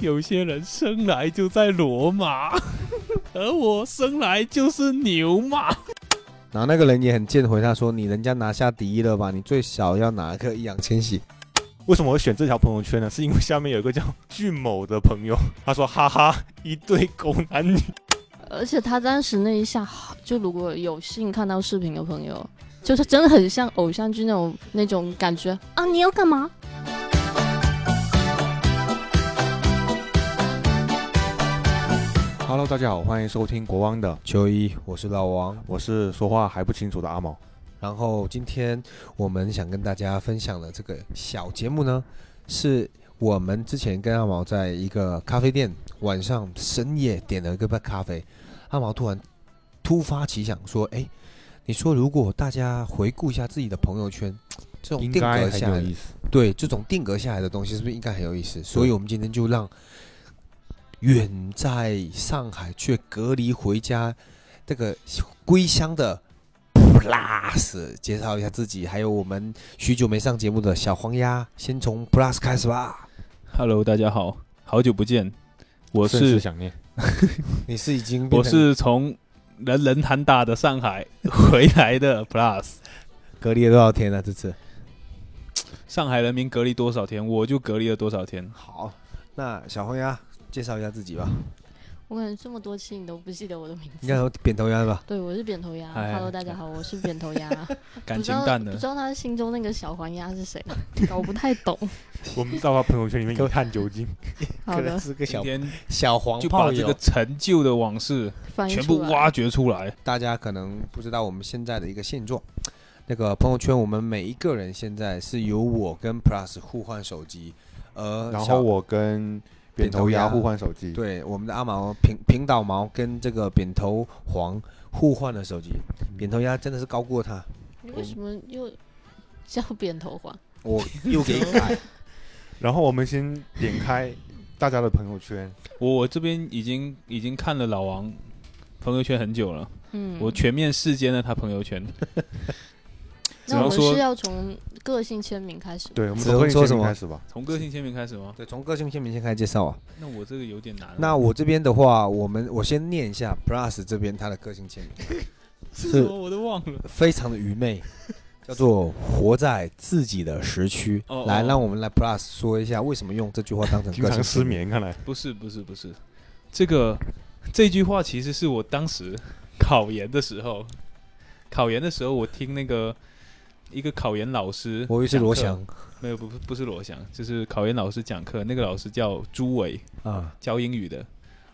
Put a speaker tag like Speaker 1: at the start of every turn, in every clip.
Speaker 1: 有些人生来就在罗 马，而我生来就是牛马。
Speaker 2: 然后那个人也很贱，回他说：“你人家拿下第一了吧？你最少要拿个易烊千玺。
Speaker 3: 为什么我选这条朋友圈呢？是因为下面有一个叫俊某的朋友，他说：“哈哈，一对狗男女。
Speaker 4: 而且他当时那一下， 好就如果有幸看到视频的朋友，就是真的很像偶像剧那种那种感觉啊！你要干嘛？
Speaker 3: ”Hello，大家好，欢迎收听国王的，”
Speaker 2: 秋一，我是老王。
Speaker 3: 我是说话还不清楚的阿毛。
Speaker 2: 然后今天我们想跟大家分享的这个小节目呢，是我们之前跟阿毛在一个咖啡店晚上深夜点了一个杯咖啡，阿毛突然突发奇想说：“哎，你说如果大家回顾一下自己的朋友圈，这种
Speaker 3: 应
Speaker 2: 定
Speaker 3: 该
Speaker 2: 格
Speaker 3: 很
Speaker 2: 下
Speaker 3: 有
Speaker 2: 来，
Speaker 3: 意思。
Speaker 2: 对这种定格下来的东西，是不是应该很有意思？所以我们今天就让远在上海却隔离回家这个归乡的 Plus 介绍一下自己，还有我们许久没上节目的小黄鸭，先从 Plus 开始吧。
Speaker 1: Hello，大家好，好久不见，我
Speaker 3: 甚是
Speaker 1: 是
Speaker 3: 想念。
Speaker 2: 你是已经变
Speaker 1: 我
Speaker 2: 成
Speaker 1: 是从人人喊打的上海 回来的 Plus。
Speaker 2: 隔离了多少天了？这次
Speaker 1: 上海人民隔离多少天，我就隔离了多少天。
Speaker 2: 好，那小黄鸭介绍一下自己吧，
Speaker 4: 我感觉这么多期你都不记得我的名
Speaker 2: 应该
Speaker 4: 字。
Speaker 2: 有扁头鸭吧？
Speaker 4: 对，我是扁头鸭。
Speaker 1: 哎
Speaker 4: Hello，大家好，我是扁头 鸭。
Speaker 1: 感
Speaker 4: 不知
Speaker 1: 情
Speaker 4: 道
Speaker 1: 淡
Speaker 4: 不
Speaker 1: 了
Speaker 4: 知，道他心中那个小黄鸭是谁，搞不太 懂。
Speaker 3: 我们到他朋友圈里面一探究竟。
Speaker 4: 好的，
Speaker 2: 是个
Speaker 1: 今
Speaker 2: 小
Speaker 1: 天
Speaker 2: 小黄
Speaker 1: 就
Speaker 2: 炮
Speaker 1: 把这
Speaker 2: 友
Speaker 1: 个。陈旧的往事
Speaker 4: 翻译
Speaker 1: 全部
Speaker 4: 出来
Speaker 1: 挖掘出来。
Speaker 2: 大家可能不知道我们现在的一个现状。那个朋友圈，我们每一个人现在是由我跟 Plus 互换手机，而
Speaker 3: 然
Speaker 2: 呃小
Speaker 3: 后我跟扁头鸭互换手机。，
Speaker 2: 对我们的阿毛平平岛毛跟这个扁头黄互换了手机，扁头鸭真的是高过他，
Speaker 4: 你为什么又叫扁头黄？
Speaker 2: 我又给改，
Speaker 3: 然后我们先点开大家的朋友圈，
Speaker 1: 我我这边已经已经看了老王朋友圈很久了，
Speaker 4: 嗯，
Speaker 1: 我全面视奸了他朋友 圈。
Speaker 4: 那我
Speaker 1: 只
Speaker 4: 们
Speaker 1: 能说
Speaker 4: 是要从个性签名开始吗。
Speaker 3: 对，我们
Speaker 2: 子
Speaker 3: 从个
Speaker 2: 龙
Speaker 3: 性
Speaker 2: 说
Speaker 3: 签
Speaker 2: 什
Speaker 3: 名
Speaker 2: 么
Speaker 3: 开始吧。
Speaker 1: 从个性签名开始吗？
Speaker 2: 对，从个性签名先开始介绍啊。
Speaker 1: 那我这个有点难。啊
Speaker 2: 那我这边的话，我们我先念一下 Plus 这边他的个性签名，
Speaker 1: 是什么我都忘了。
Speaker 2: 非常的愚昧，叫做活在自己的时区。
Speaker 1: 哦
Speaker 2: 来，
Speaker 1: 哦
Speaker 2: 让我们来 Plus 说一下为什么用这句话当成
Speaker 3: 经
Speaker 2: 个性
Speaker 3: 常失
Speaker 2: 名。
Speaker 3: 眠，看来
Speaker 1: 不是不是不是，这个这句话其实是我当时考研的时候，考研的时候我听那个一个考研老师，
Speaker 2: 我以为是罗翔，
Speaker 1: 没有不不是罗翔，就是考研老师讲课，那个老师叫朱伟，
Speaker 2: 啊，
Speaker 1: 教英语的，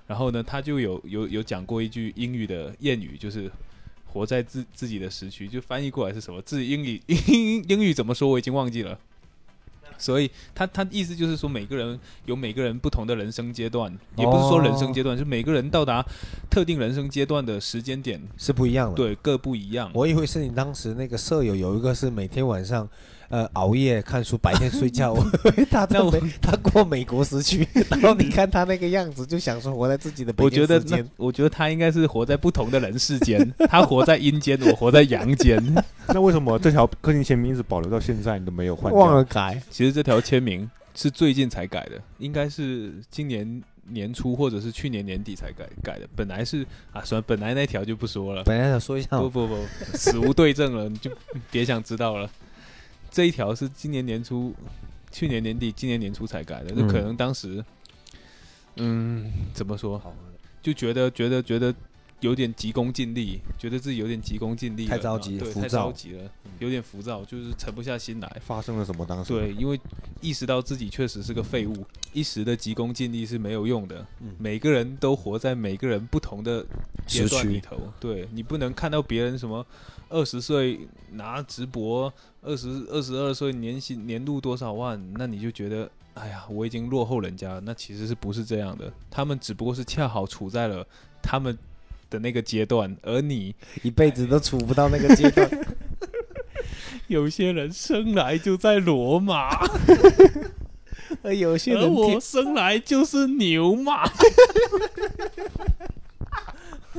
Speaker 1: 然后呢，他就有有有讲过一句英语的谚语，就是活在自自己的时区，就翻译过来是什么？自己英语英英语怎么说我已经忘记了。所以他他意思就是说，每个人有每个人不同的人生阶段，也不是说人生阶段，是每个人到达特定人生阶段的时间点，
Speaker 2: 是不一样的。，
Speaker 1: 对各不一样。
Speaker 2: 我以为是你当时那个舍友有一个是每天晚上，呃，熬夜看书，白天 睡觉。我以为他在
Speaker 1: 那我
Speaker 2: 美， 他过美国 时区，然后你看他那个样子，就想说活在自己的北
Speaker 1: 我
Speaker 2: 京
Speaker 1: 觉得
Speaker 2: 时
Speaker 1: 那
Speaker 2: 间，
Speaker 1: 我觉得他应该是活在不同的人世间，他活在阴间，我活在阳间。
Speaker 3: 那为什么这条个性签名一直保留到现在，你都没有换掉？
Speaker 2: 忘了改。
Speaker 1: 其实这条签名是最近才改的，应该是今年年初或者是去年年底才改改的。本来是啊，算了本来那条就不说 了，
Speaker 2: 本来想说一下，
Speaker 1: 不不不，死无对证了，你就别想知道了。这一条是今年年初、去年年底、今年年初才改的，就
Speaker 2: 嗯
Speaker 1: 可能当时，嗯，怎么说，
Speaker 2: 好
Speaker 1: 就觉得觉得觉得有点急功近利，觉得自己有点急功近利了，
Speaker 2: 太着急
Speaker 1: 啊对，
Speaker 2: 浮
Speaker 1: 太
Speaker 2: 躁
Speaker 1: 着急了，有点浮躁，就是沉不下心来。
Speaker 3: 哎发生了什么？当时
Speaker 1: 对，因为意识到自己确实是个废物，一时的急功近利是没有用的。
Speaker 2: 嗯
Speaker 1: 每个人都活在每个人不同的阶
Speaker 2: 时
Speaker 1: 段里
Speaker 2: 区
Speaker 1: 头，对你不能看到别人什么二十岁拿直播，二十二十二岁年薪年入多少万，那你就觉得哎呀，我已经落后人家了。那其实是不是这样的？他们只不过是恰好处在了他们的那个阶段，而你
Speaker 2: 一辈子都处不到那个阶段。
Speaker 1: 有些人生来就在罗马。
Speaker 2: 而呃有些
Speaker 1: 而
Speaker 2: 人
Speaker 1: 我
Speaker 2: 听，
Speaker 1: 生来就是牛马。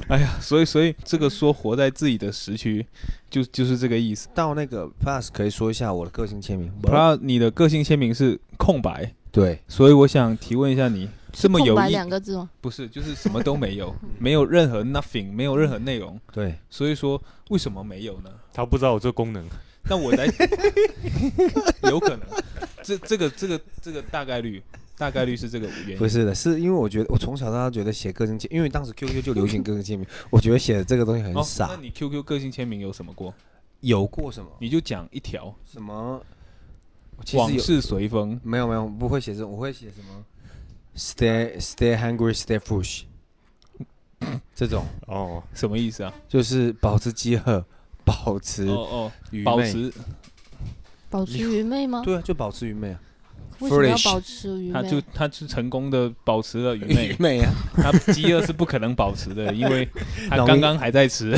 Speaker 1: 哎呀，所以所以这个说活在自己的时区，就就是这个意思。
Speaker 2: 到那个 Plus 可以说一下我的个性签名。
Speaker 1: 不知道你的个性签名是空白，
Speaker 2: 对，
Speaker 1: 所以我想提问一下你，这么
Speaker 4: 空
Speaker 1: 有
Speaker 4: 白
Speaker 1: 意
Speaker 4: 两个字吗？
Speaker 1: 不是，就是什么都没有， 没有任何 nothing，没有任何内容。
Speaker 2: 对，
Speaker 1: 所以说，为什么没有呢？
Speaker 3: 他不知道有这个功能。
Speaker 1: 那我来， 有可能，这这个这个这个大概率，大概率是这个原
Speaker 2: 不
Speaker 1: 因。
Speaker 2: 是的，是因为我觉得我从小到大觉得写个人签，因为当时 QQ 就流行个人签名，我觉得写这个东西很
Speaker 1: 哦，
Speaker 2: 傻。
Speaker 1: 那你 QQ 个性签名有什么过？
Speaker 2: 有过什么
Speaker 1: 你就讲一条，
Speaker 2: 什么？我其
Speaker 1: 往
Speaker 2: 实有
Speaker 1: 事随风。
Speaker 2: 没有没有不会写这种，我会写什么？Stay stay hungry, stay foolish，这种
Speaker 3: 哦，
Speaker 1: 什么意思啊？
Speaker 2: 就是保持饥饿，保持
Speaker 1: 哦
Speaker 2: 愚
Speaker 1: 哦，
Speaker 2: 昧。
Speaker 1: 保持
Speaker 4: 保持愚昧吗？
Speaker 2: 对啊，就保持愚昧啊，
Speaker 4: 为什么要
Speaker 2: Foolish，
Speaker 4: 保持愚
Speaker 1: 他
Speaker 4: 昧？
Speaker 1: 就他是成功的保持了愚昧
Speaker 2: 昧 啊，
Speaker 1: 他饥饿是不可能保持的，因 为他
Speaker 2: 容易
Speaker 1: 刚刚还在吃，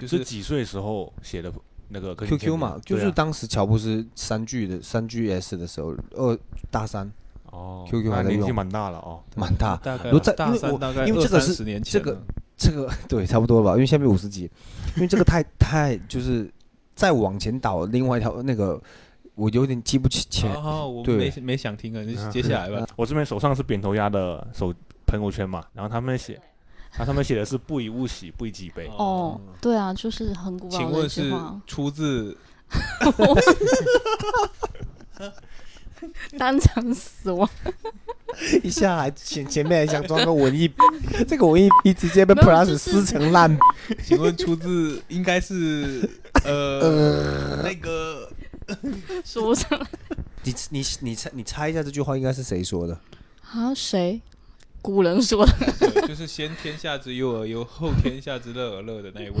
Speaker 1: 就是是
Speaker 3: 几岁时候写的那个
Speaker 2: QQ 嘛，
Speaker 3: 啊
Speaker 2: 就是当时乔布斯三 G 的三 GS 的时候，二大三
Speaker 3: 哦
Speaker 2: QQ 还在
Speaker 3: 年纪
Speaker 2: 用
Speaker 3: 蛮大了哦。
Speaker 2: 蛮大，
Speaker 1: 大概
Speaker 2: 啊如果在因
Speaker 1: 大
Speaker 2: 为
Speaker 1: 三
Speaker 2: 我
Speaker 1: 大概
Speaker 2: 因为这个是
Speaker 1: 20年前
Speaker 2: 这
Speaker 1: 了
Speaker 2: 个这个对差不多吧，因为下面五十集，因为这个太太就是再往前倒另外一条那个，我有点记不起前
Speaker 1: 哦，好我
Speaker 2: 对
Speaker 1: 没没想听啊了，你
Speaker 3: 嗯
Speaker 1: 接下来吧。
Speaker 3: 我这边手上是扁头鸭的手朋友圈嘛，然后他们写，他上面写的是不以物喜，不以己悲。
Speaker 4: 哦，对啊，就是很古
Speaker 1: 请
Speaker 4: 老的一
Speaker 1: 问
Speaker 4: 句
Speaker 1: 是
Speaker 4: 话，
Speaker 1: 出自
Speaker 4: 当场死亡。
Speaker 2: 一下来前前面还想装个文艺， 这个文艺逼直接被
Speaker 4: 没有
Speaker 2: Plus
Speaker 4: 就是
Speaker 2: 撕成烂，
Speaker 1: 请问出自应该 是呃那个
Speaker 4: 说不上来
Speaker 2: 你你你猜你猜一下这句话应该是谁说的？
Speaker 4: 啊，谁？古人说的，
Speaker 1: 对就是先天下之忧而忧，后天下之乐而乐的那一位。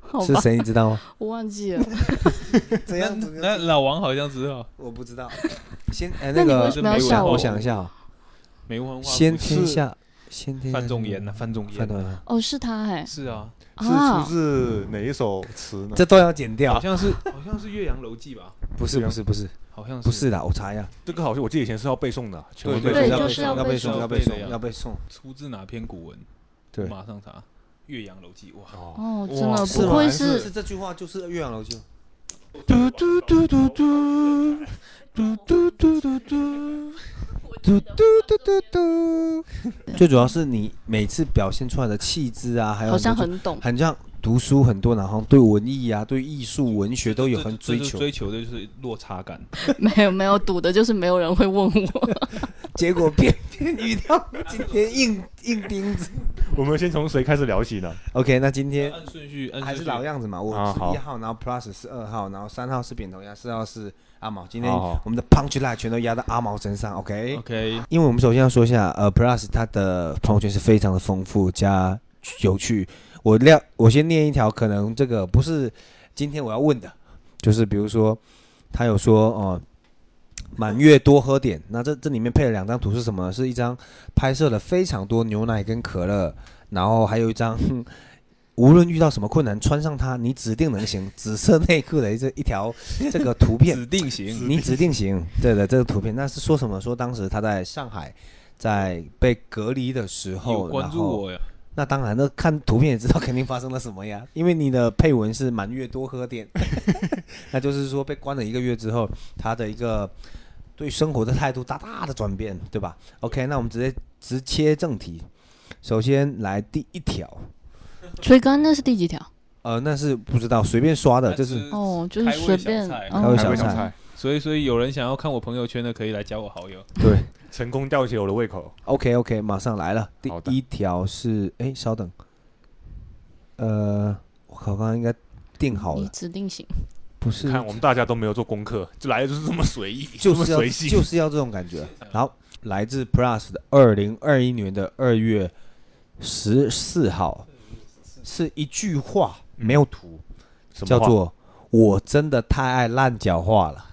Speaker 4: 好
Speaker 2: 是
Speaker 4: 吧，
Speaker 2: 谁你知道吗？
Speaker 4: 我忘记了。
Speaker 2: 怎
Speaker 1: 那那老王好像知道，
Speaker 2: 我不知 道。先哎，
Speaker 4: 那你
Speaker 2: 个
Speaker 4: 为什么要
Speaker 2: 我
Speaker 4: 笑
Speaker 2: 想我
Speaker 4: 我？
Speaker 2: 想一下啊，
Speaker 1: 没文化不
Speaker 2: 先天
Speaker 1: 是
Speaker 2: 下先天下
Speaker 1: 范仲淹呐，范仲
Speaker 2: 嗯范
Speaker 1: 淹
Speaker 2: 仲
Speaker 1: 啊
Speaker 2: 淹，
Speaker 4: 哦，是他哎，
Speaker 1: 是啊，
Speaker 3: 是出
Speaker 4: 啊，
Speaker 3: 自哪一首词呢？
Speaker 2: 这都要剪掉
Speaker 1: 好？像啊是好像是《岳阳楼记》吧，
Speaker 2: 不是不是不是
Speaker 1: 好像
Speaker 2: 不是啦，我查一下，
Speaker 3: 这个好像我记得以前是要背诵的，全
Speaker 1: 对
Speaker 3: 文
Speaker 1: 对
Speaker 3: 背
Speaker 4: 对
Speaker 3: 诵。
Speaker 2: 要
Speaker 4: 就是要
Speaker 2: 要
Speaker 4: 背
Speaker 2: 诵
Speaker 1: 诵
Speaker 2: 要背
Speaker 1: 背的
Speaker 2: 诵
Speaker 1: 呀
Speaker 2: 要背诵，
Speaker 1: 出自哪篇古文？
Speaker 2: 对
Speaker 1: 我。马上查《岳阳楼记》哇，
Speaker 4: 哦，
Speaker 3: 哦，
Speaker 4: 真
Speaker 1: 哇
Speaker 4: 的
Speaker 1: 是
Speaker 4: 不
Speaker 1: 吗
Speaker 4: 愧
Speaker 2: 是
Speaker 4: 是
Speaker 2: 这句话就是岳阳楼记。
Speaker 1: 嘟嘟嘟嘟嘟嘟嘟嘟嘟嘟，
Speaker 2: 嘟嘟嘟嘟嘟。最主要是你每次表现出来的气质啊，还有
Speaker 4: 好像
Speaker 2: 你就
Speaker 4: 很懂，
Speaker 2: 很像读书很多，然后对文艺啊、对艺术、文学都有很追
Speaker 1: 这就是
Speaker 2: 求。
Speaker 1: 追求的就是落差感。
Speaker 4: 没有没有赌的，就是没有人会问我。
Speaker 2: 结果偏偏遇到今天硬硬钉子。
Speaker 3: 我们先从谁开始聊起呢？
Speaker 2: OK，那今天
Speaker 1: 按顺序，按
Speaker 2: 哎还
Speaker 1: 顺
Speaker 2: 是
Speaker 1: 序
Speaker 2: 老样子嘛，我
Speaker 3: 啊
Speaker 2: 是
Speaker 3: 好
Speaker 2: 一号，然后 Plus 是二号，然后三号是扁头鸭，四号是阿毛。今天
Speaker 3: 好好
Speaker 2: 我们的 punch line 全都压到阿毛身上，OK？
Speaker 1: OK，
Speaker 2: 因为我们首先要说一下，呃，Plus 它的朋友圈是非常的丰富加有趣。我料，我先念一条，可能这个不是今天我要问的，就是比如说，他有说，哦、满月多喝点。那这这里面配了两张图是什么呢？是一张拍摄了非常多牛奶跟可乐，然后还有一张。 哼无论遇到什么困难，穿上它，你指定能行。紫色内裤的这一条这个图片，
Speaker 1: 指定型，
Speaker 2: 你指定型，对的，这个图片那是说什么？说当时他在上海，在被隔离的时
Speaker 1: 有
Speaker 2: 候，
Speaker 1: 关
Speaker 2: 然
Speaker 1: 注
Speaker 2: 后
Speaker 1: 我呀？
Speaker 2: 那当然，那看图片也知道肯定发生了什么呀，因为你的配文是满月多 喝点，那就是说被关了一个月之后，他的一个对生活的态度大大的转变，对吧？OK，那我们直接直切正题，首先来第一条，
Speaker 4: 所以刚刚那是第几条？
Speaker 2: 呃，那是不知道随便刷的，
Speaker 1: 那
Speaker 2: 就是
Speaker 4: 哦，就是
Speaker 1: 开胃
Speaker 4: 随
Speaker 1: 小
Speaker 4: 便
Speaker 1: 菜，
Speaker 2: 开胃
Speaker 4: 哦
Speaker 2: 小
Speaker 3: 还会
Speaker 2: 菜
Speaker 3: 想菜，
Speaker 1: 所以所以有人想要看我朋友圈的，可以来加我好友。
Speaker 2: 对。
Speaker 3: 成功吊起我的胃口。
Speaker 2: OK OK，马上来了。第
Speaker 3: 好的
Speaker 2: 一条是，哎，稍等，呃，我靠，刚刚应该定好
Speaker 4: 你
Speaker 2: 了，
Speaker 4: 指定型，
Speaker 2: 不是，
Speaker 3: 看我们大家都没有做功课，就来的就是这么随意，
Speaker 2: 就
Speaker 3: 这么
Speaker 2: 是要
Speaker 3: 随性。
Speaker 2: 就是要这种感觉。然后来自 Plus 的二零二一年的二月十四号，是一句话，
Speaker 3: 嗯
Speaker 2: 没有图，
Speaker 3: 什么
Speaker 2: 叫
Speaker 3: 话
Speaker 2: 做“我真的太爱烂脚话了”。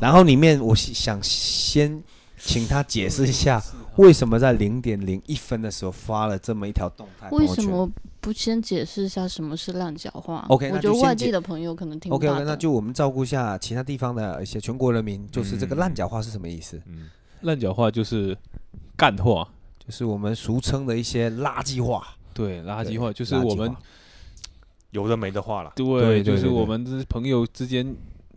Speaker 2: 然后里面我是想先请他解释一下，为什么在零点零一分的时候发了这么一条动态朋
Speaker 4: 为
Speaker 2: 友
Speaker 4: 什
Speaker 2: 圈？
Speaker 4: 么不先解释一下什么是烂脚话
Speaker 2: OK，
Speaker 4: 我
Speaker 2: 那
Speaker 4: 觉
Speaker 2: 就
Speaker 4: 得
Speaker 2: 先
Speaker 4: 外
Speaker 2: 解
Speaker 4: 地的朋友可能听不
Speaker 2: OK
Speaker 4: 到
Speaker 2: OK，那
Speaker 4: 的。
Speaker 2: 就我们照顾一下其他地方的一些全国人民，就是这个烂脚话是什么意思？
Speaker 3: 嗯，
Speaker 1: 烂脚话就是干话，
Speaker 2: 就是我们俗称的一些垃圾话，
Speaker 1: 对，垃圾
Speaker 2: 对
Speaker 1: 话就是
Speaker 2: 垃圾
Speaker 1: 我们
Speaker 2: 话
Speaker 3: 有的没的话了。
Speaker 1: 对，
Speaker 2: 对对
Speaker 1: 就是
Speaker 2: 对
Speaker 1: 我们这朋友之间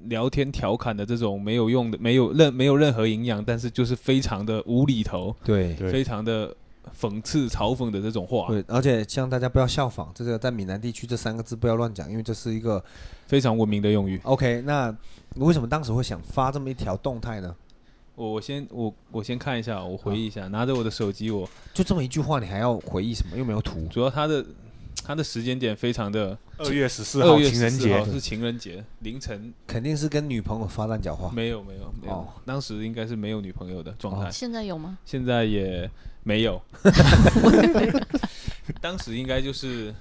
Speaker 1: 聊天调侃的这种没有用的、没有任没有任何营养，但是就是非常的无厘头、
Speaker 2: 对
Speaker 3: 对
Speaker 1: 非常的讽刺、嘲讽的这种话，
Speaker 2: 对，而且像大家不要效仿这个在闽南地区这三个字不要乱讲，因为这是一个
Speaker 1: 非常文明的用语。
Speaker 2: OK。那为什么当时会想发这么一条动态呢？
Speaker 1: 我我先我我先看一下，我回忆一下，拿着我的手机，我
Speaker 2: 就这么一句话，你还要回忆什么？又没有图。
Speaker 1: 主要它的它的时间点非常的，
Speaker 3: 二月十四
Speaker 1: 二
Speaker 3: 号
Speaker 1: 月
Speaker 3: 情人
Speaker 1: 14
Speaker 3: 节
Speaker 1: 号，是情人节凌晨，
Speaker 2: 肯定是跟女朋友发烂脚话。
Speaker 1: 没有没有没有，
Speaker 2: 哦
Speaker 1: 当时应该是没有女朋友的状态，
Speaker 4: 现在有吗？
Speaker 1: 现在也没有， 当时应该就是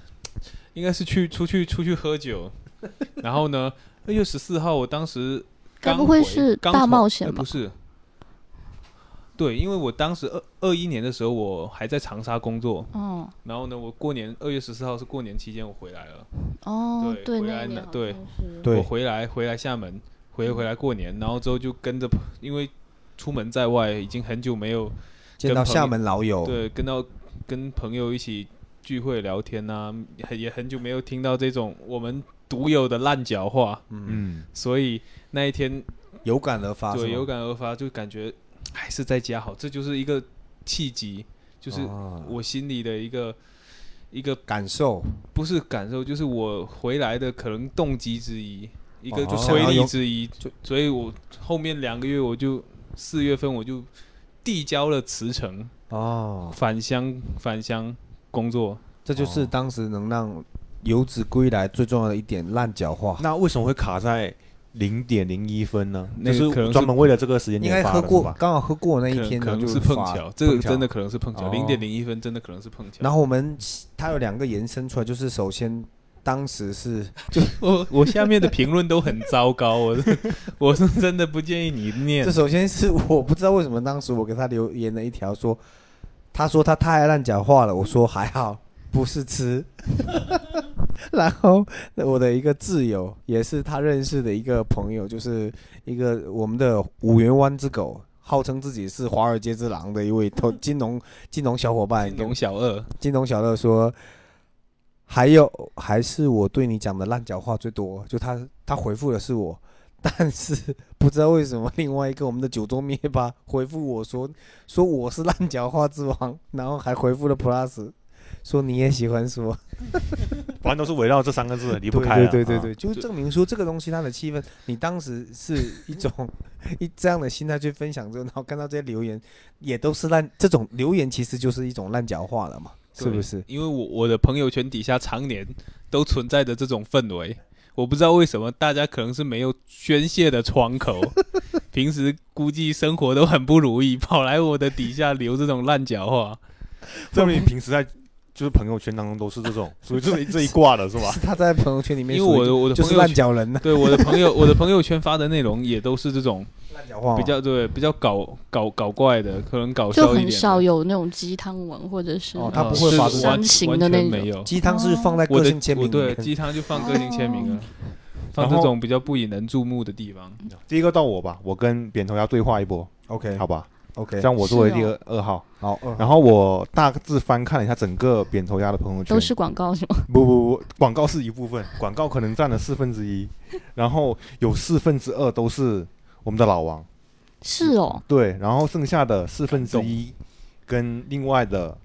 Speaker 1: 应该是去出去出去喝酒，然后呢，二月十四号，我当时
Speaker 4: 该
Speaker 1: 刚
Speaker 4: 不会
Speaker 1: 回
Speaker 4: 是
Speaker 1: 刚
Speaker 4: 大
Speaker 1: 从
Speaker 4: 冒险
Speaker 1: 呃
Speaker 4: 吧
Speaker 1: 不是，对，因为我当时二呃二一年的时候，我还在长沙工作，
Speaker 4: 哦
Speaker 1: 然后呢，我过年二月十四号是过年期间我回来了，
Speaker 4: 哦，
Speaker 1: 对回
Speaker 4: 那
Speaker 1: 来
Speaker 4: 一
Speaker 1: 拿
Speaker 4: 年好
Speaker 1: 对
Speaker 4: 像是
Speaker 2: 对
Speaker 1: 我回来回来厦门，回回来过年，然后之后就跟着，因为出门在外已经很久没有
Speaker 2: 见
Speaker 1: 跟
Speaker 2: 到
Speaker 1: 朋友
Speaker 2: 厦门老友，
Speaker 1: 对，跟到跟朋友一起聚会聊天呐、很也很久没有听到这种我们独有的烂脚话，
Speaker 3: 嗯，
Speaker 1: 所以那一天
Speaker 2: 有感而发。
Speaker 1: 对
Speaker 2: 是吗
Speaker 1: 有感而发，就感觉还是在家好，这就是一个契机，就是
Speaker 2: 哦
Speaker 1: 我心里的一个一个
Speaker 2: 感受，
Speaker 1: 不是感受，就是我回来的可能动机之一，一个就
Speaker 3: 哦
Speaker 1: 推
Speaker 2: 想要
Speaker 1: 力
Speaker 2: 有
Speaker 1: 之一，所以我后面两个月我就四月份我就递交了辞呈，
Speaker 2: 哦，
Speaker 1: 返乡返乡工作。
Speaker 2: 这就是当时能让游子归来最重要的一点烂脚话。
Speaker 3: 那为什么会卡在零点零一分呢？
Speaker 1: 那
Speaker 3: 就
Speaker 1: 个可能是
Speaker 3: 是专门为了这个时间
Speaker 2: 应
Speaker 3: 点
Speaker 2: 该
Speaker 3: 发
Speaker 2: 喝
Speaker 3: 的是
Speaker 2: 过，
Speaker 3: 吧？
Speaker 2: 刚好喝过那一
Speaker 1: 可能
Speaker 2: 天，
Speaker 1: 可
Speaker 2: 然后
Speaker 1: 能
Speaker 2: 就是
Speaker 1: 碰
Speaker 2: 发
Speaker 1: 巧，这个
Speaker 2: 碰巧
Speaker 1: 真的可能是碰巧，
Speaker 2: 哦
Speaker 1: 零点零一分真的可能是碰巧。
Speaker 2: 然
Speaker 1: 后
Speaker 2: 后我们它有两个延伸出来，就是首先当时是
Speaker 1: 我我下面的评论都很糟糕，我是我是真的不建议你念
Speaker 2: 这，首先是我不知道为什么当时我给他留言了一条说，他说他太爱乱讲话了，我说还好不是吃。 然后我的一个挚友也是他认识的一个朋友，就是一个我们的五缘湾之狗，号称自己是华尔街之狼的一位投金融金融小伙伴，
Speaker 1: 龙小二
Speaker 2: 金童小乐说，还有还是我对你讲的烂脚话最多，就他他回复的是我， 但是 不知道为什么另外一个我们的九州灭霸 回复我说说我是烂脚话之王，然后还回复了 plus。说你也喜欢说，
Speaker 3: 反正都是围绕这三个 字离不
Speaker 2: 对
Speaker 3: 开
Speaker 2: 对
Speaker 3: 啊
Speaker 2: 对对
Speaker 3: 啊
Speaker 2: 对，就
Speaker 1: 就
Speaker 2: 证明说这个东西它的气氛，你当时是一 种一这样的心态去分享之后，然后看到这些留言也都是烂，这种留言其实就是一种烂脚话了嘛，是不
Speaker 1: 对
Speaker 2: 是？
Speaker 1: 因为我我的朋友圈底下常年都存在着这种氛围，我不知道为什么大家可能是没有宣泄的窗口， 平时估计生活都很不如意，跑来我的底下留这种烂脚话。
Speaker 3: 证明你平时在就是朋友圈当中都是这种， 属于这一这一挂的是吧？
Speaker 2: 是他在朋友圈里面
Speaker 1: 因为
Speaker 2: 属于
Speaker 1: 我的我的
Speaker 2: 就是
Speaker 1: 朋友
Speaker 2: 烂
Speaker 1: 圈，
Speaker 2: 脚人呐、啊
Speaker 1: 对我的朋友我的朋友圈发的内容也都是这种
Speaker 2: 烂脚话
Speaker 1: 比较对比较搞搞搞怪的，可能搞
Speaker 4: 就
Speaker 1: 笑一点
Speaker 4: 很
Speaker 1: 的。
Speaker 4: 少有那种鸡汤文或者是
Speaker 2: 哦
Speaker 1: 啊
Speaker 2: 他不会
Speaker 1: 是
Speaker 2: 发出来
Speaker 1: 完
Speaker 4: 煽情的那
Speaker 1: 完全
Speaker 4: 种
Speaker 1: 没有。
Speaker 2: 鸡汤是放在
Speaker 1: 我
Speaker 2: 个
Speaker 1: 的
Speaker 2: 性签
Speaker 1: 我
Speaker 2: 名里
Speaker 1: 对
Speaker 2: 面，哦
Speaker 1: 鸡汤就放个性签名啊，放
Speaker 3: 然
Speaker 1: 这
Speaker 3: 后
Speaker 1: 种比较不引人注目的地方。
Speaker 3: 第一个到我吧，我跟扁头要对话一波，
Speaker 2: OK
Speaker 3: 好吧？
Speaker 2: OK，
Speaker 3: 这样我作为
Speaker 4: 是
Speaker 3: 第
Speaker 4: 哦
Speaker 3: 二二号，
Speaker 2: 好，嗯二
Speaker 3: 然后我大致翻看了一下整个扁头鸭的朋友圈，
Speaker 4: 都是广告是吗？
Speaker 3: 不不不，广告是一部分，广告可能占了四分之一，然后有四分之二都是我们的老王，
Speaker 4: 是哦，
Speaker 3: 对，然后剩下的四分之一跟另外的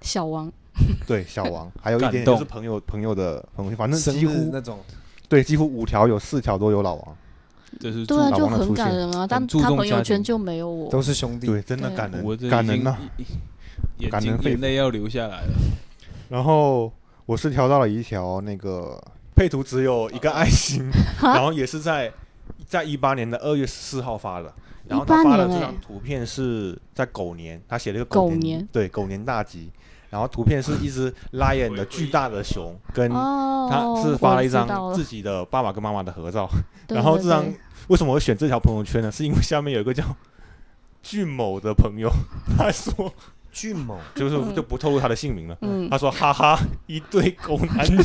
Speaker 4: 小王
Speaker 3: 对小王，还有一
Speaker 1: 感
Speaker 3: 点就是
Speaker 1: 动
Speaker 3: 朋友朋友的朋友圈，反正
Speaker 2: 生
Speaker 3: 几
Speaker 2: 日
Speaker 3: 乎
Speaker 2: 那种
Speaker 3: 对几乎五条有四条都有老王，
Speaker 1: 这是
Speaker 4: 对啊，
Speaker 3: 老
Speaker 4: 就
Speaker 3: 王的
Speaker 4: 很
Speaker 3: 出
Speaker 4: 感
Speaker 3: 现
Speaker 4: 人啊，但
Speaker 1: 注重
Speaker 4: 他朋友
Speaker 1: 家庭
Speaker 4: 圈就没有我。
Speaker 2: 都是兄弟，
Speaker 3: 对，真的
Speaker 4: 对啊
Speaker 3: 感人，
Speaker 1: 我这
Speaker 3: 感
Speaker 1: 已
Speaker 3: 人
Speaker 1: 经
Speaker 3: 呐、
Speaker 1: 眼
Speaker 3: 感
Speaker 1: 睛
Speaker 3: 人肺
Speaker 1: 眼
Speaker 3: 腑
Speaker 1: 泪要流下来了。
Speaker 3: 然后我是挑到了一条那个配图只有一个爱 心，然后也是在在一八年的二月十四号发的。然后他
Speaker 4: 18
Speaker 3: 发的
Speaker 4: 年
Speaker 3: 这
Speaker 4: 欸
Speaker 3: 张图片是在狗年，他写了一个
Speaker 4: 狗
Speaker 3: 年，
Speaker 4: 年
Speaker 3: 对狗年大吉。然后图片是一只 lion 的巨大的熊，跟
Speaker 4: 哦，
Speaker 3: 他是发
Speaker 4: 我
Speaker 3: 了一
Speaker 4: 知道
Speaker 3: 张
Speaker 4: 了
Speaker 3: 自己的爸爸跟妈妈的合照。
Speaker 4: 对
Speaker 3: 然后
Speaker 4: 对
Speaker 3: 这张
Speaker 4: 对
Speaker 3: 为什么我会选这条朋友圈呢？是因为下面有一个叫俊某的朋友，他说
Speaker 2: 俊猛，
Speaker 3: 就是就不透露他的姓名了。
Speaker 4: 嗯
Speaker 3: 他，说：“哈哈，一对狗男女。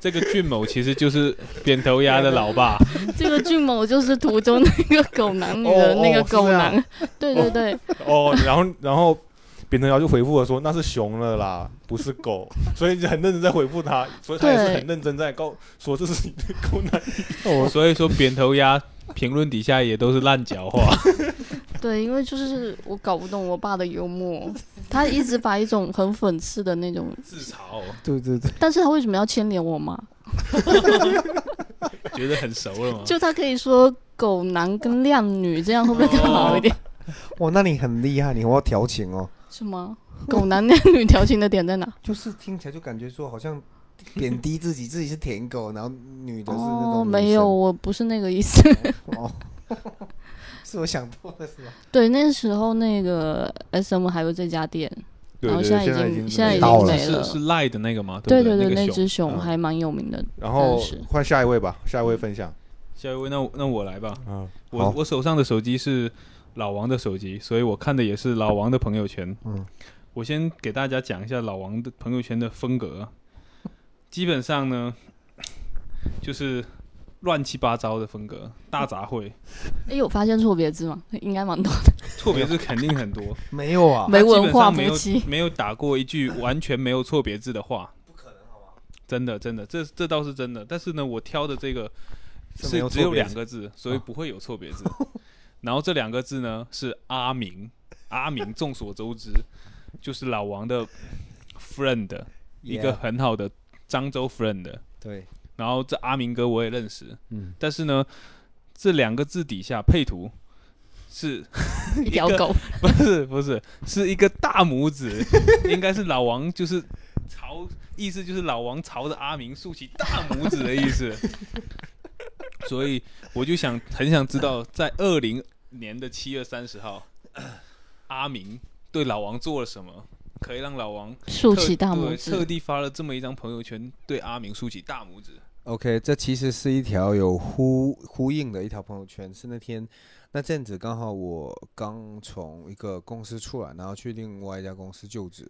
Speaker 1: 这个俊某其实就是扁头鸭的老 爸，
Speaker 4: 这个俊某就是图中那个狗男女的
Speaker 3: 哦
Speaker 4: 那个
Speaker 3: 哦是
Speaker 4: 狗
Speaker 3: 这样
Speaker 4: 男，对对对，”
Speaker 3: 哦，然后然后扁藤遥就回复我说那是熊了啦，不是狗，所以就很认真在回复他，所以他也是
Speaker 4: 对
Speaker 3: 很认真在告说这是你的狗男
Speaker 1: 我所以说扁头鸭评论底下也都是烂脚话，
Speaker 4: 对，因为就是我搞不懂我爸的幽默，他一直把一种很讽刺的那种，
Speaker 1: 自嘲，
Speaker 2: 对对对，
Speaker 4: 但是他为什么要牵连我妈？
Speaker 1: 觉得很熟了吗？
Speaker 4: 就他可以说狗男跟靓女，这样会不会更好一点？
Speaker 2: 哇，那你很厉害，你要调情哦，
Speaker 4: 是吗？狗男靓女调情的点在哪？
Speaker 2: 就是听起来就感觉说好像贬低自己，自 己是舔狗，然后女的是那种、
Speaker 4: 哦，没有，我不是那个意思。
Speaker 2: 哦， 是我想多了是吧？
Speaker 4: 对，那时候那个 S M 还有这家店，
Speaker 3: 对
Speaker 4: 然后
Speaker 3: 对，
Speaker 4: 现在已
Speaker 3: 在
Speaker 4: 经
Speaker 3: 已
Speaker 4: 现在已
Speaker 2: 到
Speaker 4: 经
Speaker 2: 了
Speaker 4: 没
Speaker 1: 是是赖的那个吗？
Speaker 4: 对
Speaker 1: 不对
Speaker 4: 对，
Speaker 1: 那
Speaker 4: 那
Speaker 1: 个
Speaker 4: 只
Speaker 1: 熊。
Speaker 4: 熊
Speaker 3: 嗯
Speaker 4: 还蛮有名的。
Speaker 3: 然后
Speaker 4: 是
Speaker 3: 换下一位吧，下一位分享。
Speaker 1: 下一位，那我那我来吧。
Speaker 3: 嗯，
Speaker 2: 好
Speaker 1: 我我手上的手机是老王的手机，所以我看的也是老王的朋友圈。
Speaker 2: 嗯，
Speaker 1: 我先给大家讲一下老王的朋友圈的风格， 基本上呢就是乱七八糟的风格，大杂烩，
Speaker 4: 哎，有发现错别字吗？应该蛮多的，
Speaker 1: 错别字肯定很多，
Speaker 2: 没有啊，
Speaker 4: 没
Speaker 1: 基
Speaker 4: 文
Speaker 1: 本
Speaker 4: 化
Speaker 1: 上没
Speaker 4: 夫
Speaker 1: 有
Speaker 4: 妻。
Speaker 1: 没有打过一句完全没有错别字的话，不可能好吧？真的真的，这这倒是真的。但是呢，我挑的这个
Speaker 2: 是没
Speaker 1: 是
Speaker 2: 有
Speaker 1: 只
Speaker 2: 错
Speaker 1: 有
Speaker 2: 别
Speaker 1: 两
Speaker 2: 字哦
Speaker 1: 个字，所以不会有错别 字。然后这两个字呢是阿明，阿明众所周知就是老王的 friend，一个
Speaker 2: Yeah，
Speaker 1: 很好的漳州 friend。
Speaker 2: 对，
Speaker 1: 然后这阿明哥我也认识，
Speaker 2: 嗯
Speaker 1: 但是呢，这两个字底下配图是
Speaker 4: 一条
Speaker 1: 个
Speaker 4: 狗，
Speaker 1: 不是不是是一个大拇指，应该是老王就是朝意思就是老王朝着阿明竖起大拇指的意思，所以我就想很想知道，在二零年的七月三十号，阿明对老王做了什么，可以让老王
Speaker 4: 竖
Speaker 1: 特
Speaker 4: 起大
Speaker 1: 对
Speaker 4: 拇
Speaker 1: 特
Speaker 4: 指。
Speaker 1: 地发了这么一张朋友圈，对阿明竖起大拇指。
Speaker 2: OK，这其实是一条有呼呼应的一条朋友圈，是那天那阵子刚好我刚从一个公司出来，然后去另外一家公司就职，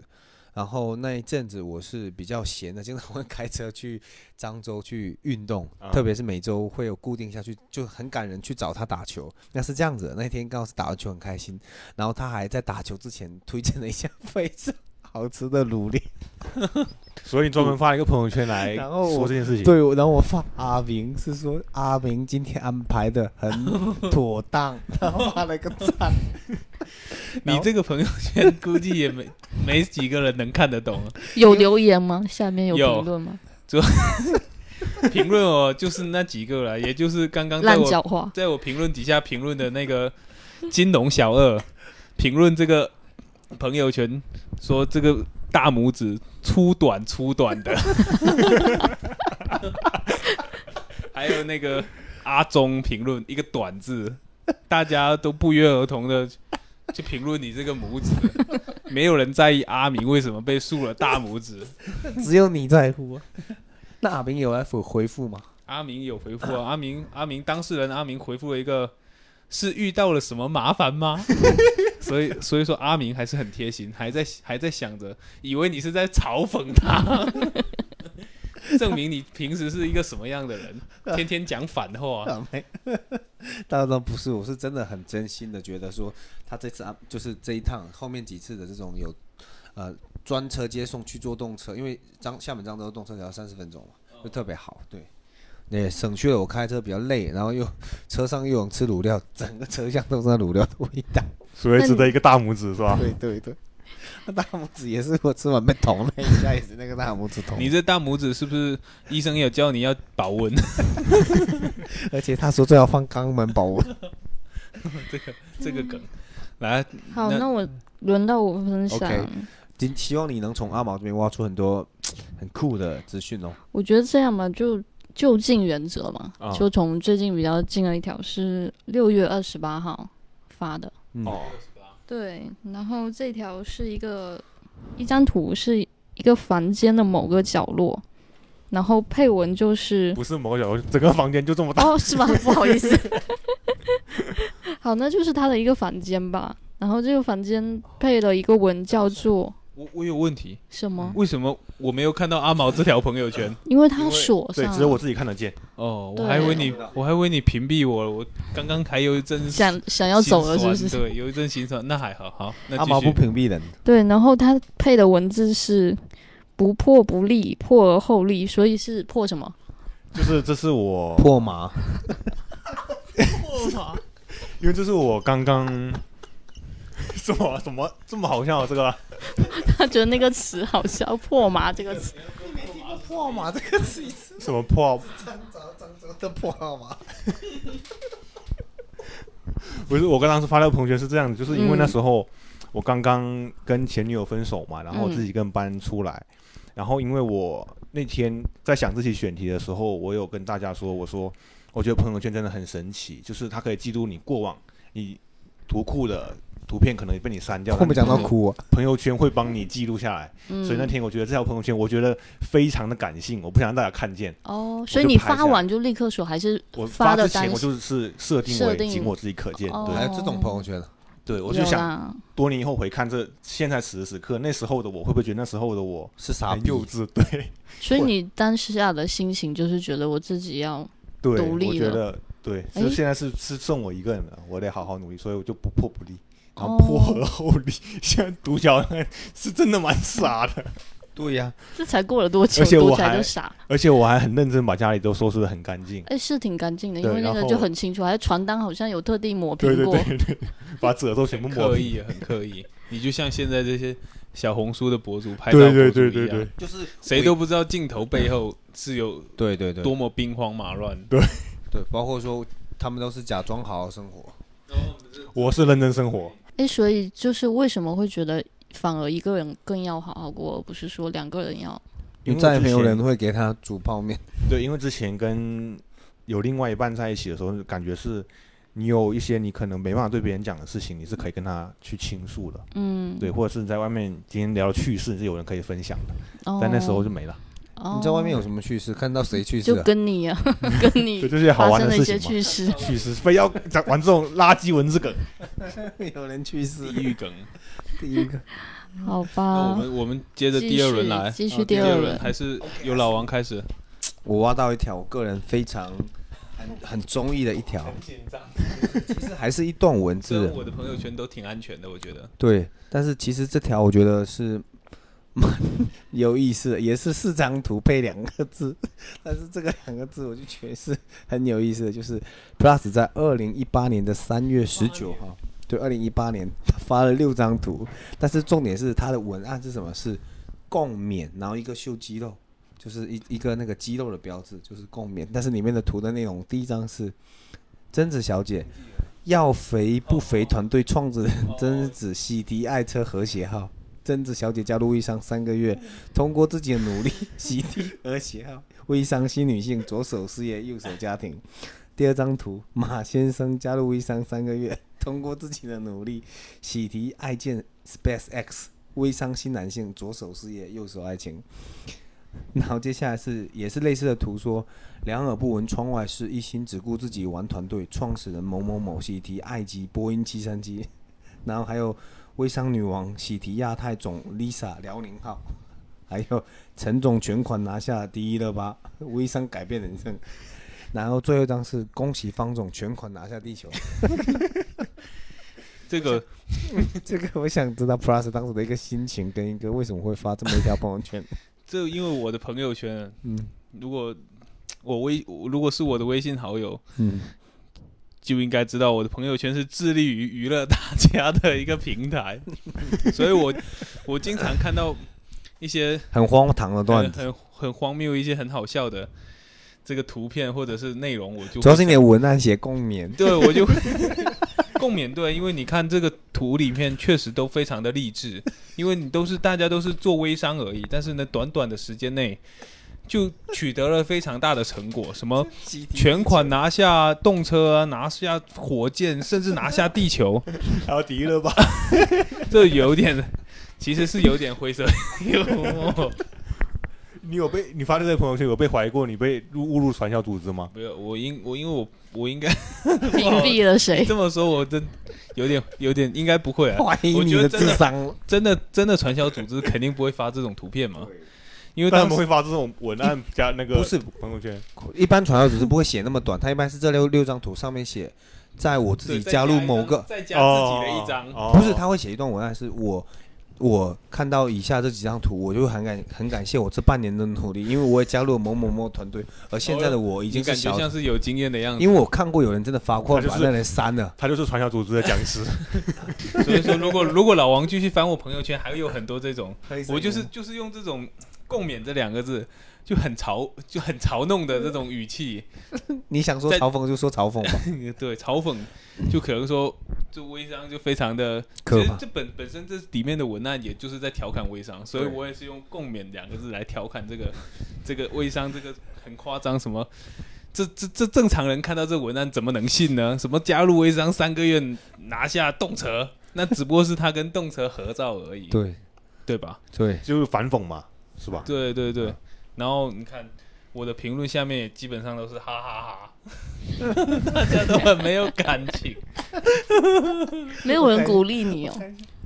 Speaker 2: 然后那一阵子我是比较闲的，经常会开车去漳州去运动，
Speaker 3: 啊
Speaker 2: 特别是每周会有固定下去，就很感人去找他打球。那是这样子的，那天刚好是打完球很开心，然后他还在打球之前推荐了一下 非常好吃的卤 味。
Speaker 3: 所以你专门发了一个朋友圈来
Speaker 2: 然后我
Speaker 3: 说这件事情。
Speaker 2: 对，我然后我放阿明是说阿明今天安排的很妥当，然后发了个赞。然
Speaker 1: 你
Speaker 2: 后
Speaker 1: 这个朋友圈估计也没没几个人能看得懂，
Speaker 4: 有留言吗？下面有
Speaker 1: 有
Speaker 4: 评论吗？
Speaker 1: 评论哦，就是那几个了，也就是刚刚在
Speaker 4: 烂
Speaker 1: 我
Speaker 4: 脚话。
Speaker 1: 在我评论底下评论的那个金融小二评论这个朋友圈说这个大拇指粗短粗短的，还有那个阿忠评论一个短字，大家都不约而同的去评论你这个拇指，没有人在意阿明为什么被竖了大拇指。
Speaker 2: 只有你在乎、啊。 那阿明有来回回复吗？
Speaker 1: 阿明有回复啊， 阿明阿明当事人阿明回复了一个是遇到了什么麻烦吗？ 所以所以说阿明还是很贴心，还在还在想着，以为你是在嘲讽他， 证明你平时是一个什么样的人，天天讲反话、
Speaker 2: 啊，没， 当然不是，我是真的很真心的觉得说，他这次安就是这一趟后面几次的这种有，呃，专车接送去坐动车，因为张厦门漳州动车只要三十分钟嘛，就特别好，对。那也省去了我开车比较累，然后又 车上又有吃卤料，整个车厢都是那卤料的味道。
Speaker 3: 所以值得一个大拇指是吧？
Speaker 2: 对对对， 那大拇指也是我吃完被捅了一下，也是那个大拇指捅。
Speaker 1: 你这大拇指是不是医生有教你要保温？
Speaker 2: 而且他说最好放肛门保 温。
Speaker 1: 这个这个梗，来，
Speaker 4: 好，
Speaker 1: 那
Speaker 4: 那我轮到我分享。
Speaker 2: OK 希希望你能从阿毛这边挖出很多很酷的资讯哦。
Speaker 4: 我觉得这样吧，就就近原则嘛，
Speaker 3: 啊
Speaker 4: 就从最近比较近的一条是六月二十八号发的。
Speaker 2: 嗯
Speaker 3: 哦，
Speaker 4: 对，然后这条是一个一张图，是一个房间的某个角落，然后配文就是
Speaker 3: 不是某个角落，整个房间就这么大。
Speaker 4: 哦，是吗？不好意思。好，那就是他的一个房间吧。然后这个房间配了一个文叫做
Speaker 1: 我我有问题，
Speaker 4: 什么？
Speaker 1: 为什么我没有看到阿毛这条朋友 圈？
Speaker 4: 因为
Speaker 3: 因
Speaker 4: 他
Speaker 3: 为
Speaker 4: 锁上
Speaker 3: 对，
Speaker 4: 了。
Speaker 3: 只有我自己看得见。
Speaker 1: 哦，我
Speaker 4: 对
Speaker 1: 还以为你，我还以为你屏蔽我了。我刚刚还有一阵
Speaker 4: 想想要走了，是不
Speaker 1: 心
Speaker 4: 是？
Speaker 1: 酸对，有一阵心酸。那还好，好，那
Speaker 2: 阿
Speaker 1: 继
Speaker 2: 毛不
Speaker 1: 续。
Speaker 2: 屏蔽人，
Speaker 4: 对，然后他配的文字是“不破不立，破而后立”，所以是破什么？
Speaker 3: 就是这是我，
Speaker 2: 破麻。
Speaker 3: 因为这是我刚刚什么什么这么好笑啊这个啊
Speaker 4: 他觉得那个词好笑，“破麻”这个词。
Speaker 2: 破麻这个是一次
Speaker 3: 什么破啊，
Speaker 2: 张着张着的破麻。
Speaker 3: 不是我刚当时发那个朋友圈是这样子，就是因为那时候我刚刚跟前女友分手嘛，然后我自己跟班出来，然后因为我那天在想自己选题的时候，我有跟大家说，我说我觉得朋友圈真的很神奇，就是它可以记录你过往你图库的图片可能被你删掉，
Speaker 2: 会不会讲到
Speaker 3: 但是
Speaker 2: 哭啊？
Speaker 3: 朋友圈会帮你记录下来，
Speaker 4: 嗯，
Speaker 3: 所以那天我觉得这条朋友圈我觉得非常的感性，我不想让大家看见。
Speaker 4: 哦，所以
Speaker 3: 我就
Speaker 4: 你
Speaker 3: 拍下
Speaker 4: 发
Speaker 3: 来
Speaker 4: 完就立刻锁，还是
Speaker 3: 我
Speaker 4: 发
Speaker 3: 之
Speaker 4: 的单
Speaker 3: 前我就是设定
Speaker 4: 设
Speaker 3: 为
Speaker 4: 定
Speaker 3: 仅我自己可见，
Speaker 4: 哦
Speaker 2: 还有这种朋友圈啊，
Speaker 3: 对对，我就
Speaker 4: 有
Speaker 3: 想
Speaker 4: 啦？
Speaker 3: 多年以后回看这现在此时此刻那时候的我，会不会觉得那时候的我
Speaker 2: 是傻
Speaker 3: 很
Speaker 2: 逼。
Speaker 3: 幼稚？ 对
Speaker 4: 所以你当下的心情就是觉得我自己 要
Speaker 3: 对，
Speaker 4: 独立
Speaker 3: 我觉
Speaker 4: 了
Speaker 3: 得对，
Speaker 4: 哎
Speaker 3: 就现在是是剩我一个人了，我得好好努力，所以我就不破不立。然后
Speaker 4: 哦
Speaker 3: 破而后立， 现在读起来是真的蛮傻的，
Speaker 2: 对呀、
Speaker 4: 这才过了多久
Speaker 3: 而，且我
Speaker 4: 读起来
Speaker 3: 还
Speaker 4: 就傻。
Speaker 3: 而且我还很认真把家里都收拾的很干净，
Speaker 4: 哎，是挺干净的，因
Speaker 3: 对
Speaker 4: 为那
Speaker 3: 然
Speaker 4: 个
Speaker 3: 后
Speaker 4: 就很清楚，还有传单好像有特地抹
Speaker 3: 对
Speaker 4: 平
Speaker 3: 对
Speaker 4: 过。
Speaker 3: 对对，把褶都全部
Speaker 1: 很
Speaker 3: 抹
Speaker 1: 刻
Speaker 3: 平，
Speaker 1: 意，啊很刻意。你就像现在这些小红书的博主拍照博
Speaker 3: 对
Speaker 1: 主
Speaker 3: 对对对
Speaker 1: 一样
Speaker 2: 就
Speaker 3: 对，
Speaker 2: 是
Speaker 1: 谁都不知道镜头背后是有
Speaker 2: 对对对
Speaker 1: 多么兵荒马乱。
Speaker 2: 对，包括说他们都是假装好好生活，
Speaker 3: 我是认真生活。
Speaker 4: 哎，所以就是为什么会觉得反而一个人更要好好过，而不是说两个人要？
Speaker 3: 因为
Speaker 2: 再也
Speaker 3: 之
Speaker 2: 没有
Speaker 3: 前
Speaker 2: 人会给他煮泡面。
Speaker 3: 对，因为之前跟有另外一半在一起的时候，感觉是你有一些你可能没办法对别人讲的事情，你是可以跟他去倾诉的，
Speaker 4: 嗯，
Speaker 3: 对，或者是你在外面今天聊的趣事是有人可以分享的，
Speaker 4: 哦，
Speaker 3: 但那时候就没了，
Speaker 4: 哦
Speaker 2: 你在外面有什么趣事？看到谁去事、
Speaker 4: 就
Speaker 2: 啊？
Speaker 4: 跟 你啊，跟你
Speaker 3: 就这些好
Speaker 4: 发
Speaker 3: 玩
Speaker 4: 生
Speaker 3: 的
Speaker 4: 了一
Speaker 3: 事
Speaker 4: 些
Speaker 3: 情嘛。
Speaker 4: 趣事。
Speaker 3: 趣事非要讲玩这种垃圾文字梗，
Speaker 2: 有人去世
Speaker 1: 地狱梗，
Speaker 2: 第一个。
Speaker 4: 好
Speaker 1: 那
Speaker 4: 吧
Speaker 1: 我，们我们接着第二轮来，
Speaker 4: 啊继续
Speaker 1: 啊
Speaker 4: 第
Speaker 1: 第
Speaker 4: 二轮
Speaker 1: 轮还是由老王开始。
Speaker 2: 我挖到一条我个人非常很很中意的一条，
Speaker 1: 紧张，
Speaker 2: 其实还是一段文
Speaker 1: 虽然
Speaker 2: 字，
Speaker 1: 我的朋友圈都挺安全的，我觉得。
Speaker 2: 对，但是其实这条我觉得是蛮 有意思的，也是四张图配两个字，但是这个两个字我就觉得是很有意思的，就是 Plus 在二零一八年的三月十九号，对，二零一八年他发了六张图，但是重点是他的文案是什么？是共勉，然后一个秀肌肉，就是一一个那个肌肉的标志，就是共勉，但是里面的图的内容，第一张是贞子小姐。要肥不肥团队创始人 贞子喜提爱车和谐号，贞子小姐加入微商三个月，通过自己的努力喜提和谐号，微商新女性，左手事业，右手家庭。第二张图，马先生加入微商三个月，通过自己的努力喜提爱见 SpaceX，微商新男性，左手事业，右手爱情。然后接下来是也是类似的图说，两耳不闻窗外事，一心只顾自己玩团队。创始人某某某喜提爱及波音七三七， 然后还有微商女王喜提亚太总 Lisa 辽宁号， 还有陈总全款拿下第一了吧？微商改变人生。然后最后一张是恭喜方总全款拿下地球，
Speaker 1: 这个
Speaker 2: 这个我想知道 Plus 当时的一个心情跟一个为什么会发这么一条朋友圈。
Speaker 1: 这因为我的朋友圈，
Speaker 2: 嗯
Speaker 1: 如果我微如果是我的微信好友，
Speaker 2: 嗯，
Speaker 1: 就应该知道我的朋友圈是致力于娱乐大家的一个平 台，所以我我经常看到一些
Speaker 2: 很荒唐的段
Speaker 1: 很
Speaker 2: 子，
Speaker 1: 很很荒谬、一些很好笑的这个图片或者是内容，我就
Speaker 2: 主要是你的文案写共勉。
Speaker 1: 对我就共勉对，因为你看这个图里面确实都非常的励志，因为你都是大家都是做微商而已，但是呢，短短的时间内就取得了非常大的成果，什么全款拿下动车啊，拿下火箭，甚至拿下地球，
Speaker 3: 还有迪乐吧，
Speaker 1: 这有点，其实是有点灰色幽默。
Speaker 3: 你有被你发这个朋友圈有被怀疑过你被入误入传销组织吗？
Speaker 1: 没有，我应我因为我我应该
Speaker 4: 屏蔽了 谁？
Speaker 1: 这么说，我真有点有点应该不会啊。
Speaker 2: 怀疑
Speaker 1: 我
Speaker 2: 你
Speaker 1: 觉得
Speaker 2: 的
Speaker 1: 真
Speaker 2: 智
Speaker 1: 的
Speaker 2: 商。
Speaker 1: 真的真的传销组织肯定不会发这种图片嘛，因为
Speaker 3: 但他
Speaker 1: 当
Speaker 3: 们
Speaker 1: 时
Speaker 3: 会发这种文案加那个
Speaker 2: 不是
Speaker 3: 朋友圈，
Speaker 2: 一般传销组织不会写那么短，他一般是这六六张图上面写，在我自己加入某个，
Speaker 1: 再加
Speaker 3: 哦，
Speaker 1: 自己的一张，
Speaker 3: 哦
Speaker 2: 不是他会写一段文案，是我我看到以下这几张图，我就很感很感谢我这半年的努力，因为我也加入了某某某团队，而现在的我已
Speaker 1: 已
Speaker 2: 经是
Speaker 1: 感觉
Speaker 2: 小，
Speaker 1: 像是有经验的样子。
Speaker 2: 因为我看过有人真的发过，
Speaker 3: 他就
Speaker 2: 把
Speaker 3: 是
Speaker 2: 那人删了。
Speaker 3: 他就是传销组织的讲师，
Speaker 1: 所以说，如果如果老王继续翻我朋友圈，还会有很多这 种，我就是
Speaker 2: 嗯
Speaker 1: 就是用这种“共勉”这两个字，就很嘲就很嘲弄的这种语气，
Speaker 2: 你想说
Speaker 1: 在
Speaker 2: 嘲讽就说嘲讽 吧，
Speaker 1: 对嘲讽，就可能说这微商就非常的
Speaker 2: 可
Speaker 1: 其实
Speaker 2: 怕
Speaker 1: 这本本身这里面的文案也就是在调侃微商，所以
Speaker 2: 对
Speaker 1: 我也是用“共勉”两个字来调侃这个这个微商这个很夸张什么。这这这正常人看到这文案怎么能信呢？什么加入微商三个月拿下动车，那只不过是他跟动车合照而已，
Speaker 2: 对
Speaker 1: 对吧？
Speaker 2: 对，
Speaker 3: 就是反讽嘛，是吧？
Speaker 1: 对对对。然后你看我的评论下面也基本上都是哈哈 哈，大家都很没有感情。
Speaker 4: 没有人鼓励你哦。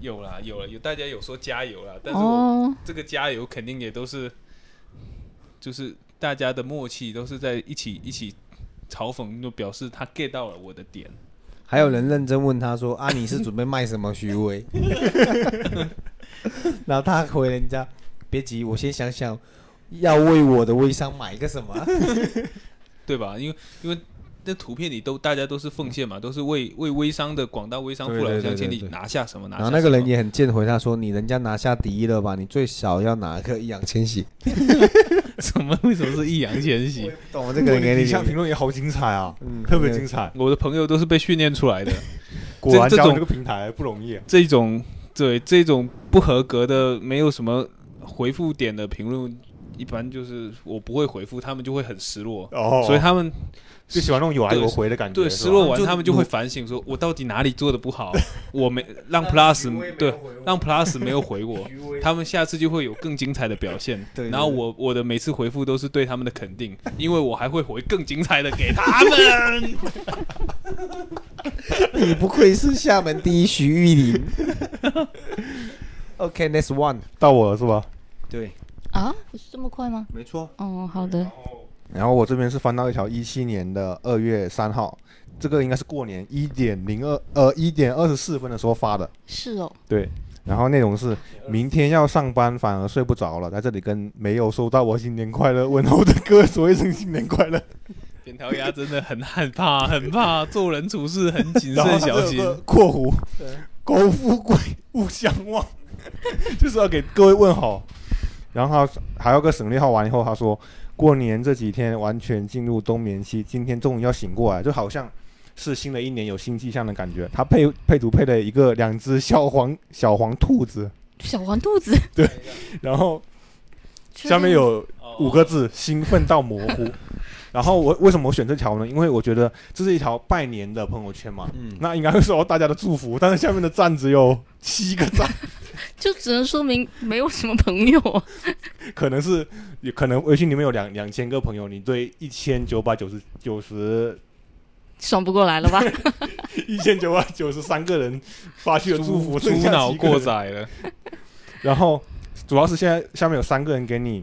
Speaker 1: 有啦有啦，有大家有说加油啦，但是我
Speaker 4: 哦，
Speaker 1: 这个加油肯定也都是，就是大家的默契都是在一起一起嘲讽，就表示他 get 到了我的点。
Speaker 2: 还有人认真问他说：“啊，你是准备卖什么徐威？” 然后他回人家：“别急，我先想想，要为我的微商买一个什么。
Speaker 1: 对吧？因为因为那图片里都大家都是奉献
Speaker 2: 嗯
Speaker 1: 嘛，都是为为微商的广大微商
Speaker 2: 对
Speaker 1: 父老
Speaker 2: 对对
Speaker 1: 乡亲
Speaker 2: 对
Speaker 1: 你
Speaker 2: 对
Speaker 1: 拿下什么”拿下
Speaker 2: 然后
Speaker 1: 什么。
Speaker 2: 那个人也很贱，回他说：“你人家拿下第一了吧？你最少要拿个易烊千玺。
Speaker 1: 怎么 为什么是易烊千玺？”
Speaker 2: 懂我这个人给
Speaker 3: 底
Speaker 2: 你
Speaker 3: 下
Speaker 2: 留
Speaker 3: 评
Speaker 2: 言
Speaker 3: 论也好精彩啊，
Speaker 2: 嗯
Speaker 3: 特别精彩，
Speaker 1: 我的朋友都是被训练出来的，
Speaker 3: 果然
Speaker 1: 这
Speaker 3: 加入这
Speaker 1: 种
Speaker 3: 个平台不容易啊。
Speaker 1: 这种对这种不合格的没有什么回复点的评论，一般就是我不会回复，他们就会很失落，
Speaker 3: 哦，
Speaker 1: 所以他们
Speaker 3: 就喜欢那种有来有回的感觉，
Speaker 1: 对，
Speaker 3: 是
Speaker 1: 失
Speaker 3: 吧
Speaker 1: 落完
Speaker 2: 就
Speaker 1: 他们就会
Speaker 2: 努
Speaker 1: 反省，说我到底哪里做的不 好？我没让 Plus 嗯对，让 Plus 没有回我，他们下次就会有更精彩的表现。
Speaker 2: 对对
Speaker 1: 然后我我的每次回复都是对他们的肯定，因为我还会回更精彩的给 他们。
Speaker 2: 你不愧是厦门第一徐玉林。OK，next、one。
Speaker 3: 到我了是吧？
Speaker 2: 对，
Speaker 4: 啊，不是这么快吗？
Speaker 2: 没错。
Speaker 4: 哦，好的，
Speaker 3: 然后我这边是翻到一条一七年的二月三号，这个应该是过年一点零二呃一点二十四分的时候发的。
Speaker 4: 是哦，
Speaker 3: 对，然后内容是明天要上班，反而睡不着了，在这里跟没有收到我新年快乐问候的各位说一声新年快乐。
Speaker 1: 扁桃鸭真的很很怕，很怕做人处事很谨
Speaker 3: 然后
Speaker 1: 慎
Speaker 3: 这
Speaker 1: 小
Speaker 3: 有
Speaker 1: 心。
Speaker 3: 个括弧，苟富贵勿相忘， 就是要给各位问好。然后他还有个省略号，完以后他说，过年这几天完全进入冬眠期，今天终于要醒过来，就好像是新的一年有新气象的感觉。他配配图配了一个两只小黄小黄兔子，
Speaker 4: 小黄兔子。
Speaker 3: 然后下面有
Speaker 1: 哦
Speaker 3: 五个字：兴奋到模糊。 然后我为什么我选这条呢？因为我觉得这是一条拜年的朋友圈嘛，
Speaker 2: 嗯，
Speaker 3: 那应该会受到大家的祝福，但是下面的赞只有七个赞，
Speaker 4: 就只能说明没有什么朋友啊。
Speaker 3: 可能是也可能微信里面有两两千个朋友，你对一千九百九十九十
Speaker 4: 爽不过来了吧？
Speaker 3: 一千九百九十三个人发去了祝福，
Speaker 1: 猪
Speaker 3: 剩下
Speaker 1: 脑
Speaker 3: 几个
Speaker 1: 过
Speaker 3: 人，
Speaker 1: 载了，
Speaker 3: 然后主要是现在下面有三个人给你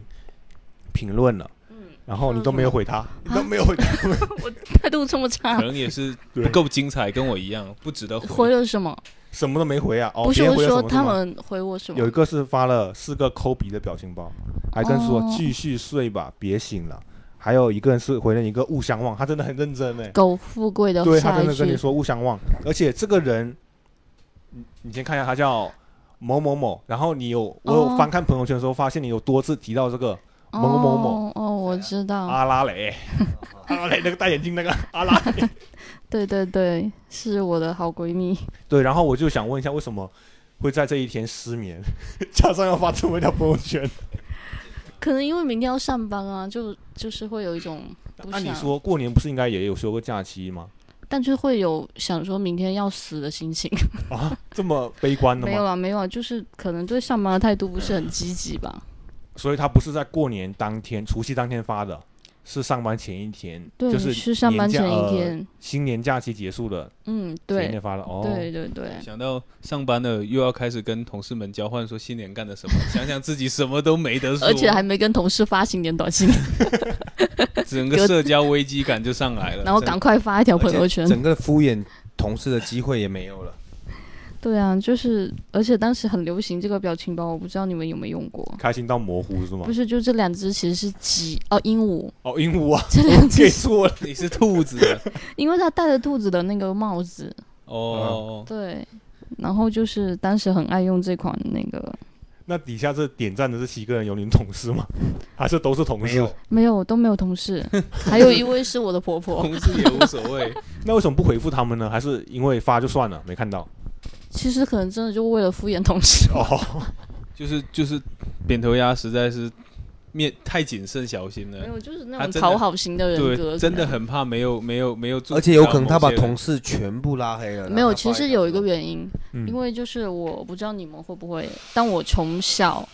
Speaker 3: 评论了，
Speaker 4: 嗯
Speaker 3: 然后你都没有回他，
Speaker 4: 啊
Speaker 3: 你都没有回他，
Speaker 4: 我态度这么
Speaker 1: 可
Speaker 4: 差，
Speaker 1: 能也是
Speaker 3: 对
Speaker 1: 不够精彩，跟我一样不值得
Speaker 4: 回
Speaker 1: 回。
Speaker 4: 了什么？
Speaker 3: 什么都没回啊。哦，
Speaker 4: 不是
Speaker 3: 别人
Speaker 4: 我
Speaker 3: 回了
Speaker 4: 说
Speaker 3: 什么
Speaker 4: 他
Speaker 3: 吗
Speaker 4: 们回我什
Speaker 3: 有一
Speaker 4: 么？
Speaker 3: 个是发了四个抠鼻的表情包，还跟说
Speaker 4: 哦
Speaker 3: 继续睡吧，别醒了。还有一个人是回了一个勿相忘，他真的很认真哎，
Speaker 4: 苟富贵的
Speaker 3: 对他
Speaker 4: 下
Speaker 3: 真
Speaker 4: 一
Speaker 3: 的跟你
Speaker 4: 句，
Speaker 3: 说勿相忘，而且这个人，你你先看一下，他叫某某某，然后你有我有
Speaker 4: 哦
Speaker 3: 翻看朋友圈的时候，发现你有多次提到这个某某某啊
Speaker 4: 哦哦，我知道，
Speaker 3: 阿 拉蕾，阿拉蕾那个戴眼镜那个阿拉蕾，
Speaker 4: 对对对，是我的好闺蜜。
Speaker 3: 对，然后我就想问一下，为什么会在这一天失眠， 加上要发这么一条朋友圈？
Speaker 4: 可能因为明天要上班啊，就就是会有一种不
Speaker 3: 按理
Speaker 4: 想，
Speaker 3: 说过年不是应该也有休个假期吗？
Speaker 4: 但是会有想说明天要死的心情。
Speaker 3: 啊，这么悲观的
Speaker 4: 没有
Speaker 3: 吗？
Speaker 4: 啊，没有啊，就是可能对上班的态度不是很积极吧。
Speaker 3: 所以它不是在过年当天、除夕当天发的，是上班前一天，
Speaker 4: 对，
Speaker 3: 就是
Speaker 4: 上班
Speaker 3: 年
Speaker 4: 前
Speaker 3: 假
Speaker 4: 一
Speaker 3: 呃
Speaker 4: 天，
Speaker 3: 新年假期结束的
Speaker 4: 嗯，
Speaker 3: 前一
Speaker 4: 对
Speaker 3: 天，发的。哦，
Speaker 4: 对对对，
Speaker 1: 想到上班了又要开始跟同事们交换说新年干的 什么，想想自己什么都没得说，
Speaker 4: 而且还没跟同事发新年短信，
Speaker 1: 整个
Speaker 4: 隔
Speaker 1: 社交危机感就上来了。
Speaker 4: 然后
Speaker 1: 真的
Speaker 4: 赶快发一条朋友圈。
Speaker 2: 整个敷衍同事的机会也没有了。
Speaker 4: 对啊，就是，而且当时很流行这个表情包，我不知道你们有没有用过。
Speaker 3: 开心到模糊是吗
Speaker 4: 不？是，就这两只其实是鸡哦，鹦鹉，
Speaker 3: 哦，鹦鹉啊，
Speaker 4: 这两只，
Speaker 3: 给错了。
Speaker 1: 你 是兔子啊的
Speaker 4: 因为它戴着兔子的那个帽子，
Speaker 1: 哦，
Speaker 4: 对，然后就是当时很爱用这款那个，
Speaker 3: 那底下这点赞的这七个人有你们同 事吗？还是都是同事？
Speaker 4: 没有都没有同事， 还有一位是我的婆婆。
Speaker 1: 同事也无所谓。
Speaker 3: 那为什么不回复他们呢？还是因为发就算了，没看到？
Speaker 4: 其实可能真的就为了敷衍同 事，
Speaker 3: 哦，
Speaker 1: 就是就是扁头鸭实在是面太谨慎小心
Speaker 4: 没
Speaker 1: 了，
Speaker 4: 有就是那
Speaker 1: 他
Speaker 4: 种
Speaker 1: 真的
Speaker 4: 讨好型嗯的人格，可
Speaker 1: 对，
Speaker 4: 能
Speaker 1: 真的很怕没有没有没有注意到某
Speaker 2: 而
Speaker 1: 些
Speaker 2: 且
Speaker 1: 人，
Speaker 2: 有可能他把同事全部拉黑了。
Speaker 4: 没
Speaker 2: 然
Speaker 4: 有。
Speaker 2: 后他
Speaker 4: 其
Speaker 2: 发
Speaker 4: 实
Speaker 2: 条
Speaker 4: 有一个
Speaker 2: 说
Speaker 4: 原因，
Speaker 3: 嗯
Speaker 4: 因为就是我不知道你们会不会，但我从小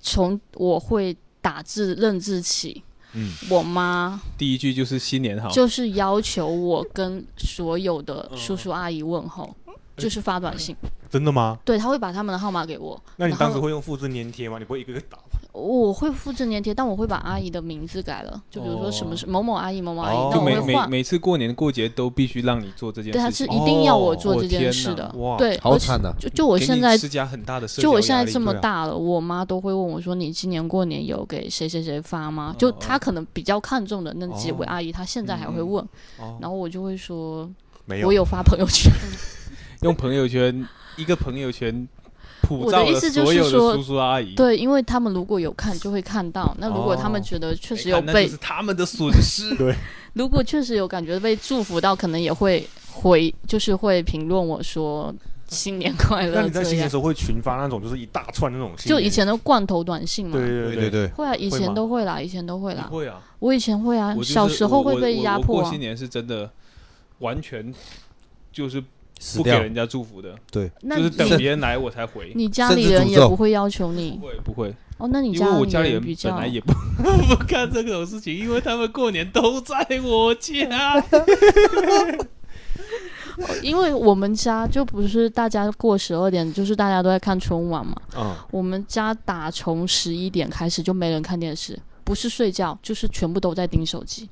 Speaker 4: 从我会打字认字起，
Speaker 3: 嗯，
Speaker 4: 我妈
Speaker 1: 第一句就是新年好，
Speaker 4: 就是要求我跟所有的
Speaker 1: 嗯
Speaker 4: 叔叔阿姨问候，就是发短信，
Speaker 3: 真的吗？
Speaker 4: 对，他会把他们的号码给我，
Speaker 3: 那你
Speaker 4: 然后
Speaker 3: 当时会用复制粘贴吗？你不会一个个打吧？
Speaker 4: 我会复制粘贴，但我会把阿姨的名字改了，就比如说什么是某某阿姨、某某阿姨，
Speaker 3: 哦
Speaker 4: 但
Speaker 1: 就
Speaker 4: 我
Speaker 1: 每
Speaker 4: 会
Speaker 1: 每
Speaker 4: 换。
Speaker 1: 每次过年过节都必须让你做这件
Speaker 4: 对，他
Speaker 1: 事
Speaker 4: 是
Speaker 1: 情。
Speaker 4: 一定要我
Speaker 1: 哦
Speaker 4: 做
Speaker 1: 我
Speaker 4: 这件
Speaker 1: 天
Speaker 4: 事
Speaker 1: 哪
Speaker 4: 的。
Speaker 3: 哇
Speaker 4: 对，
Speaker 2: 好
Speaker 4: 而且
Speaker 2: 惨啊呐、
Speaker 4: 就就我
Speaker 1: 给
Speaker 4: 现
Speaker 1: 你
Speaker 4: 在，
Speaker 1: 施加很大的社
Speaker 4: 就我
Speaker 1: 交
Speaker 4: 现
Speaker 1: 压
Speaker 4: 在
Speaker 1: 力
Speaker 4: 这么
Speaker 3: 对啊
Speaker 4: 大了，我妈都会问我说：“你今年过年有给谁谁谁发吗？”
Speaker 1: 哦
Speaker 4: 就
Speaker 1: 哦
Speaker 4: 她可能比较看重的那几位
Speaker 3: 哦
Speaker 4: 阿姨，她现在还会
Speaker 1: 嗯嗯
Speaker 4: 问，
Speaker 3: 哦，
Speaker 4: 然后我就会说
Speaker 3: 没：“有
Speaker 4: 我。有发朋友圈。
Speaker 1: 用朋友圈一个朋友圈普
Speaker 4: 我
Speaker 1: 照
Speaker 4: 的意
Speaker 1: 了
Speaker 4: 思就
Speaker 1: 所
Speaker 4: 是
Speaker 1: 有的
Speaker 4: 说
Speaker 1: 叔叔阿姨”。 哎
Speaker 4: 对，因为他们如果有看，就会看到。那如果他们
Speaker 3: 哦
Speaker 4: 觉得确
Speaker 1: 哎，
Speaker 4: 实有
Speaker 1: 看那
Speaker 4: 被
Speaker 1: 就是他们的损 失。
Speaker 4: 如果确实有感觉被祝福到，可能也会回，就是会评论我说新年快
Speaker 3: 那
Speaker 4: 乐
Speaker 3: 你在
Speaker 4: 这
Speaker 3: 新年
Speaker 4: 样
Speaker 3: 的。时候会群发那种就是一大串那种新
Speaker 4: 就
Speaker 3: 年
Speaker 4: 以前的罐头短信嘛
Speaker 3: 对，对对
Speaker 2: 对，
Speaker 4: 会啊，以
Speaker 3: 会吗
Speaker 4: 前都会啦，以前都会
Speaker 1: 你
Speaker 4: 啦。
Speaker 1: 会啊，
Speaker 4: 我以前会啊
Speaker 1: 我，就是
Speaker 4: 小时候
Speaker 1: 我
Speaker 4: 会被
Speaker 1: 我
Speaker 4: 压
Speaker 1: 我
Speaker 4: 迫
Speaker 1: 过
Speaker 4: 啊
Speaker 1: 新。年是真的完全就是
Speaker 2: 死
Speaker 1: 不给
Speaker 2: 掉
Speaker 1: 人家祝福的，
Speaker 4: 那
Speaker 1: 就是等
Speaker 4: 你
Speaker 1: 别人来我才回。
Speaker 4: 你家
Speaker 2: 甚
Speaker 4: 里
Speaker 2: 至
Speaker 4: 人
Speaker 2: 诅
Speaker 4: 也
Speaker 2: 咒
Speaker 4: 不会要求你
Speaker 1: 不会不会，
Speaker 4: 哦？那你
Speaker 1: 因为我家里
Speaker 4: 人
Speaker 1: 人
Speaker 4: 比
Speaker 1: 本
Speaker 4: 较
Speaker 1: 来也不 不干这种事情，因为他们过年都在我家。
Speaker 4: 因为我们家就不是大家过十二点，就是大家都在看春晚嘛。
Speaker 3: 嗯，
Speaker 4: 我们家打从十一点开始就没人看电视，不是睡觉，就是全部都在盯手机。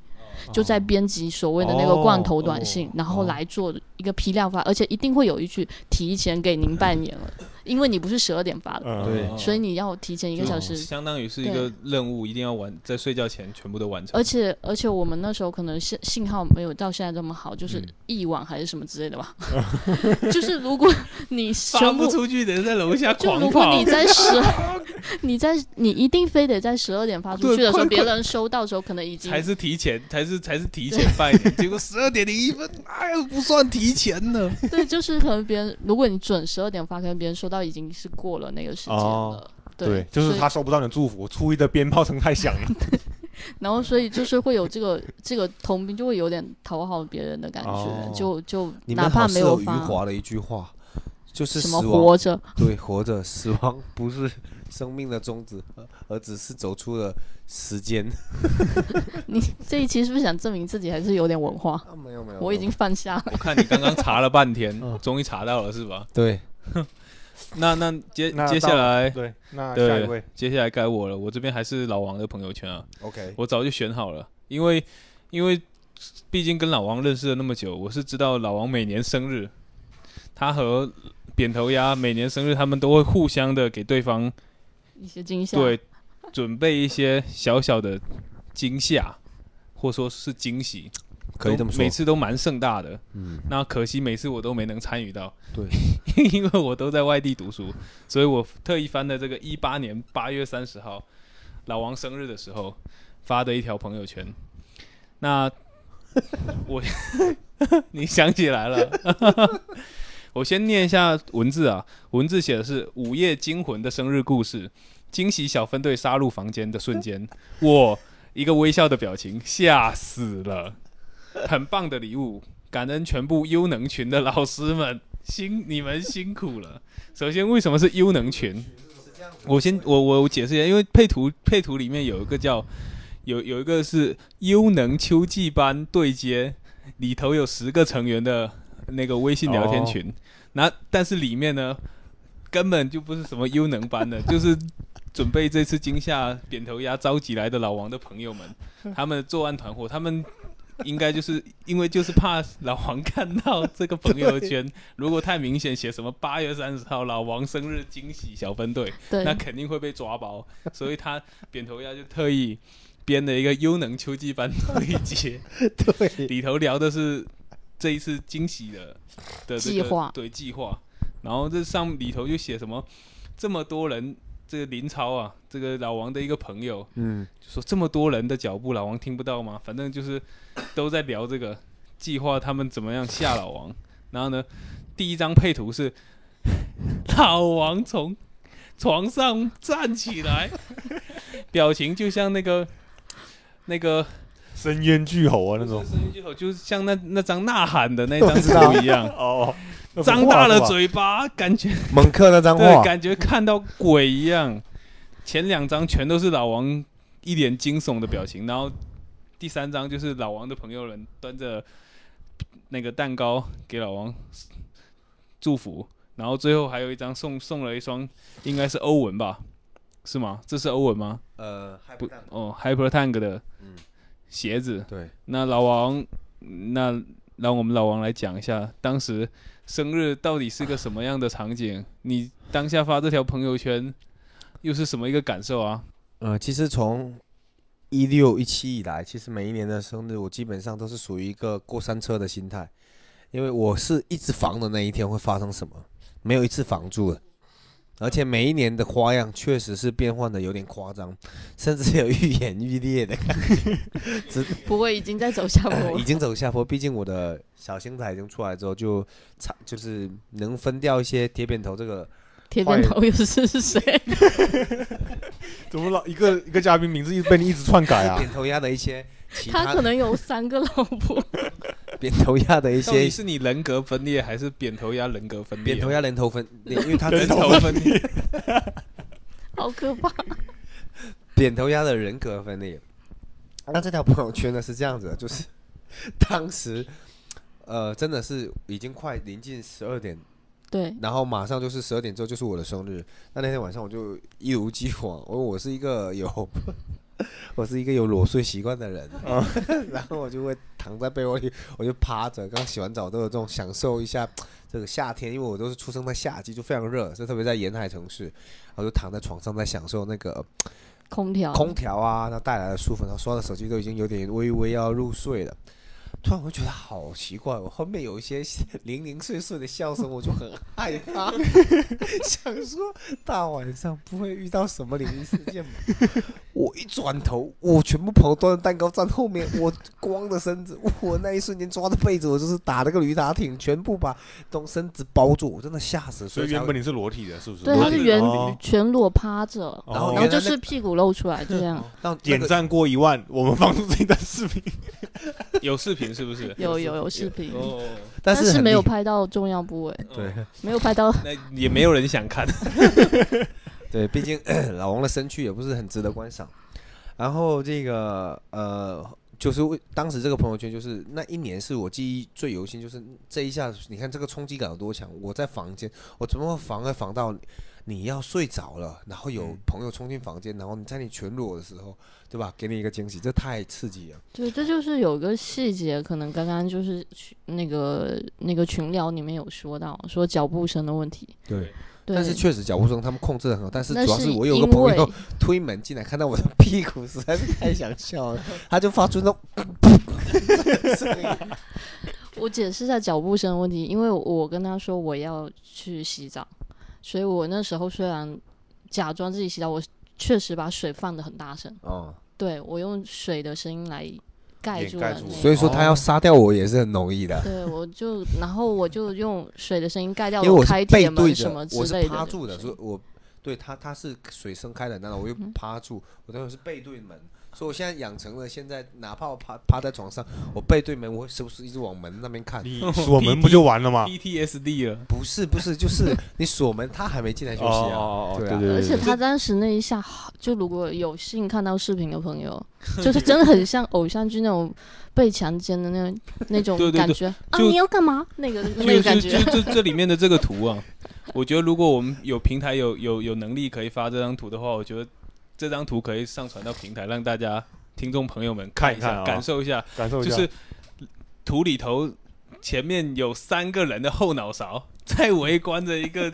Speaker 4: 就在编辑所谓的那个罐头短信，然后来做一个批量发，而且一定会有一句提前给您拜年了，因为你不是十二点发的，
Speaker 3: 嗯
Speaker 2: 对
Speaker 4: 所以你要提前一个小时。
Speaker 1: 哦相当于是一个任务，一定要完在睡觉前全部都完成
Speaker 4: 而。且而且我们那时候可能信信号没有到现在这么好，就是
Speaker 3: 嗯
Speaker 4: 一网还是什么之类的吧。 就是如果你
Speaker 1: 发
Speaker 4: 全
Speaker 1: 不
Speaker 4: 部
Speaker 1: 出去的人在楼下
Speaker 4: 就
Speaker 1: 狂
Speaker 4: 如果
Speaker 1: 跑
Speaker 4: 你。在十，你在你一定非得在十二点发出去
Speaker 1: 对
Speaker 4: 的时
Speaker 1: 快
Speaker 4: 候，别
Speaker 1: 快
Speaker 4: 人收到的时候可能已经
Speaker 1: 才是提前，才是才是提前拜 年，结果十二点零一分，哎呀，不算提前呢。
Speaker 4: 对，就是可能别人，如果你准十二点发，可能别人收到已经是过了那个时间了。
Speaker 3: 哦
Speaker 4: 对
Speaker 3: 对，，就是
Speaker 4: 所以
Speaker 3: 他收不到你的祝福，初一的鞭炮声太响 了。
Speaker 4: 然后所以就是会有这个这个同兵就会有点讨好别人的感觉，
Speaker 3: 哦
Speaker 4: 就就
Speaker 2: 你
Speaker 4: 哪
Speaker 2: 们
Speaker 4: 怕
Speaker 2: 好
Speaker 4: 没
Speaker 2: 适
Speaker 4: 有
Speaker 2: 合余
Speaker 4: 发
Speaker 2: 华的一句话，就是
Speaker 4: 什
Speaker 2: 死
Speaker 4: 么
Speaker 2: 亡
Speaker 4: 活着，
Speaker 2: 对活着，死亡不是生命的终止，而而只是走出了时间。
Speaker 4: 你这一期是不是想证明自己还是有点文化？
Speaker 2: 啊，没有没有，
Speaker 4: 我已经放下了。
Speaker 1: 我看你刚刚查了半 天
Speaker 4: 哦
Speaker 2: 嗯，
Speaker 1: 终于查到了是吧？
Speaker 2: 对
Speaker 1: 那那接
Speaker 3: 那
Speaker 1: 接下
Speaker 3: 到
Speaker 1: 来
Speaker 3: 对，那
Speaker 1: 对
Speaker 3: 下一位，
Speaker 1: 接下来该我了，我这边还是老王的朋友圈啊，
Speaker 2: OK，
Speaker 1: 我早就选好了，因为因为毕竟跟老王认识了那么久，我是知道老王每年生日，他和扁头鸭每年生日，他们都会互相的给对方
Speaker 4: 一些惊吓，
Speaker 1: 对准备一些小小的惊吓，或说是惊喜，
Speaker 2: 可以
Speaker 1: 都
Speaker 2: 这么说
Speaker 1: 每。次都蛮盛大的。
Speaker 2: 嗯，
Speaker 1: 那可惜每次我都没能参与到，
Speaker 2: 对，
Speaker 1: 因为我都在外地读书，所以我特意翻的这个一八年八月三十号老王生日的时候发的一条朋友圈。那我 你想起来了， 我先念一下文字啊，文字写的是《午夜惊魂》的生日故事，惊喜小分队杀入房间的瞬间，我一个微笑的表情，吓死了，很棒的礼物，感恩全部优能群的老师们，辛你们辛苦了。首先，为什么是优能群？我先我我我解释一下，因为配图配图里面有一个叫有有一个是优能秋季班对接，里头有十个成员的那个微信聊天群，那但是里面呢根本就不是什么优能班的，就是准备这次惊吓扁头鸭召集来的老王的朋友们，他们作案团伙，他们。应该就是因为就是怕老王看到这个朋友圈，如果太明显写什么八月三十号老王生日惊喜小分队，
Speaker 4: 对
Speaker 1: 那肯定会被抓包，所以他扁头鸭就特意编了一个优能秋季班 对接，
Speaker 2: 对，
Speaker 1: 里头聊的是这一次惊喜的的、这个、
Speaker 4: 计划
Speaker 1: 对计划。然后这上里头就写什么，这么多人，这个林超啊，这个老王的一个朋友，
Speaker 2: 嗯，
Speaker 1: 就说这么多人的脚步，老王听不到吗？反正就是都在聊这个计划，他们怎么样吓老王。然后呢，第一张配图是 老王从床上站起来，表情就像那个那个
Speaker 3: 深渊巨吼啊那种。
Speaker 1: 声音就就是像那那张呐喊的那
Speaker 2: 我知道
Speaker 1: 张图一样，
Speaker 3: 哦，那不
Speaker 1: 张
Speaker 3: 画
Speaker 1: 大了
Speaker 3: 是吧，
Speaker 1: 嘴巴，感觉
Speaker 2: 蒙克那张
Speaker 1: 对，
Speaker 2: 画，
Speaker 1: 感觉看到鬼一样。前两张全都是老王一脸惊悚的表情，然后第三张就是老王的朋友们端着那个蛋糕给老王祝福，然后最后还有一张送送了一双，应该是欧文吧？是吗？这是欧文吗？
Speaker 2: 呃，
Speaker 1: 不，哦，Hyper Tank 的鞋子，
Speaker 2: 对，
Speaker 1: 那老王，那让我们老王来讲一下，当时生日到底是个什么样的场景？你当下发这条朋友圈，又是什么一个感受啊？
Speaker 2: 呃，其实从一六一七以来，其实每一年的生日，我基本上都是属于一个过山车的心态，因为我是一直防着那一天会发生什么，没有一次防住的。而且每一年的花样确实是变换的有点夸张，甚至有愈演愈烈的感觉，只
Speaker 4: 不过已经在走下坡
Speaker 2: 已经走下坡，毕竟我的小星仔已经出来之后就，差就是能分掉一些铁扁头这个
Speaker 4: 铁扁头又是是谁？
Speaker 3: 怎么老一个一个嘉宾名字一直被你一直篡改啊？
Speaker 2: 扁头鸭的一些其
Speaker 4: 他
Speaker 2: 他
Speaker 4: 可能有三个老婆，
Speaker 2: 扁头鸭的一
Speaker 1: 到底
Speaker 2: 些
Speaker 1: 是你人格分裂，还是扁头鸭人格分裂？
Speaker 2: 扁头鸭人头分，因为他
Speaker 1: 啊人头分裂，
Speaker 4: 好可怕！
Speaker 2: 扁头鸭的人格分裂。那这条朋友圈呢是这样子的，就是 当时呃真的是已经快临近十二点
Speaker 4: 对，
Speaker 2: 然后马上就是十二点之后就是我的生日。那那天晚上我就一如既往，因为我是一个有 我是一个有裸睡习惯的人， 然后我就会躺在被窝里，我就趴着，刚洗完澡都有这种享受一下这个夏天，因为我都是出生在夏季，就非常热，是特别在沿海城市，然后就躺在床上在享受那个
Speaker 4: 空调，
Speaker 2: 空调啊，它带来的舒服，然后刷的手机都已经有点微微要入睡了。突然我就觉得好奇怪，我后面有一些 零零碎碎的笑声，我就很害怕， 想说大晚上不会遇到什么灵异事件吧？ 我一转头，我全部朋友端着蛋糕站后面，我光着身子，我那一瞬间抓着被子，我就是打了个驴打挺，全部把东身子包住，我真的吓死。
Speaker 3: 所以
Speaker 2: 才
Speaker 3: 原
Speaker 2: 会
Speaker 3: 本你是裸体的，是不是？
Speaker 4: 对，
Speaker 1: 裸
Speaker 4: 他
Speaker 1: 体
Speaker 4: 是
Speaker 1: 的
Speaker 4: 原
Speaker 3: 哦
Speaker 4: 全裸趴着，
Speaker 2: 然后
Speaker 4: 然后
Speaker 2: 原来
Speaker 4: 就
Speaker 2: 那
Speaker 4: 是
Speaker 2: 个
Speaker 4: 屁股露出来这样。
Speaker 2: 让那
Speaker 3: 点
Speaker 2: 个
Speaker 3: 赞过一万，我们放出这一段视频。
Speaker 1: 有视频是不是？
Speaker 4: 有有有视频，
Speaker 1: 哦，
Speaker 2: 但是很
Speaker 4: 没
Speaker 2: 厉
Speaker 4: 有拍到重要部位，
Speaker 2: 对。
Speaker 4: 没有拍到
Speaker 1: 那也没有人想 看。
Speaker 2: 对，毕竟 老王的身躯也不是很值得观赏。然后这个呃，就是为当时这个朋友圈，就是那一年是我记忆最犹新，就是这一下，你看这个冲击感有多强。我在房间，我怎么会防会防到你要睡着了，然后有
Speaker 3: 嗯
Speaker 2: 朋友冲进房间，然后你在你全裸的时候，对吧？给你一个惊喜，这太刺激了。
Speaker 4: 对，这就是有个细节，可能刚刚就是群那个那个群聊里面有说到，说脚步声的问题。
Speaker 2: 对，
Speaker 4: 对，
Speaker 2: 但是确实脚步声他们控制的很好，但是
Speaker 4: 那
Speaker 2: 主要是我有
Speaker 4: 因
Speaker 2: 个朋友
Speaker 4: 为
Speaker 2: 推门进来，看到我的屁股，实在是太想笑 了，他就发出那种声音。
Speaker 4: 我解释一下脚步声的问题，因为我跟他说我要去洗澡，所以我那时候虽然假装自己洗澡，我确实把水放的很大声，
Speaker 2: 哦，
Speaker 4: 对我用水的声音来盖
Speaker 3: 掩
Speaker 4: 住
Speaker 3: 盖
Speaker 4: 了
Speaker 3: 住
Speaker 4: 那
Speaker 3: 了
Speaker 4: 个
Speaker 2: 所以说他要杀掉我也是很容易的，
Speaker 4: 对，我就然后我就用水的声音盖掉
Speaker 2: 因为我是
Speaker 4: 开
Speaker 2: 背
Speaker 4: 铁
Speaker 2: 对
Speaker 4: 门
Speaker 2: 着
Speaker 4: 什么，之
Speaker 2: 我
Speaker 4: 类
Speaker 2: 是
Speaker 4: 的。
Speaker 2: 趴
Speaker 4: 嗯
Speaker 2: 住的，所以我对他他是水声开的，然后我又趴住，我等会是背对门，所以我现在养成了，现在哪怕我趴趴在床上，我背对门，我是不是一直往门那边看？
Speaker 3: 你锁门不就完了
Speaker 1: 啊
Speaker 3: 吗？
Speaker 1: PTSD 了，
Speaker 2: 不是不是，就是你锁门，他还没进来休息啊。
Speaker 3: 哦哦哦
Speaker 2: 对
Speaker 3: 对
Speaker 2: 啊
Speaker 3: 对对
Speaker 4: 而且
Speaker 3: 对
Speaker 4: 他当时那一下，就如果有幸看到视频的朋友，就是真 的很像偶像剧那种被强奸的那那种
Speaker 1: 对对对
Speaker 4: 感觉啊！
Speaker 1: 就
Speaker 4: 你要干嘛？那个那个感
Speaker 1: 就
Speaker 4: 觉
Speaker 1: 就，就这里面的这个图啊，我觉得如果我们有平台有有有能力可以发这张图的话，我觉得这张图可以上传到平台，让大家听众朋友们看一下，
Speaker 3: 看一看啊
Speaker 1: 感受一下，
Speaker 3: 感受一
Speaker 1: 就
Speaker 3: 下，
Speaker 1: 是图里头前面有三个人的后脑勺在围观着一个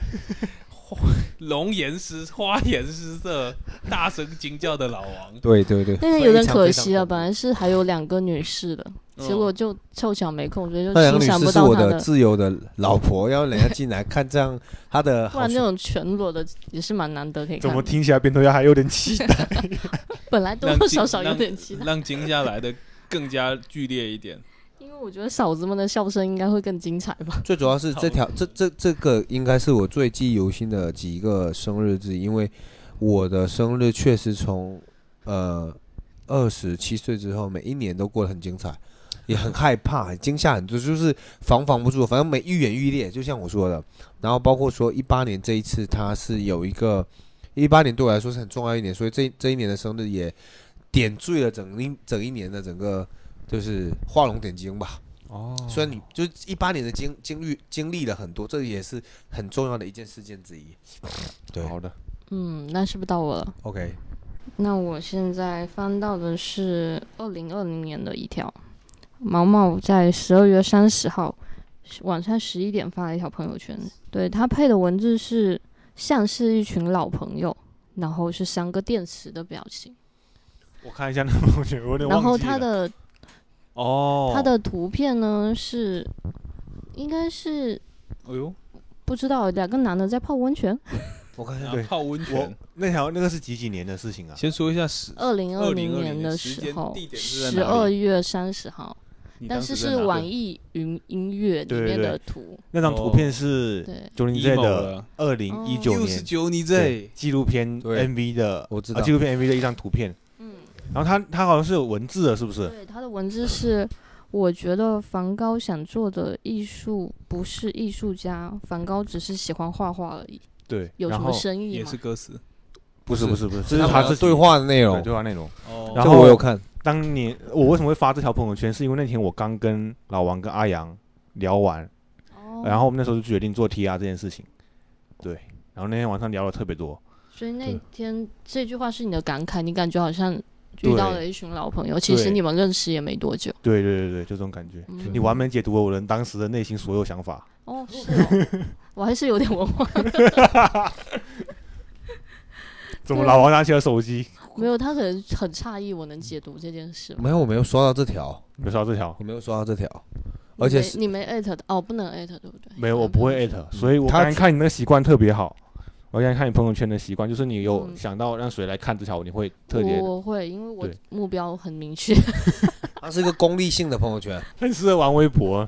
Speaker 1: 花龙颜失花颜失色、大声惊叫的老王。
Speaker 2: 对对对，
Speaker 4: 那个有点可惜啊了，
Speaker 2: 了
Speaker 4: 本来是还有两个女士的，
Speaker 1: 嗯
Speaker 4: 结果就凑巧没空，所以就
Speaker 2: 那两
Speaker 4: 欣
Speaker 2: 个女
Speaker 4: 赏
Speaker 2: 士
Speaker 4: 不
Speaker 2: 是
Speaker 4: 到
Speaker 2: 我
Speaker 4: 她
Speaker 2: 的
Speaker 4: 的。
Speaker 2: 自由的老婆，要人家进来看这样，她的
Speaker 4: 不
Speaker 2: 好
Speaker 4: 然那
Speaker 2: 兄
Speaker 4: 种全裸的也是蛮难得可以
Speaker 3: 怎
Speaker 4: 看
Speaker 3: 么
Speaker 4: 的，
Speaker 3: 听起来变头鸭还有点期待？
Speaker 4: 本来多
Speaker 1: 让
Speaker 4: 多
Speaker 1: 惊
Speaker 4: 少少有
Speaker 1: 让
Speaker 4: 点期待，
Speaker 1: 让惊吓来的更加剧烈一点。
Speaker 4: 因为我觉得嫂子们的笑声应该会更精彩吧。
Speaker 2: 最主要是这条这这这个应该是我最记忆犹新的几个生日之一，因为我的生日确实从呃二十七岁之后，每一年都过得很精彩，也很害怕、很惊吓，很多就是防防不住，反正每愈演愈烈，就像我说的。然后包括说一八年这一次，它是有一个一八年对我来说是很重要一年，所以这这一年的生日也点缀了整一整一年的整个就是画龙点睛吧。
Speaker 3: 哦，
Speaker 2: 虽然你就是一八年的经经历经历了很多，这也是很重要的一件事件之一。对
Speaker 3: 好的，
Speaker 4: 嗯，那是不是到我了？
Speaker 2: OK，
Speaker 4: 那我现在翻到的是二零二零年的一条，毛毛在十二月三十号晚上十一点发了一条朋友圈，对他配的文字是像是一群老朋友，然后是三个电池的表情，
Speaker 3: 我看一下那个朋友圈，我有点忘
Speaker 4: 然后
Speaker 3: 记了。
Speaker 4: 他的
Speaker 3: 哦，
Speaker 4: 他的图片呢是应该是
Speaker 1: 哎呦，
Speaker 4: 不知道两个男的在泡温泉，
Speaker 2: 我看
Speaker 1: 然
Speaker 2: 一下
Speaker 1: 后
Speaker 3: 对
Speaker 1: 泡温
Speaker 3: 我
Speaker 1: 泉。
Speaker 3: 那条那个是几几年的事情啊？
Speaker 1: 先说一下时，
Speaker 4: 二零二零
Speaker 1: 2020
Speaker 4: 的
Speaker 1: 年时
Speaker 4: 时
Speaker 1: 间
Speaker 4: 候
Speaker 1: 地，点是在
Speaker 4: 十
Speaker 1: 哪
Speaker 4: 二
Speaker 1: 里
Speaker 4: 月三十号，
Speaker 1: 你
Speaker 4: 但
Speaker 1: 当
Speaker 4: 是
Speaker 1: 时在
Speaker 4: 是
Speaker 1: 哪
Speaker 4: 网易云音乐里
Speaker 3: 对对
Speaker 4: 面
Speaker 3: 对
Speaker 4: 的图，
Speaker 3: 那张图片是
Speaker 4: 对。
Speaker 3: 九零 Z
Speaker 1: emo
Speaker 3: 的
Speaker 1: 了
Speaker 3: 二零一九
Speaker 1: 六十
Speaker 3: 年
Speaker 1: 九，你在
Speaker 3: 对纪录片
Speaker 2: 对
Speaker 3: MV 的，
Speaker 2: 我知
Speaker 3: 啊
Speaker 2: 道
Speaker 3: 纪录片 MV 的一张图片。
Speaker 4: 嗯，
Speaker 3: 然后他他好像是有文字的，是不是？
Speaker 4: 对，他的文字是，我觉得梵高想做的艺术不是艺术家，梵高只是喜欢画画而已，
Speaker 3: 对，
Speaker 4: 有什
Speaker 3: 然
Speaker 4: 么
Speaker 3: 后
Speaker 4: 生意
Speaker 1: 也
Speaker 4: 吗
Speaker 1: 是？歌词
Speaker 3: 不是不是不是，
Speaker 2: 他
Speaker 3: 这是
Speaker 2: 们
Speaker 3: 他
Speaker 2: 的
Speaker 3: 自己
Speaker 2: 对话的内
Speaker 3: 对
Speaker 2: 容，
Speaker 3: 对话内容。
Speaker 1: 哦
Speaker 3: 然
Speaker 2: 这
Speaker 3: 后
Speaker 2: 个我有看。
Speaker 3: 当年我
Speaker 4: 哦
Speaker 3: 为什么会发这条朋友圈，是因为那天我刚跟老王跟阿阳聊完，
Speaker 4: 哦
Speaker 3: 然后我们那时候就决定做 TR 这件事情。对，然后那天晚上聊了特别多。
Speaker 4: 所以那
Speaker 3: 对
Speaker 4: 天这句话是你的感慨，你感觉好像遇到
Speaker 3: 对
Speaker 4: 了一群老朋友，其实
Speaker 3: 对
Speaker 4: 你们认识也没多久。
Speaker 3: 对对对对，就这种感觉。
Speaker 4: 嗯
Speaker 3: 你完美解读了我人当时的内心所有 想法。
Speaker 4: 哦，是哦，我还是有点文化，
Speaker 3: 怎么老王拿起了手机？
Speaker 4: 没有，他可能很诧异我能解读这件事吧。
Speaker 2: 没有，我没有刷到这条，
Speaker 3: 有刷这条？
Speaker 2: 我没有刷到这条，而且是
Speaker 4: 你没你没艾特的哦，不能艾特对不对？
Speaker 3: 没有，我不会艾特。
Speaker 2: 嗯
Speaker 3: 所以我
Speaker 2: 他
Speaker 3: 刚才看你那个习惯特别好，我刚才看你朋友圈的习惯，就是你有
Speaker 4: 嗯
Speaker 3: 想到让谁来看这条，你会特别
Speaker 4: 我我会，因为我
Speaker 3: 对
Speaker 4: 目标很明确。
Speaker 2: 它是一个功利性的朋友圈。
Speaker 3: 很适合玩微博。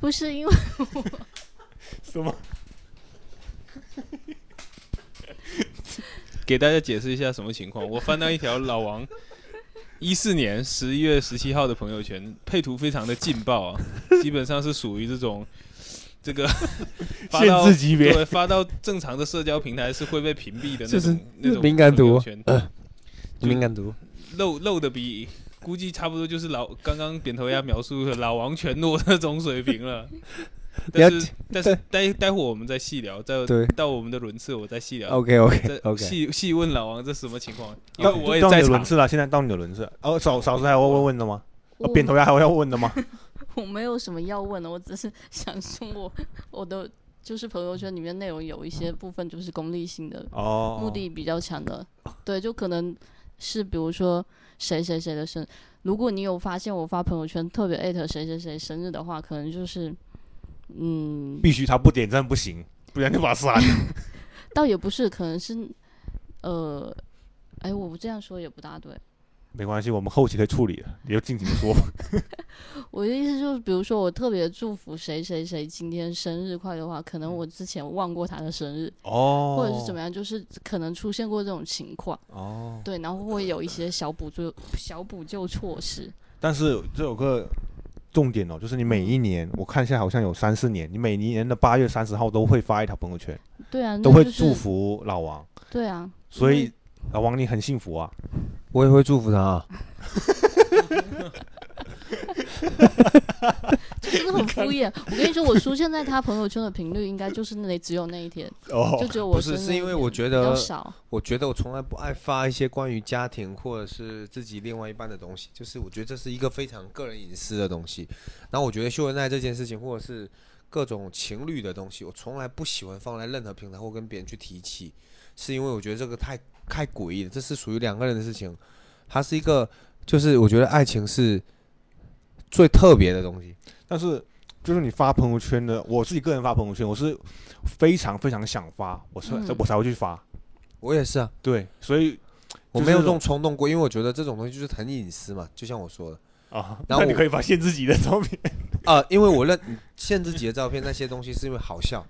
Speaker 4: 不是因为
Speaker 3: 哦什么？
Speaker 1: 给大家解释一下什么情况。我翻到一条老王一四年十一月十七号的朋友圈，配图非常的劲爆啊，基本上是属于这种这个发
Speaker 3: 限
Speaker 1: 到
Speaker 3: 制级别？
Speaker 1: 对发到正常的社交平台是会被屏蔽的那
Speaker 2: 这是
Speaker 1: 种那种
Speaker 2: 敏感
Speaker 1: 朋友
Speaker 2: 度
Speaker 1: 圈就
Speaker 2: 敏感读，
Speaker 1: 漏漏的比估计差不多就是老刚刚扁头鸭描述的老王全诺那种水平 了。但
Speaker 2: 了
Speaker 1: 是但是待待会我们再细聊，再
Speaker 2: 对
Speaker 1: 到我们的轮次我再细聊，
Speaker 2: OK OK
Speaker 1: 再
Speaker 2: OK，
Speaker 1: 细细问老王这什么情况，因为
Speaker 3: 到
Speaker 1: 我也
Speaker 3: 到你
Speaker 1: 在
Speaker 3: 的轮
Speaker 1: 场。
Speaker 3: 次了，现在到你的轮次。哦，嫂嫂子还要问问的吗？
Speaker 4: 我
Speaker 3: 哦扁头鸭还要问 的吗？
Speaker 4: 我没有什么要问的，我只是 想说我我的就是朋友圈里面内容有一些部分就是功利性的，
Speaker 3: 哦，
Speaker 4: 目的比较强的，对，就可能是比如说谁谁谁的生，如果你有发现我发朋友圈特别艾特谁谁谁生日的话，可能就是嗯，
Speaker 3: 必须他不点赞不行，不然就把他 删了。
Speaker 4: 倒也不是，可能是呃，哎，我不这样说也不大对，
Speaker 3: 没关系，我们后期可以处理的，你就尽情说吧。
Speaker 4: 我的意思就是，比如说我特别祝福谁谁谁今天生日快乐的话，可能我之前忘过他的生日，
Speaker 3: 哦，
Speaker 4: 或者是怎么样，就是可能出现过这种情况，
Speaker 3: 哦，
Speaker 4: 对，然后会有一些小补救、小补救措施。
Speaker 3: 但是这有个重点哦，就是你每一年，我看一下好像有三四年，你每一年的八月三十号都会发一条朋友圈，
Speaker 4: 对啊，
Speaker 3: 嗯都
Speaker 4: 那
Speaker 3: 会
Speaker 4: 就是
Speaker 3: 祝福老王，
Speaker 4: 对啊，
Speaker 3: 所
Speaker 4: 因
Speaker 3: 以
Speaker 4: 为
Speaker 3: 老王你很幸福啊。
Speaker 2: 我也会祝福他啊。
Speaker 4: 这真的嗯很敷衍。我跟你说，我出现在他朋友圈的频率应该就是那只有那一天，
Speaker 3: 哦
Speaker 4: 就，只有我
Speaker 2: 不是，
Speaker 4: 生日
Speaker 2: 是因为
Speaker 4: 那一天
Speaker 2: 我觉
Speaker 4: 比较
Speaker 2: 得，
Speaker 4: 少。
Speaker 2: 我觉得我从来不爱发一些关于家庭或者是自己另外一半的东西，就是我觉得这是一个非常个人隐私的东西。然后我觉得秀恩爱这件事情，或者是各种情侣的东西，我从来不喜欢放在任何平台或跟别人去提起，是因为我觉得这个太太诡异了，这是属于两个人的事情，它是一个，就是我觉得爱情是最特别的东西。
Speaker 3: 但是就是你发朋友圈的，我自己个人发朋友圈，我是非常非常想发，我才、
Speaker 4: 嗯
Speaker 3: 我才会去发。
Speaker 2: 我也是啊，
Speaker 3: 对，所以
Speaker 2: 我
Speaker 3: 就是
Speaker 2: 没有
Speaker 3: 那
Speaker 2: 这
Speaker 3: 种
Speaker 2: 种冲动过，因为我觉得这种东西就是很隐私嘛，就像我说的。
Speaker 3: 啊，
Speaker 2: 然后
Speaker 3: 那你
Speaker 2: 我
Speaker 3: 可以发现自己的照片。
Speaker 2: 啊，因为我认限制级的照片那些东西是因为好笑，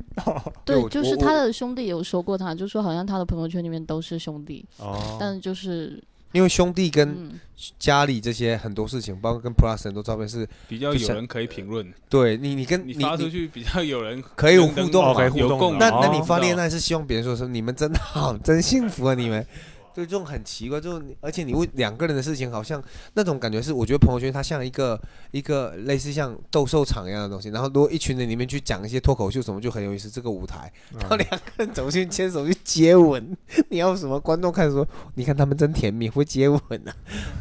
Speaker 2: 对
Speaker 4: 对，
Speaker 2: 我
Speaker 4: 就是
Speaker 2: 我
Speaker 4: 他的兄弟有说过他，就说好像他的朋友圈里面都是兄弟，
Speaker 3: 哦，
Speaker 4: 但就是
Speaker 2: 因为兄弟跟
Speaker 4: 嗯，
Speaker 2: 家里这些很多事情，包括跟 Plus 很多照片是
Speaker 1: 比较
Speaker 2: 就
Speaker 1: 有
Speaker 2: 像
Speaker 1: 人可以评论，
Speaker 2: 对你，你跟
Speaker 1: 你
Speaker 2: 你
Speaker 1: 发出
Speaker 2: 你
Speaker 1: 去比较有人
Speaker 2: 可以有
Speaker 1: 能
Speaker 2: 互动
Speaker 3: 哦可以
Speaker 2: 嘛
Speaker 3: 互？
Speaker 1: 有
Speaker 3: 动
Speaker 1: 共鸣
Speaker 3: 的
Speaker 2: 那
Speaker 3: 哦
Speaker 2: 那你发恋
Speaker 1: 到
Speaker 2: 爱是希望别人说什么？你们真好，真幸福啊！你们，对这种很奇怪，这种而且你问两个人的事情，好像那种感觉是，我觉得朋友圈它像一个一个类似像斗兽场一样的东西。然后如果一群人里面去讲一些脱口秀什么，就很有意思。这个舞台，然后两个人走进牵手去接吻，你要什么观众看说，你看他们真甜蜜，会接吻啊，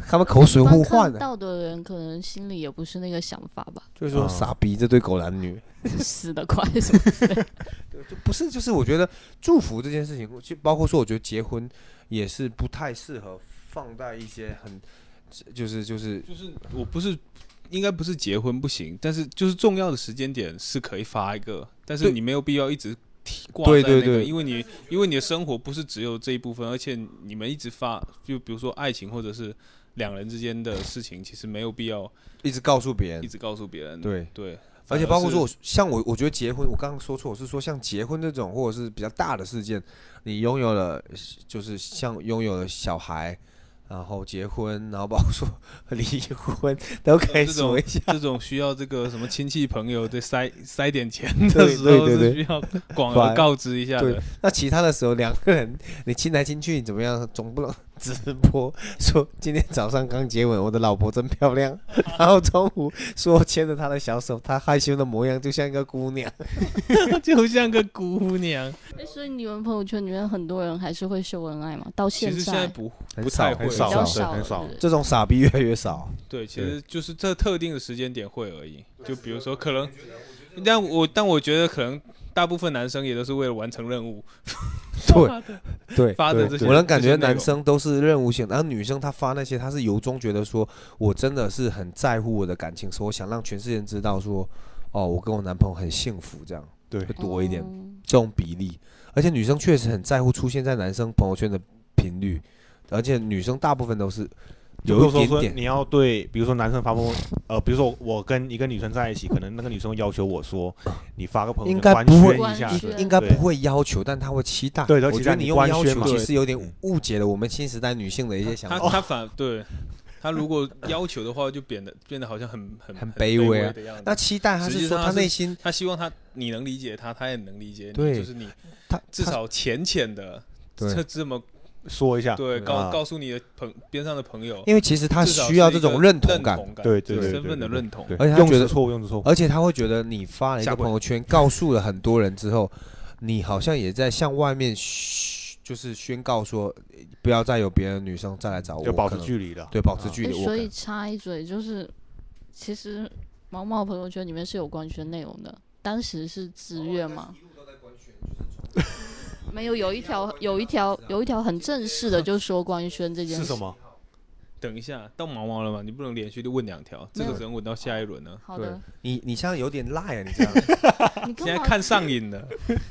Speaker 2: 他们口水
Speaker 4: 一般
Speaker 2: 互换
Speaker 4: 看
Speaker 2: 啊，
Speaker 4: 到的人可能心里也不是那个想法吧，
Speaker 2: 就是说
Speaker 3: 嗯
Speaker 2: 傻逼这对狗男女。
Speaker 4: 死得快什么之类的。
Speaker 2: 就不是，就是我觉得祝福这件事情，就包括说，我觉得结婚也是不太适合放在一些很，就是就是
Speaker 1: 就是我不是应该不是结婚不行，但是就是重要的时间点是可以发一个，但是
Speaker 2: 对
Speaker 1: 你没有必要一直提挂
Speaker 2: 对
Speaker 1: 在那个，
Speaker 2: 对对
Speaker 1: 因为你因为你的生活不是只有这一部分，而且你们一直发，就比如说爱情或者是两人之间的事情，其实没有必要
Speaker 2: 一直告诉别
Speaker 1: 一
Speaker 2: 人。
Speaker 1: 直告诉别人。
Speaker 2: 对，
Speaker 1: 对，
Speaker 2: 而
Speaker 1: 反
Speaker 2: 且包括
Speaker 1: 是
Speaker 2: 说我，像我，我觉得结婚，我刚刚说错，我是说像结婚这种或者是比较大的事件，你拥有了，就是像拥有了小孩，然后结婚，然后包括说 离婚，都可
Speaker 1: 嗯
Speaker 2: 以
Speaker 1: 这种
Speaker 2: 数一下。
Speaker 1: 这种需要这个什么亲戚朋友再塞塞点钱的
Speaker 2: 对
Speaker 1: 时候
Speaker 2: 对对
Speaker 1: 是
Speaker 2: 对
Speaker 1: 需要广
Speaker 2: 反
Speaker 1: 而告知一下
Speaker 2: 对
Speaker 1: 的。，
Speaker 2: 那其他的时候两个人你亲来亲去怎么样，总不能直播说今天早上刚接吻，我的老婆真漂亮， 然后中午说牵着她的小手，她害羞的模样就像一个姑娘。
Speaker 1: 就像个姑娘。
Speaker 4: 哎，所以你们朋友圈里面很多人还是会秀恩爱嘛？到
Speaker 1: 其实现在
Speaker 4: 在
Speaker 1: 不
Speaker 2: 很
Speaker 1: 不
Speaker 2: 少
Speaker 1: 太
Speaker 2: 很
Speaker 1: 会，
Speaker 4: 比
Speaker 3: 少
Speaker 4: 较
Speaker 3: 了
Speaker 4: 少
Speaker 3: 很
Speaker 4: 了，
Speaker 3: 少
Speaker 4: 对不对
Speaker 2: 这种傻逼越来越少，
Speaker 1: 对，其
Speaker 3: 对
Speaker 1: 实就是这特定的时间点会而已。就比如说，可能，但我但我觉得可能大部分男生也都是为了完成任务
Speaker 2: 对对。
Speaker 1: 发的这些。
Speaker 2: 我能感觉
Speaker 1: 这些内容
Speaker 2: 男生都是任务型，然后女生她发那些，她是由衷觉得说，我真的是很在乎我的感情，所以我想让全世界人知道说，哦，我跟我男朋友很幸福，这样
Speaker 3: 对
Speaker 2: 会多一点。
Speaker 4: 嗯
Speaker 2: 这种比例，而且女生确实很在乎出现在男生朋友圈的频率，而且女生大部分都是
Speaker 3: 有
Speaker 2: 有一
Speaker 3: 时候
Speaker 2: 点
Speaker 3: 说
Speaker 2: 点
Speaker 3: 你要对，比如说男生发朋友，呃，比如说我跟一个女生在一起，可能那个女生要求我 说，你发个朋友
Speaker 2: 应
Speaker 3: 圈
Speaker 2: 该不会
Speaker 3: 官宣一下
Speaker 4: 官
Speaker 3: 子，
Speaker 4: 宣
Speaker 2: 应该
Speaker 3: 对
Speaker 2: 不会要求，但她会期待。
Speaker 3: 啊对她期
Speaker 2: 我
Speaker 3: 待
Speaker 2: 觉得
Speaker 3: 你
Speaker 2: 你用
Speaker 3: 官
Speaker 2: 要
Speaker 3: 宣
Speaker 2: 求
Speaker 3: 嘛
Speaker 2: 其
Speaker 1: 对
Speaker 2: 实有点误解了我们新时代女性的一些想哦
Speaker 1: 他他
Speaker 2: 法。
Speaker 1: 反对他如果要求的话，就变得变得好像很很
Speaker 2: 很
Speaker 1: 卑
Speaker 2: 卑微啊
Speaker 1: 的样
Speaker 2: 那
Speaker 1: 子。
Speaker 2: 期待她
Speaker 1: 实
Speaker 2: 是
Speaker 1: 际
Speaker 2: 说
Speaker 1: 上
Speaker 2: 她
Speaker 1: 是
Speaker 2: 内心，
Speaker 1: 他希望他你能理解他，他也能理解你，
Speaker 2: 对
Speaker 1: 就是你
Speaker 2: 她
Speaker 1: 至
Speaker 2: 她
Speaker 1: 少浅浅的
Speaker 2: 对
Speaker 1: 这这么
Speaker 3: 说一下，
Speaker 1: 对告
Speaker 3: 啊
Speaker 1: 告诉你的朋边上的朋友，
Speaker 2: 因为其实她
Speaker 1: 至少
Speaker 2: 需要
Speaker 1: 是
Speaker 2: 这
Speaker 1: 一个
Speaker 2: 种认同
Speaker 1: 同
Speaker 2: 感，
Speaker 3: 对对对
Speaker 1: 身份的
Speaker 3: 对
Speaker 1: 认同。
Speaker 3: 对，
Speaker 2: 而且他
Speaker 3: 用
Speaker 2: 觉
Speaker 3: 词
Speaker 2: 得呃
Speaker 3: 错误，用词错误，
Speaker 2: 而且她会觉得你发了一
Speaker 3: 下
Speaker 2: 个
Speaker 3: 跪
Speaker 2: 朋友圈，告诉了很多人之后，你好像也在向外面嘘，就是宣告说，呃不要再有别的女生再来找我，
Speaker 3: 就保持
Speaker 2: 可能
Speaker 3: 距离了。
Speaker 2: 对，保持距
Speaker 4: 哎，
Speaker 2: 离。我
Speaker 4: 所
Speaker 2: 可
Speaker 4: 以插一嘴，就是其实毛毛朋友圈里面是有官宣内容的，当时是自愿 嘛。没有，有一条， 有一条，有一条很正式的，就说官宣这件
Speaker 3: 是
Speaker 4: 事。
Speaker 3: 什么？
Speaker 1: 等一下，到毛毛了嘛？你不能连续的问两条，这
Speaker 4: 没
Speaker 1: 个
Speaker 4: 有
Speaker 1: 只能问到下一轮呢。
Speaker 4: 好的，
Speaker 2: 你你现在有点赖啊， 你这样，
Speaker 1: 现
Speaker 4: 你干
Speaker 1: 在
Speaker 4: 嘛？
Speaker 1: 看上瘾 了，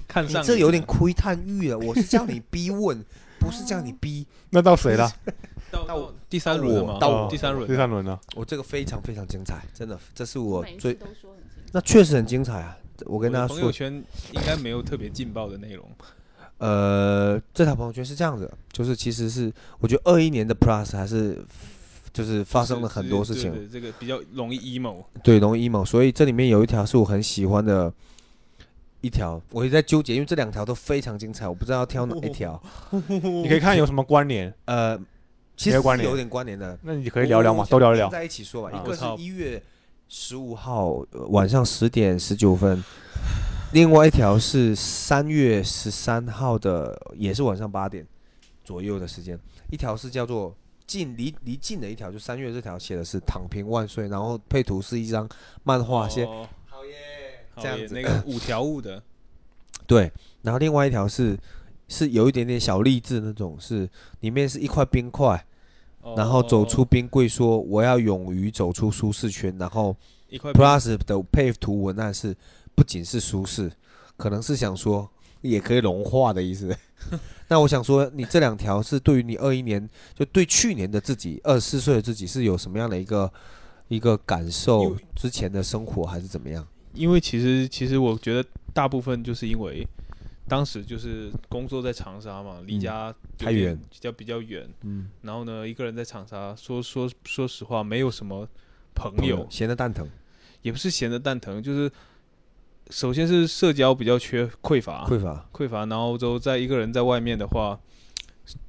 Speaker 1: 看
Speaker 2: 你
Speaker 1: 上瘾了
Speaker 2: 这有点窥
Speaker 4: 嗯哦
Speaker 2: 探欲了。我是叫你逼问，不是叫你逼。
Speaker 3: 那到谁了？
Speaker 1: 到
Speaker 2: 到
Speaker 1: 到第三轮了吗？
Speaker 2: 到
Speaker 3: 哦
Speaker 1: 第三轮
Speaker 3: 第三轮呢？
Speaker 2: 我这个非常非常精彩，真的，这是我
Speaker 4: 每一次
Speaker 2: 最
Speaker 4: 都说很清楚
Speaker 2: 那确实很精彩啊！我跟
Speaker 1: 我
Speaker 2: 大
Speaker 1: 的
Speaker 2: 家
Speaker 1: 朋友
Speaker 2: 说，
Speaker 1: 圈应该没有特别劲爆的内容。
Speaker 2: 呃，这条朋友圈是这样子，就是其实是我觉得二一年的 Plus 还是就是发生了很多事情，
Speaker 1: 对对这个比较容易 emo。
Speaker 2: 对，容易 emo，所以这里面有一条是我很喜欢的一条，我也在纠结，因为这两条都非常精彩，我不知道要挑哪一条。
Speaker 3: 你可以看有什么关联，
Speaker 2: 呃，其实
Speaker 3: 没
Speaker 2: 是
Speaker 3: 有关联
Speaker 2: 有点关联的，
Speaker 3: 那你可以聊聊
Speaker 2: 我
Speaker 3: 嘛
Speaker 2: 我，
Speaker 3: 都聊一
Speaker 2: 连
Speaker 3: 聊。
Speaker 2: 在一起说吧。
Speaker 3: 啊
Speaker 2: 一个
Speaker 1: 我
Speaker 2: 是
Speaker 1: 操
Speaker 2: 一月十五号、呃晚上十点十九分，另外一条是三月十三号的，也是晚上八点左右的时间。一条是叫做近离离近的一条，就三月这条写的是“躺平万岁”，然后配图是一张漫画，写
Speaker 1: 哦
Speaker 2: 好耶
Speaker 1: 好
Speaker 2: 这样
Speaker 1: 耶
Speaker 2: 子
Speaker 1: 那。个五条悟的，
Speaker 2: 对，然后另外一条是是有一点点小励志那种，是里面是一块冰块，
Speaker 1: 哦
Speaker 2: 然后走出冰柜说我要勇于走出舒适圈，然后
Speaker 1: 一块
Speaker 2: Plus 的配图文案是不仅是舒适，可能是想说也可以融化的意思。 那我想说，你这两条是对于你二一年，就对去年的自己，二十四岁的自己是有什么样的一个一个感
Speaker 1: 因
Speaker 2: 受
Speaker 1: 为？
Speaker 2: 之前的生活还是怎么样？
Speaker 1: 因为其实其实我觉得大部分就是因为当时就是工作在长沙嘛，离
Speaker 2: 嗯
Speaker 1: 家有
Speaker 2: 太
Speaker 1: 点
Speaker 2: 远
Speaker 1: 比较比较远。
Speaker 2: 嗯，
Speaker 1: 然后呢，一个人在长沙，说说说实话，没有什么朋友，
Speaker 2: 闲的蛋疼，
Speaker 1: 也不是闲的蛋疼，就是首先是社交比较缺匮乏，
Speaker 2: 匮乏，
Speaker 1: 匮乏。然后之后在一个人在外面的话，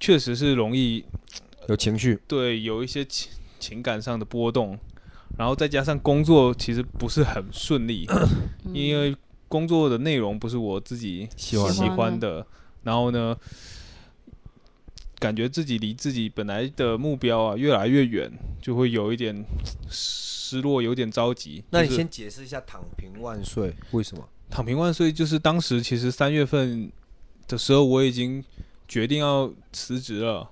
Speaker 1: 确实是容易
Speaker 2: 有情绪，
Speaker 1: 对有一些情情感上的波动，然后再加上工作其实不是很顺利，
Speaker 4: 嗯
Speaker 1: 因为工作的内容不是我自己
Speaker 2: 喜
Speaker 4: 欢的
Speaker 1: 喜欢的，然后呢，感觉自己离自己本来的目标啊越来越远，就会有一点失落，有点着急。
Speaker 2: 那
Speaker 1: 就
Speaker 2: 你
Speaker 1: 是
Speaker 2: 先解释一下“躺平万岁”为什么？
Speaker 1: 躺平万岁，就是当时其实三月份的时候，我已经决定要辞职了。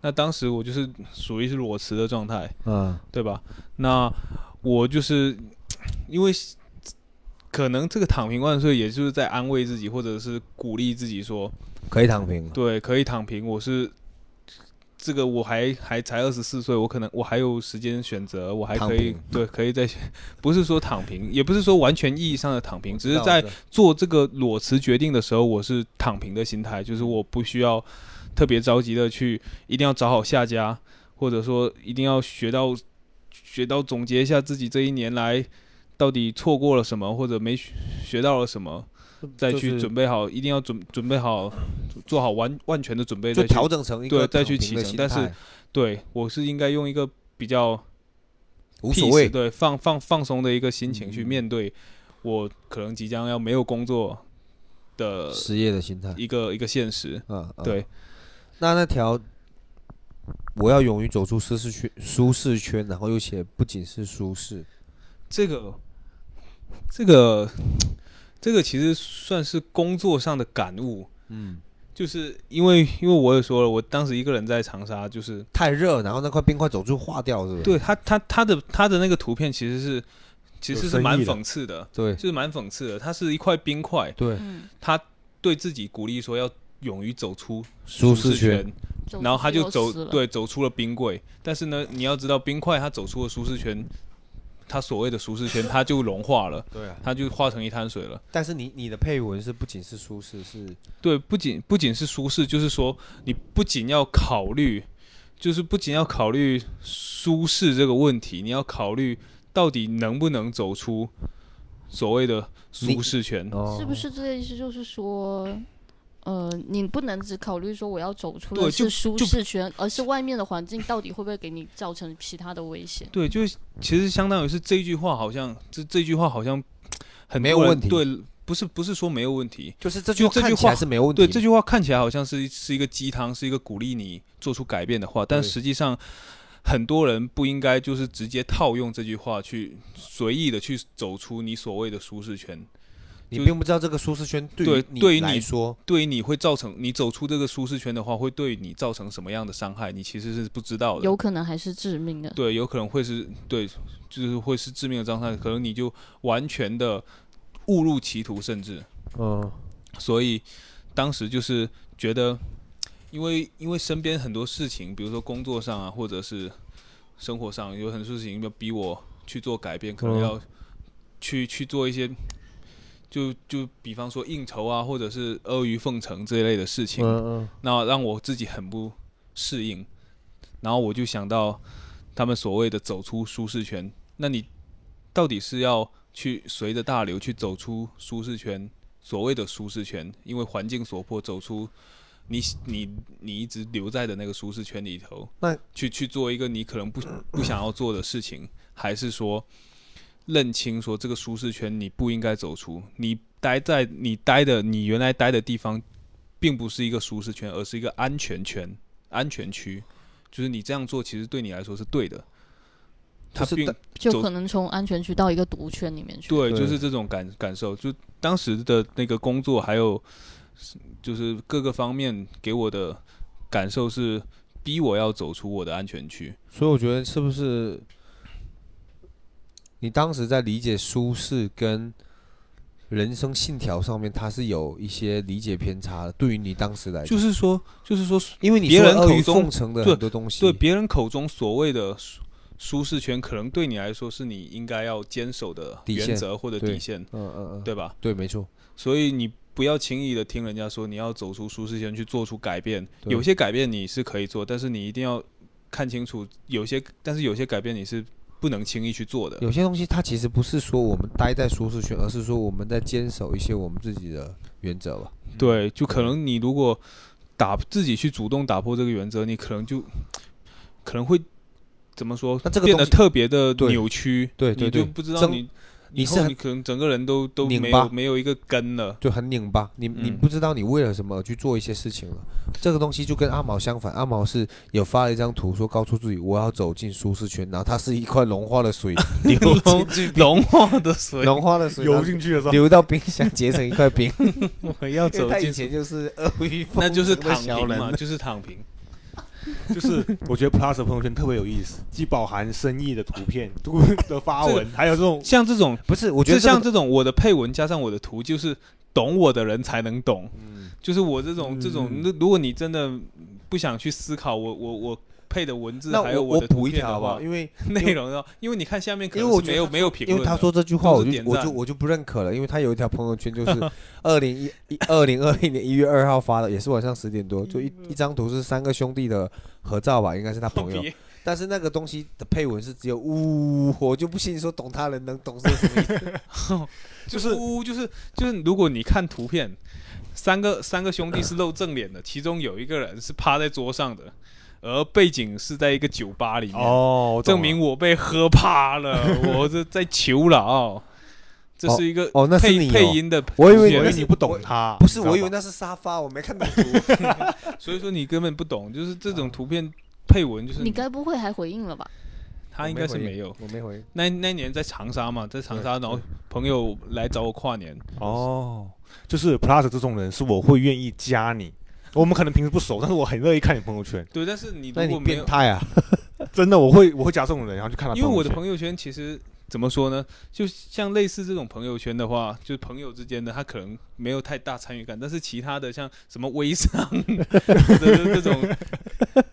Speaker 1: 那当时我就是属于是裸辞的状态，
Speaker 2: 嗯，
Speaker 1: 对吧？那我就是因为可能这个“躺平万岁”也就是在安慰自己，或者是鼓励自己说，
Speaker 2: 可以躺平，
Speaker 1: 对，可以躺平。我是这个，我还还才二十四岁，我可能我还有时间选择，我还
Speaker 2: 躺
Speaker 1: 可以
Speaker 2: 平
Speaker 1: 对，可以再选不是说躺平，也不是说完全意义上的躺平，只是
Speaker 2: 知道
Speaker 1: 在
Speaker 2: 知道
Speaker 1: 做这个裸辞决定的时候，我是躺平的心态，就是
Speaker 2: 嗯
Speaker 1: 我不需要特别着急的去一定要找好下家，或者说一定要学到学到总结一下自己这一年来到底错过了什么，或者没学学到了什么，再去准备好，一定要准准备好做好完万全的准备，
Speaker 2: 就
Speaker 1: 再去
Speaker 2: 调整成一
Speaker 1: 对
Speaker 2: 个
Speaker 1: 再去
Speaker 2: 躺平
Speaker 1: 启
Speaker 2: 的
Speaker 1: 程
Speaker 2: 心
Speaker 1: 但是
Speaker 2: 态
Speaker 1: 对我是应该用一个比较
Speaker 2: 无所
Speaker 1: peace，
Speaker 2: 谓，
Speaker 1: 对放放放松的一个心情去
Speaker 2: 嗯
Speaker 1: 面对我可能即将要没有工作的
Speaker 2: 失业的心态，
Speaker 1: 一个一个现实。
Speaker 2: 嗯，嗯
Speaker 1: 对，
Speaker 2: 那那条，我要勇于走出舒适圈，舒适圈，然后又写不仅是舒适，
Speaker 1: 这个这个这个其实算是工作上的感悟，
Speaker 2: 嗯，
Speaker 1: 就是因为因为我也说了，我当时一个人在长沙，就是
Speaker 2: 太热，然后那块冰块走出化掉，是不是？
Speaker 1: 对他他他的他的那个图片其实是其实
Speaker 3: 有
Speaker 1: 是
Speaker 3: 深意
Speaker 1: 蛮
Speaker 3: 的
Speaker 1: 讽刺的，
Speaker 2: 对
Speaker 1: 就是蛮讽刺的，它是一块冰块，
Speaker 2: 对，
Speaker 4: 嗯
Speaker 1: 他对自己鼓励说要勇于走出
Speaker 2: 舒
Speaker 1: 适
Speaker 2: 适圈，，
Speaker 4: 走
Speaker 1: 然后
Speaker 4: 出
Speaker 1: 他
Speaker 4: 去
Speaker 1: 就
Speaker 4: 又
Speaker 1: 走
Speaker 4: 死了，
Speaker 1: 对走出了冰柜，但是呢，你要知道冰块它走出了舒适圈，它所谓的舒适圈它就融化了，
Speaker 2: 对啊。
Speaker 1: 它就化成一滩水了。
Speaker 2: 但是你你的配文是不仅是舒适，是
Speaker 1: 对，不仅不仅是舒适，就是说你不仅要考虑，就是不仅要考虑舒适这个问题，你要考虑到底能不能走出所谓的舒适圈。
Speaker 2: 哦，
Speaker 4: 是不是这个意思？就是说，呃，你不能只考虑说我要走出
Speaker 1: 对
Speaker 4: 的
Speaker 1: 就是
Speaker 4: 舒
Speaker 1: 就
Speaker 4: 适圈，而是外面的环境到底会不会给你造成其他的危险？
Speaker 1: 对，就是其实相当于是这一句话，好像这这句话好像很多
Speaker 2: 没有
Speaker 1: 人
Speaker 2: 问题
Speaker 1: 对，不是不是说没有问题，
Speaker 2: 就是这
Speaker 1: 就
Speaker 2: 句
Speaker 1: 这句
Speaker 2: 看起来
Speaker 1: 话
Speaker 2: 是没有问题，
Speaker 1: 对，这句话看起来好像是是一个鸡汤，是一个鼓励你做出改变的话，但
Speaker 2: 对
Speaker 1: 实际上很多人不应该就是直接套用这句话去随意的去走出你所谓的舒适圈。
Speaker 2: 你
Speaker 1: 就
Speaker 2: 并不知道这个舒适圈对
Speaker 1: 对
Speaker 2: 于你
Speaker 1: 对于你
Speaker 2: 来说，
Speaker 1: 对于你会造成你走出这个舒适圈的话，会对你造成什么样的伤害，你其实是不知道的。
Speaker 4: 有可能还是致命的。
Speaker 1: 对，有可能会是对，就是会是致命的伤害，可能你就完全的误入歧途，甚至。
Speaker 2: 嗯，
Speaker 1: 所以当时就是觉得，因为因为身边很多事情，比如说工作上啊，或者是生活上，有很多事情要逼我去做改变，可能
Speaker 3: 嗯
Speaker 1: 要去去做一些，就就比方说应酬啊，或者是阿谀奉承这一类的事情，
Speaker 3: 嗯
Speaker 1: 那让我自己很不适应。然后我就想到他们所谓的走出舒适圈，那你到底是要去随着大流去走出舒适圈？所谓的舒适圈，因为环境所迫，走出你你你一直留在的那个舒适圈里头，
Speaker 2: 那
Speaker 1: 去去做一个你可能 不不想要做的事情，还是说认清说这个舒适圈你不应该走出，你待在你待的你原来待的地方，并不是一个舒适圈，而是一个安全圈、安全区。就是你这样做，其实对你来说是对的。他
Speaker 2: 就是
Speaker 1: 并
Speaker 2: 大
Speaker 1: 走
Speaker 4: 就可能从安全区到一个毒圈里面去。
Speaker 1: 对，
Speaker 3: 对
Speaker 1: 就是这种感感受，就当时的那个工作，还有就是各个方面给我的感受是，逼我要走出我的安全区。
Speaker 2: 所以我觉得是不是你当时在理解舒适跟人生信条上面，它是有一些理解偏差的。对于你当时来
Speaker 1: 就
Speaker 2: 讲，
Speaker 1: 是说，就是说，
Speaker 2: 因为你
Speaker 1: 别
Speaker 2: 说
Speaker 1: 人
Speaker 2: 阿谀
Speaker 1: 口中
Speaker 2: 奉承的
Speaker 1: 对
Speaker 2: 很多东西，
Speaker 1: 对别人口中所谓的舒舒适圈，可能对你来说是你应该要坚守的
Speaker 2: 底线
Speaker 1: 原则或者
Speaker 2: 对
Speaker 1: 底线，
Speaker 2: 嗯嗯嗯，
Speaker 1: 对吧？
Speaker 2: 对，没错，
Speaker 1: 所以你不要轻易的听人家说你要走出舒适圈去做出改变，
Speaker 2: 对
Speaker 1: 有些改变你是可以做，但是你一定要看清楚，有些但是有些改变你是不能轻易去做的。
Speaker 2: 有嗯些东西它其实不是说我们待在舒适圈，而是说我们在坚守一些我们自己的原则吧。
Speaker 1: 对，就可能你如果打自己去主动打破这个原则，你可能就可能会怎么说？
Speaker 2: 那这个
Speaker 1: 变得
Speaker 2: 东西
Speaker 1: 特别的
Speaker 2: 对
Speaker 1: 扭曲，
Speaker 2: 对对
Speaker 1: 你就
Speaker 2: 对
Speaker 1: 不知道
Speaker 2: 真
Speaker 1: 你
Speaker 2: 你
Speaker 1: 以
Speaker 2: 是
Speaker 1: 后
Speaker 2: 很
Speaker 1: 你可能整个人都都
Speaker 2: 拧
Speaker 1: 没
Speaker 2: 巴
Speaker 1: 有没有一个根 了。
Speaker 2: 就很拧巴，你你
Speaker 1: 嗯
Speaker 2: 不知道你为了什么而去做一些事情了。这个东西就跟阿毛相反，阿毛是有发了一张图，说告诉自己我要走进舒适圈，然后它是一块融化的 水，流
Speaker 1: 融融化的水，
Speaker 2: 融化的
Speaker 3: 嗯，
Speaker 2: 水
Speaker 3: 游
Speaker 2: 然后
Speaker 3: 进去的时候，
Speaker 2: 流到冰箱结成一块 冰。
Speaker 1: 我要
Speaker 2: 因为
Speaker 1: 走
Speaker 2: 他以
Speaker 1: 进，
Speaker 2: 前就是阿谀奉
Speaker 1: 那就是
Speaker 2: 承的
Speaker 1: 躺
Speaker 2: 小
Speaker 1: 平嘛，
Speaker 2: 人，
Speaker 1: 就是躺平。
Speaker 3: 就是我觉得 Plus 的朋友圈特别有意思，既饱含深意的图片、图的发 文，还有这种
Speaker 1: 像这种，
Speaker 2: 不是？我觉
Speaker 1: 就
Speaker 2: 得这
Speaker 1: 像
Speaker 2: 个
Speaker 1: 这种我的配文加上我的图，就是懂我的人才能懂。
Speaker 3: 嗯
Speaker 1: 就是我这种这种
Speaker 3: 嗯，
Speaker 1: 那如果你真的不想去思考我我我配的文字
Speaker 2: 那
Speaker 1: 还有
Speaker 2: 我我
Speaker 1: 的
Speaker 2: 补
Speaker 1: 图
Speaker 2: 一
Speaker 1: 片
Speaker 2: 条
Speaker 1: 的
Speaker 2: 好不
Speaker 1: 话
Speaker 2: 好？，因为
Speaker 1: 内容的话，因为你看下面可
Speaker 2: 因为
Speaker 1: 能
Speaker 2: 我
Speaker 1: 是
Speaker 2: 觉
Speaker 1: 没
Speaker 2: 得
Speaker 1: 有
Speaker 2: 他
Speaker 1: 没有评
Speaker 2: 因
Speaker 1: 论
Speaker 2: 为
Speaker 1: 的，
Speaker 2: 他说这句话，我
Speaker 1: 都是
Speaker 2: 就
Speaker 1: 点
Speaker 2: 我
Speaker 1: 赞
Speaker 2: 就我就不认可了，因为他有一条朋友 圈就是二零一一二零二一年一月二号发的，也是晚上十点多，就一一张图是三个兄弟的合照吧，应该是他朋友，
Speaker 1: 别
Speaker 2: 但是那个东西的配文是只有呜，我就不信说懂他人能懂是 什么意思。
Speaker 1: 就是呜就是就是，如果你看图片，三个三个兄弟是露正脸的，其中有一个人是趴在桌上的，而背景是在一个酒吧里面，
Speaker 2: 啊
Speaker 3: 哦，我懂
Speaker 1: 证
Speaker 3: 了
Speaker 1: 明我被喝趴了， 我这在求饶。这是一个
Speaker 2: 哦那是
Speaker 1: 配
Speaker 2: 你哦
Speaker 1: 配音的图片，
Speaker 2: 我以为
Speaker 3: 我以
Speaker 2: 那
Speaker 3: 为
Speaker 2: 是
Speaker 3: 你不懂
Speaker 2: 我
Speaker 3: 他，
Speaker 2: 不是，
Speaker 3: 你知道
Speaker 2: 我以为
Speaker 3: 吧
Speaker 2: 那是沙发，我没看懂。
Speaker 1: 所以说你根本不懂，就是这种图片配文，就是
Speaker 4: 你该不会还回应了吧？
Speaker 1: 他应该是没有。
Speaker 2: 我没回应。
Speaker 1: 那那年在长沙嘛，在长沙，然后朋友来找我跨年，
Speaker 3: 哦，就是 Plus 这种人是我会愿意加你。我们可能平时不熟，但是我很乐意看你朋友圈，
Speaker 1: 对，但是你
Speaker 2: 那
Speaker 1: 如
Speaker 2: 你
Speaker 1: 果没有
Speaker 2: 变，态啊！
Speaker 3: 真的，我会我会加这种人，然后去看他。
Speaker 1: 因为我的
Speaker 3: 友
Speaker 1: 朋友圈其实怎么说呢，就像类似这种朋友圈的话，就是朋友之间的，他可能没有太大参与感，但是其他的像什么微商 或者是这种，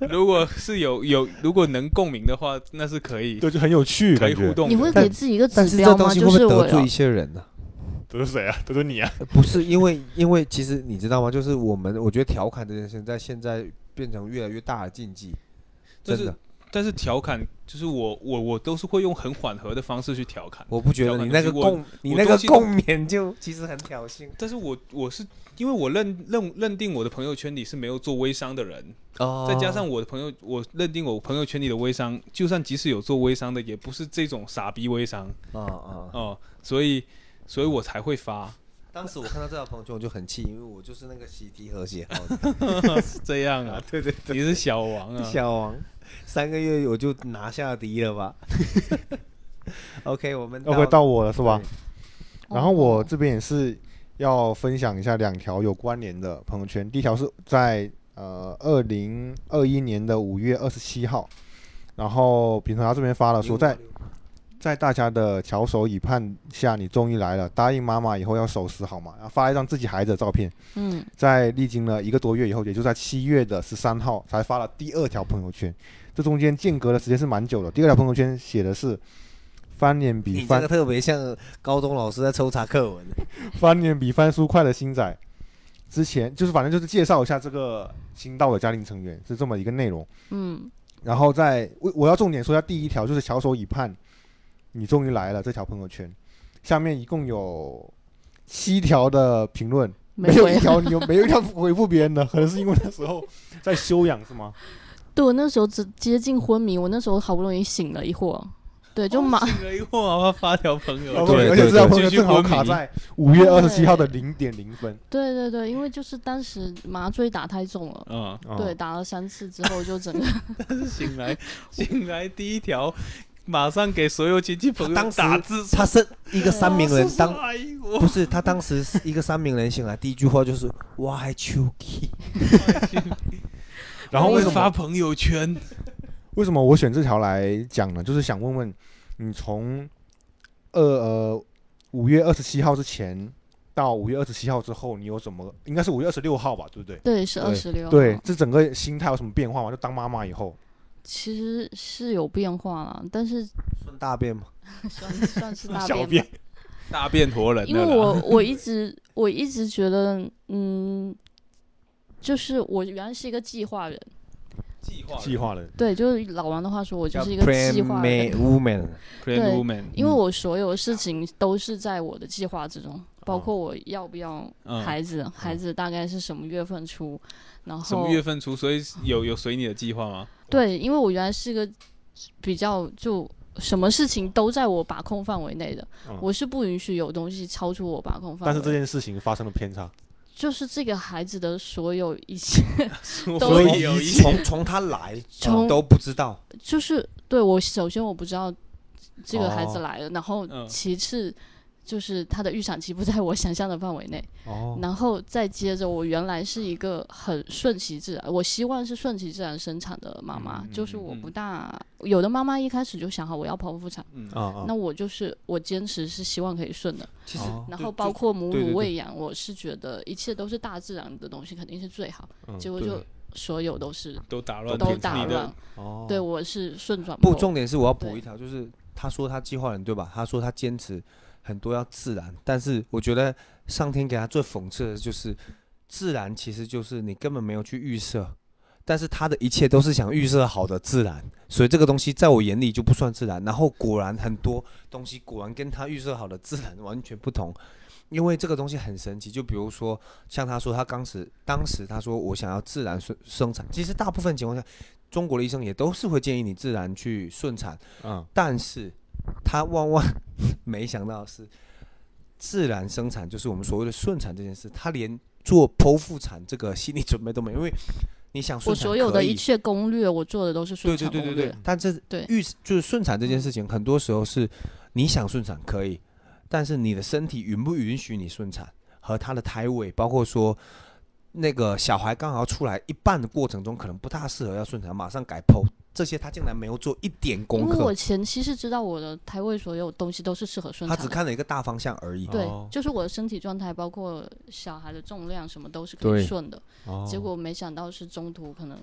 Speaker 1: 如果是有有如果能共鸣的话，那是可以
Speaker 3: 圈对就很有趣，
Speaker 1: 可
Speaker 3: 感
Speaker 1: 以互
Speaker 3: 觉。
Speaker 1: 动的。
Speaker 4: 你会
Speaker 2: 但
Speaker 4: 给自己一个
Speaker 2: 但
Speaker 4: 指
Speaker 2: 是
Speaker 4: 标
Speaker 2: 这
Speaker 4: 吗？
Speaker 2: 东西会
Speaker 4: 就
Speaker 2: 不会
Speaker 4: 是我
Speaker 2: 得罪
Speaker 4: 要
Speaker 2: 一些人呢、
Speaker 3: 都是谁啊？都是你啊！
Speaker 2: 呃不是因为，因为其实你知道吗？就是我们，我觉得调侃这件事情在现在变成越来越大的禁忌，
Speaker 1: 就
Speaker 2: 真
Speaker 1: 是
Speaker 2: 的。
Speaker 1: 但是调侃就是我我我都是会用很缓和的方式去调侃，
Speaker 2: 我不觉得你那
Speaker 1: 调
Speaker 2: 个
Speaker 1: 侃
Speaker 2: 共，你
Speaker 1: 我
Speaker 2: 那个
Speaker 1: 东西都
Speaker 2: 共勉就其实很挑衅
Speaker 1: 但是我我是因为我认认认定我的朋友圈里是没有做微商的人，
Speaker 2: 哦
Speaker 1: 再加上我的朋友，我认定我朋友圈里的微商，就算即使有做微商的，也不是这种傻逼微商
Speaker 2: 啊啊，
Speaker 1: 哦、所以所以我才会发
Speaker 2: 当时我看到这条朋友圈我就很气，因为我就是那个喜提和谐号 的
Speaker 1: 是这样啊，
Speaker 2: 对对
Speaker 1: 你是小王啊，
Speaker 2: 小王，三个月我就拿下第一了吧 ？OK，我们
Speaker 3: 要回到我了是吧？
Speaker 4: 哦
Speaker 3: 然后我这边也是要分享一下两条有关联的朋友圈。第一条是在呃二零二一年的五月二十七号，然后平常他这边发了说在在大家的翘首以盼下，你终于来了，答应妈妈以后要守时好吗？然后发一张自己孩子的照片，
Speaker 4: 嗯，
Speaker 3: 在历经了一个多月以后，也就在七月的十三号才发了第二条朋友圈，这中间间隔的时间是蛮久的。第二条朋友圈写的是翻脸比
Speaker 2: 你这
Speaker 3: 翻
Speaker 2: 个特别像高中老师在抽查课文，
Speaker 3: 翻脸比翻书快的新仔，之前就是反正就是介绍一下这个新到的家庭成员是这么一个内容。
Speaker 4: 嗯，
Speaker 3: 然后在我我要重点说一下第一条，就是翘首以盼，你终于来了这条朋友圈，下面一共有七条的评论，没有
Speaker 4: 回
Speaker 3: 一条你有没有一条回复别人的，可能是因为那时候在休养是吗？
Speaker 4: 对我那时候只接近昏迷，我那时候好不容易醒了一会儿，对，
Speaker 2: 哦
Speaker 4: 就马、
Speaker 1: 醒了一会儿，我要发条朋友啊
Speaker 2: 对
Speaker 3: 而且这条朋友
Speaker 1: 继续
Speaker 3: 正好
Speaker 1: 昏迷
Speaker 3: 卡在五月二十七号的零点零分，
Speaker 4: 对对对，因为就是当时麻醉打太重了。
Speaker 1: 嗯，
Speaker 3: 啊
Speaker 4: 对，，打了三次之后就整个
Speaker 1: 醒来，醒来第一条，马上给所有亲戚朋友
Speaker 2: 当时
Speaker 1: 打 字，
Speaker 2: 他是一个三明人
Speaker 1: 我是
Speaker 2: 当。
Speaker 1: 哎我
Speaker 2: 不是，他当时是一个三明人醒来，第一句话就是 “Why Chucky”，
Speaker 3: 然后为什么
Speaker 1: 发朋友圈？
Speaker 3: 为什么我选这条来讲呢？就是想问问你从二呃五月二十七号之前到五月二十七号之后，你有什么？应该是五月二十六号吧，对不对？
Speaker 4: 对是二十六，
Speaker 3: 对，，这整个心态有什么变化吗？就当妈妈以后，
Speaker 4: 其实是有变化了，但是
Speaker 2: 算大便吗？
Speaker 4: 算 算是大
Speaker 3: 小
Speaker 4: 变
Speaker 3: 便
Speaker 4: 吧，
Speaker 1: 大变活人
Speaker 4: 因
Speaker 1: 了
Speaker 4: 为
Speaker 1: 啦，
Speaker 4: 我 我一直我一直觉得，嗯，就是我原来是一个计划人，
Speaker 1: 计划
Speaker 3: 计划了，
Speaker 4: 对，就是老王的话说，我就是一个计划
Speaker 2: Prime
Speaker 4: 人，
Speaker 2: Woman，
Speaker 1: p r a n
Speaker 4: 对
Speaker 1: Woman，
Speaker 4: 因为我所有事情都是在我的计划之中，包括我要不要
Speaker 1: 哦嗯
Speaker 4: 孩子，孩子大概是什么月份出，然
Speaker 1: 什
Speaker 4: 后
Speaker 1: 么月份出？所以有有随你的计划吗？
Speaker 4: 对，因为我原来是个比较就什么事情都在我把控范围内的，
Speaker 3: 嗯
Speaker 4: 我是不允许有东西超出我把控范围。
Speaker 3: 但是这件事情发生了偏差，
Speaker 4: 就是这个孩子的所有一切，
Speaker 1: 所
Speaker 4: 所
Speaker 1: 以
Speaker 4: 以
Speaker 1: 有一些
Speaker 2: 从从他来哦
Speaker 4: 从
Speaker 2: 都不知道，
Speaker 4: 就是对我首先我不知道这个孩子
Speaker 3: 哦
Speaker 4: 来了，然后
Speaker 1: 嗯
Speaker 4: 其次。就是他的预产期不在我想象的范围内，
Speaker 3: 哦，
Speaker 4: 然后再接着，我原来是一个很顺其自然，我希望是顺其自然生产的妈妈，
Speaker 3: 嗯
Speaker 4: 就是
Speaker 1: 嗯
Speaker 4: 我
Speaker 1: 嗯
Speaker 4: 不大有的妈妈一开始就想好我要剖腹产，
Speaker 1: 嗯
Speaker 3: 啊啊
Speaker 4: 那，我就是我坚持是希望可以顺的，
Speaker 2: 其实
Speaker 3: 哦
Speaker 4: 然
Speaker 1: 就
Speaker 4: 后包括母
Speaker 2: 对对对
Speaker 4: 乳喂养，我是觉得一切都是大自然的东西，肯定是最好。
Speaker 3: 嗯
Speaker 4: 结果
Speaker 1: 对
Speaker 4: 就所有都是
Speaker 1: 都打乱
Speaker 4: 都
Speaker 1: 你
Speaker 4: 打
Speaker 1: 的
Speaker 4: 乱，，
Speaker 3: 哦
Speaker 4: 对，我是顺转
Speaker 2: 不，
Speaker 4: 过
Speaker 2: 重点是我要补
Speaker 4: 对
Speaker 2: 一条，就是他说他计划人对吧？他说他坚持很多要自然，但是我觉得上天给他最讽刺的就是，自然其实就是你根本没有去预设，但是他的一切都是想预设好的自然，所以这个东西在我眼里就不算自然。然后果然很多东西果然跟他预设好的自然完全不同。因为这个东西很神奇，就比如说，像他说，他当时当时他说我想要自然生生产，其实大部分情况下，中国的医生也都是会建议你自然去顺产，
Speaker 3: 嗯，
Speaker 2: 但是他万万 没想到的是，自然生产就是我们所谓的顺产这件事，他连做剖腹产这个心理准备都没有，因为你想
Speaker 4: 我
Speaker 2: 顺产
Speaker 4: 所有
Speaker 2: 可
Speaker 4: 的
Speaker 2: 以
Speaker 4: 一切攻略，我做的都是顺
Speaker 2: 对对
Speaker 4: 产攻
Speaker 2: 对
Speaker 4: 略。
Speaker 2: 对对，但这
Speaker 4: 嗯对嗯
Speaker 2: 预就是顺产这件事情，很多时候是你想顺产可以，但是你的身体允不允许你顺产和他的胎位，包括说那个小孩刚好出来一半的过程中，可能不大适合要顺产，马上改剖，这些他竟然没有做一点功
Speaker 4: 因为我
Speaker 2: 课，
Speaker 4: 前期是知道我的胎位所有东西都是适合顺
Speaker 2: 他
Speaker 4: 产
Speaker 2: 只
Speaker 4: 的，
Speaker 2: 看了一个大方向而已。
Speaker 4: 对
Speaker 3: 哦，
Speaker 4: 就是我的身体状态，包括小孩的重量什么都是可
Speaker 2: 对
Speaker 4: 以顺的。
Speaker 3: 哦
Speaker 4: 结果没想到是中途可能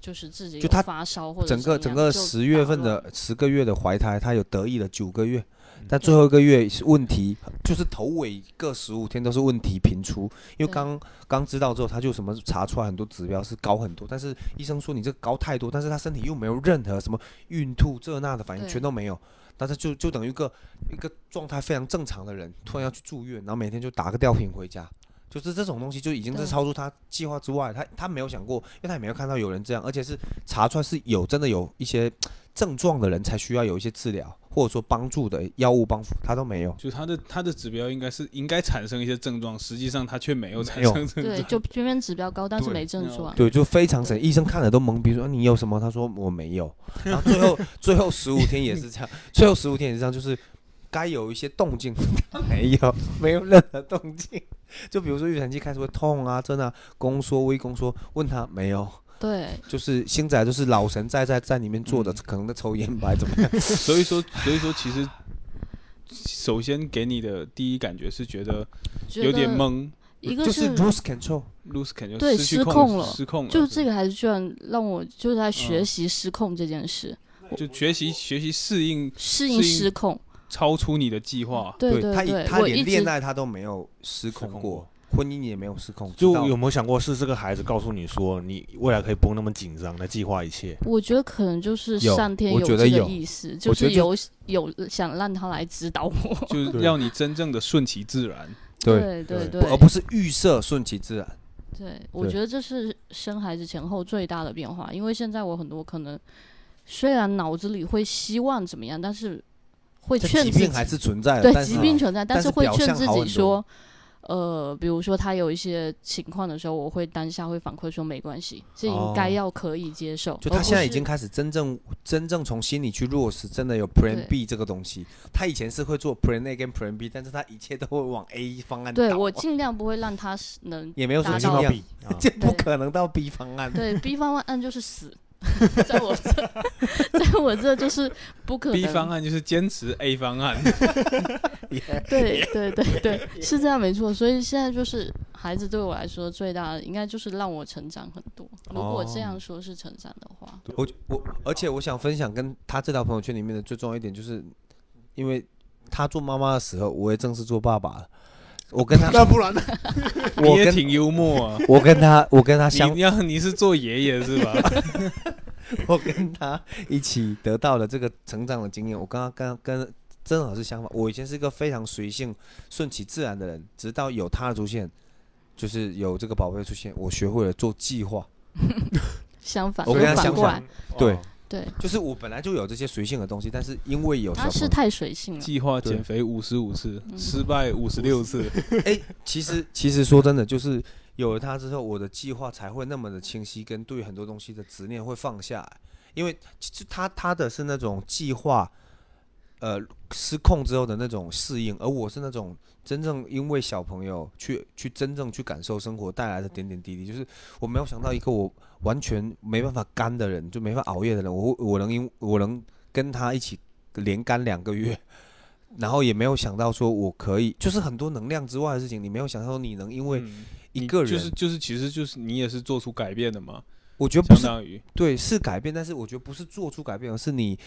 Speaker 4: 就是自己
Speaker 2: 就
Speaker 4: 有
Speaker 2: 他
Speaker 4: 发烧或者
Speaker 2: 整个
Speaker 4: 怎
Speaker 2: 整
Speaker 4: 样
Speaker 2: 个
Speaker 4: 就
Speaker 2: 十月
Speaker 4: 打
Speaker 2: 份
Speaker 4: 乱
Speaker 2: 的十个月的怀胎，他有得意了九个月
Speaker 3: 嗯，
Speaker 2: 但最后一个月是问题就是头尾各十五天都是问题频出，因为
Speaker 4: 对
Speaker 2: 刚刚知道之后，他就什么查出来很多指标是高很多，但是医生说你这个高太多，但是他身体又没有任何什么孕吐这那的反应，
Speaker 4: 对
Speaker 2: 全都没有。但是就就等于一个一个状态非常正常的人，突然要去住院，然后每天就打个吊瓶回家，就是这种东西就已经是
Speaker 4: 对
Speaker 2: 超出他计划之外，他他没有想过，因为他也没有看到有人这样，而且是查出来是有真的有一些症状的人才需要有一些治疗或者说帮助的药物帮扶，他都没有。
Speaker 1: 就他的他的指标应该是应该产生一些症状，实际上他却没有产
Speaker 2: 没有
Speaker 1: 生 症状
Speaker 4: 对，。就偏偏指标高，但是
Speaker 2: 对
Speaker 4: 没啊症
Speaker 1: 那
Speaker 4: 状。
Speaker 2: 对，就非常神，医生看了都懵逼，说你有什么？他说我没 有。然后最后最后十五天也是这样，最后十五天也是这样，就是该有一些动静，他没有，没有任何动静。就比如说预产期开始会痛啊，真的、宫缩、微宫缩，问他没有，
Speaker 4: 对，
Speaker 2: 就是星仔就是老神在在在里面坐着，
Speaker 1: 嗯
Speaker 2: 可能在抽烟吧，还是怎么样？
Speaker 1: 所以说，所以说，其实首先给你的第一感觉是觉得
Speaker 4: 觉
Speaker 1: 有点
Speaker 4: 得，
Speaker 1: 懵
Speaker 4: 一个
Speaker 2: 就是是 lose control。
Speaker 1: ，lose 感觉
Speaker 4: 对
Speaker 1: 失去
Speaker 4: 失
Speaker 1: 控
Speaker 4: 控了
Speaker 1: 失控了，
Speaker 4: 就是这个孩子居然让我就是在学
Speaker 1: 嗯
Speaker 4: 习失控这件事，
Speaker 1: 就学习学习适应
Speaker 4: 适
Speaker 1: 适应
Speaker 4: 应失控，
Speaker 1: 超出你的计 划，
Speaker 4: 对
Speaker 2: 他一
Speaker 4: 对，
Speaker 2: 他
Speaker 4: 我一
Speaker 2: 连恋
Speaker 4: 直
Speaker 2: 爱他都没有失控
Speaker 3: 控
Speaker 2: 过
Speaker 3: 过，
Speaker 2: 婚姻也没有失控，
Speaker 3: 就
Speaker 2: 直到
Speaker 3: 有没有想过是这个孩子告诉你说，你未来可以不用那么紧张来计划一切？
Speaker 4: 我觉得可能就是
Speaker 2: 有
Speaker 4: 上天
Speaker 2: 我觉
Speaker 4: 这
Speaker 2: 得
Speaker 4: 个
Speaker 2: 有
Speaker 4: 意思，就
Speaker 2: 觉
Speaker 4: 是
Speaker 2: 得
Speaker 4: 有有想让他来 指导我，
Speaker 1: 就
Speaker 3: 对
Speaker 1: 让你真正的顺其自然。
Speaker 4: 对
Speaker 3: 对
Speaker 4: 对
Speaker 2: 不
Speaker 4: 对，
Speaker 2: 而不是预设顺其自然。
Speaker 4: 对，我
Speaker 2: 对
Speaker 4: 觉得这是生孩子前后最大的变化，因为现在我很多可能虽然脑子里会希望怎么样，但是会
Speaker 2: 这
Speaker 4: 劝
Speaker 2: 疾
Speaker 4: 自己
Speaker 2: 病还是存在的，
Speaker 4: 对
Speaker 2: 呃但
Speaker 4: 疾
Speaker 2: 是
Speaker 4: 病存在，
Speaker 2: 但
Speaker 4: 但
Speaker 2: 是
Speaker 4: 会
Speaker 2: 表
Speaker 4: 劝
Speaker 2: 象
Speaker 4: 自
Speaker 2: 好很多
Speaker 4: 己说，呃，比如说他有一些情况的时候，我会当下会反馈说没关系，这应该
Speaker 2: 哦
Speaker 4: 要可以接受。
Speaker 2: 就
Speaker 4: 而
Speaker 2: 他
Speaker 4: 不
Speaker 2: 现在已
Speaker 4: 是
Speaker 2: 经开始真正真正从心里去落实，真的有 Plan
Speaker 4: 对
Speaker 2: B 这个东西。他以前是会做 Plan A 跟 Plan B，但是他一切都会往 A 方案
Speaker 4: 对
Speaker 2: 倒
Speaker 4: 我
Speaker 2: 啊
Speaker 4: 尽量不会让他是 能
Speaker 2: 也没有什么
Speaker 4: 达
Speaker 2: 尽
Speaker 4: 到
Speaker 2: 量，
Speaker 3: B 啊，
Speaker 2: 这不
Speaker 4: 对
Speaker 2: 可能到 B 方案。
Speaker 4: 对 B 方案就是死， 在我这， 在我这就是不可
Speaker 1: B 方
Speaker 4: 能。
Speaker 1: 案就是坚持 A 方案，
Speaker 4: 对对对对，是这样没错。所以现在就是孩子对我来说最大的应该就是让我成长很多。如果
Speaker 2: 哦
Speaker 4: 这样说是成长的话，
Speaker 2: 我我，而且我想分享跟他这条朋友圈里面的最重要一点，就是因为他做妈妈的时候，我也正式做爸爸了。我跟 他，
Speaker 3: 那不然呢？
Speaker 1: 你
Speaker 2: 我
Speaker 1: 也
Speaker 2: 跟
Speaker 1: 挺幽默 啊。
Speaker 2: 我跟他，我跟他相
Speaker 1: 你你要你是做爷爷是 吧？
Speaker 2: 我跟他一起得到了这个成长的经验。我刚刚跟跟正好是相反，我以前是一个非常随性、顺其自然的人，直到有他的出现，就是有这个宝贝出现，我学会了做计划。
Speaker 4: 相反，
Speaker 2: 我跟他
Speaker 4: 反
Speaker 2: 相
Speaker 4: 过
Speaker 2: 反
Speaker 4: 来，
Speaker 2: 对
Speaker 3: 哦
Speaker 4: 对，
Speaker 2: 就是我本来就有这些随性的东西，但是因为有小
Speaker 4: 他
Speaker 2: 朋
Speaker 4: 是
Speaker 2: 友，
Speaker 4: 太随性了。
Speaker 1: 计划减肥五十五次，
Speaker 4: 嗯
Speaker 1: 失败五十六次，
Speaker 2: 哎、其实其实说真的，就是有了他之后，我的计划才会那么的清晰，跟对很多东西的执念会放下来。因为其实他他的是那种计划，呃，失控之后的那种适应，而我是那种真正因为小朋友去去真正去感受生活带来的点点滴滴，就是我没有想到一个我完全没办法干的人，就没法熬夜的人，我我能因我能跟他一起连干两个月，然后也没有想到说我可以，就是很多能量之外的事情，你没有想到你能因为
Speaker 1: 嗯
Speaker 2: 一个人，
Speaker 1: 就是就是，其实就是你也是做出改变的嘛，
Speaker 2: 我觉得不
Speaker 1: 相
Speaker 2: 是
Speaker 1: 当于
Speaker 2: 对，是改变，但是我觉得不是做出改变，而是你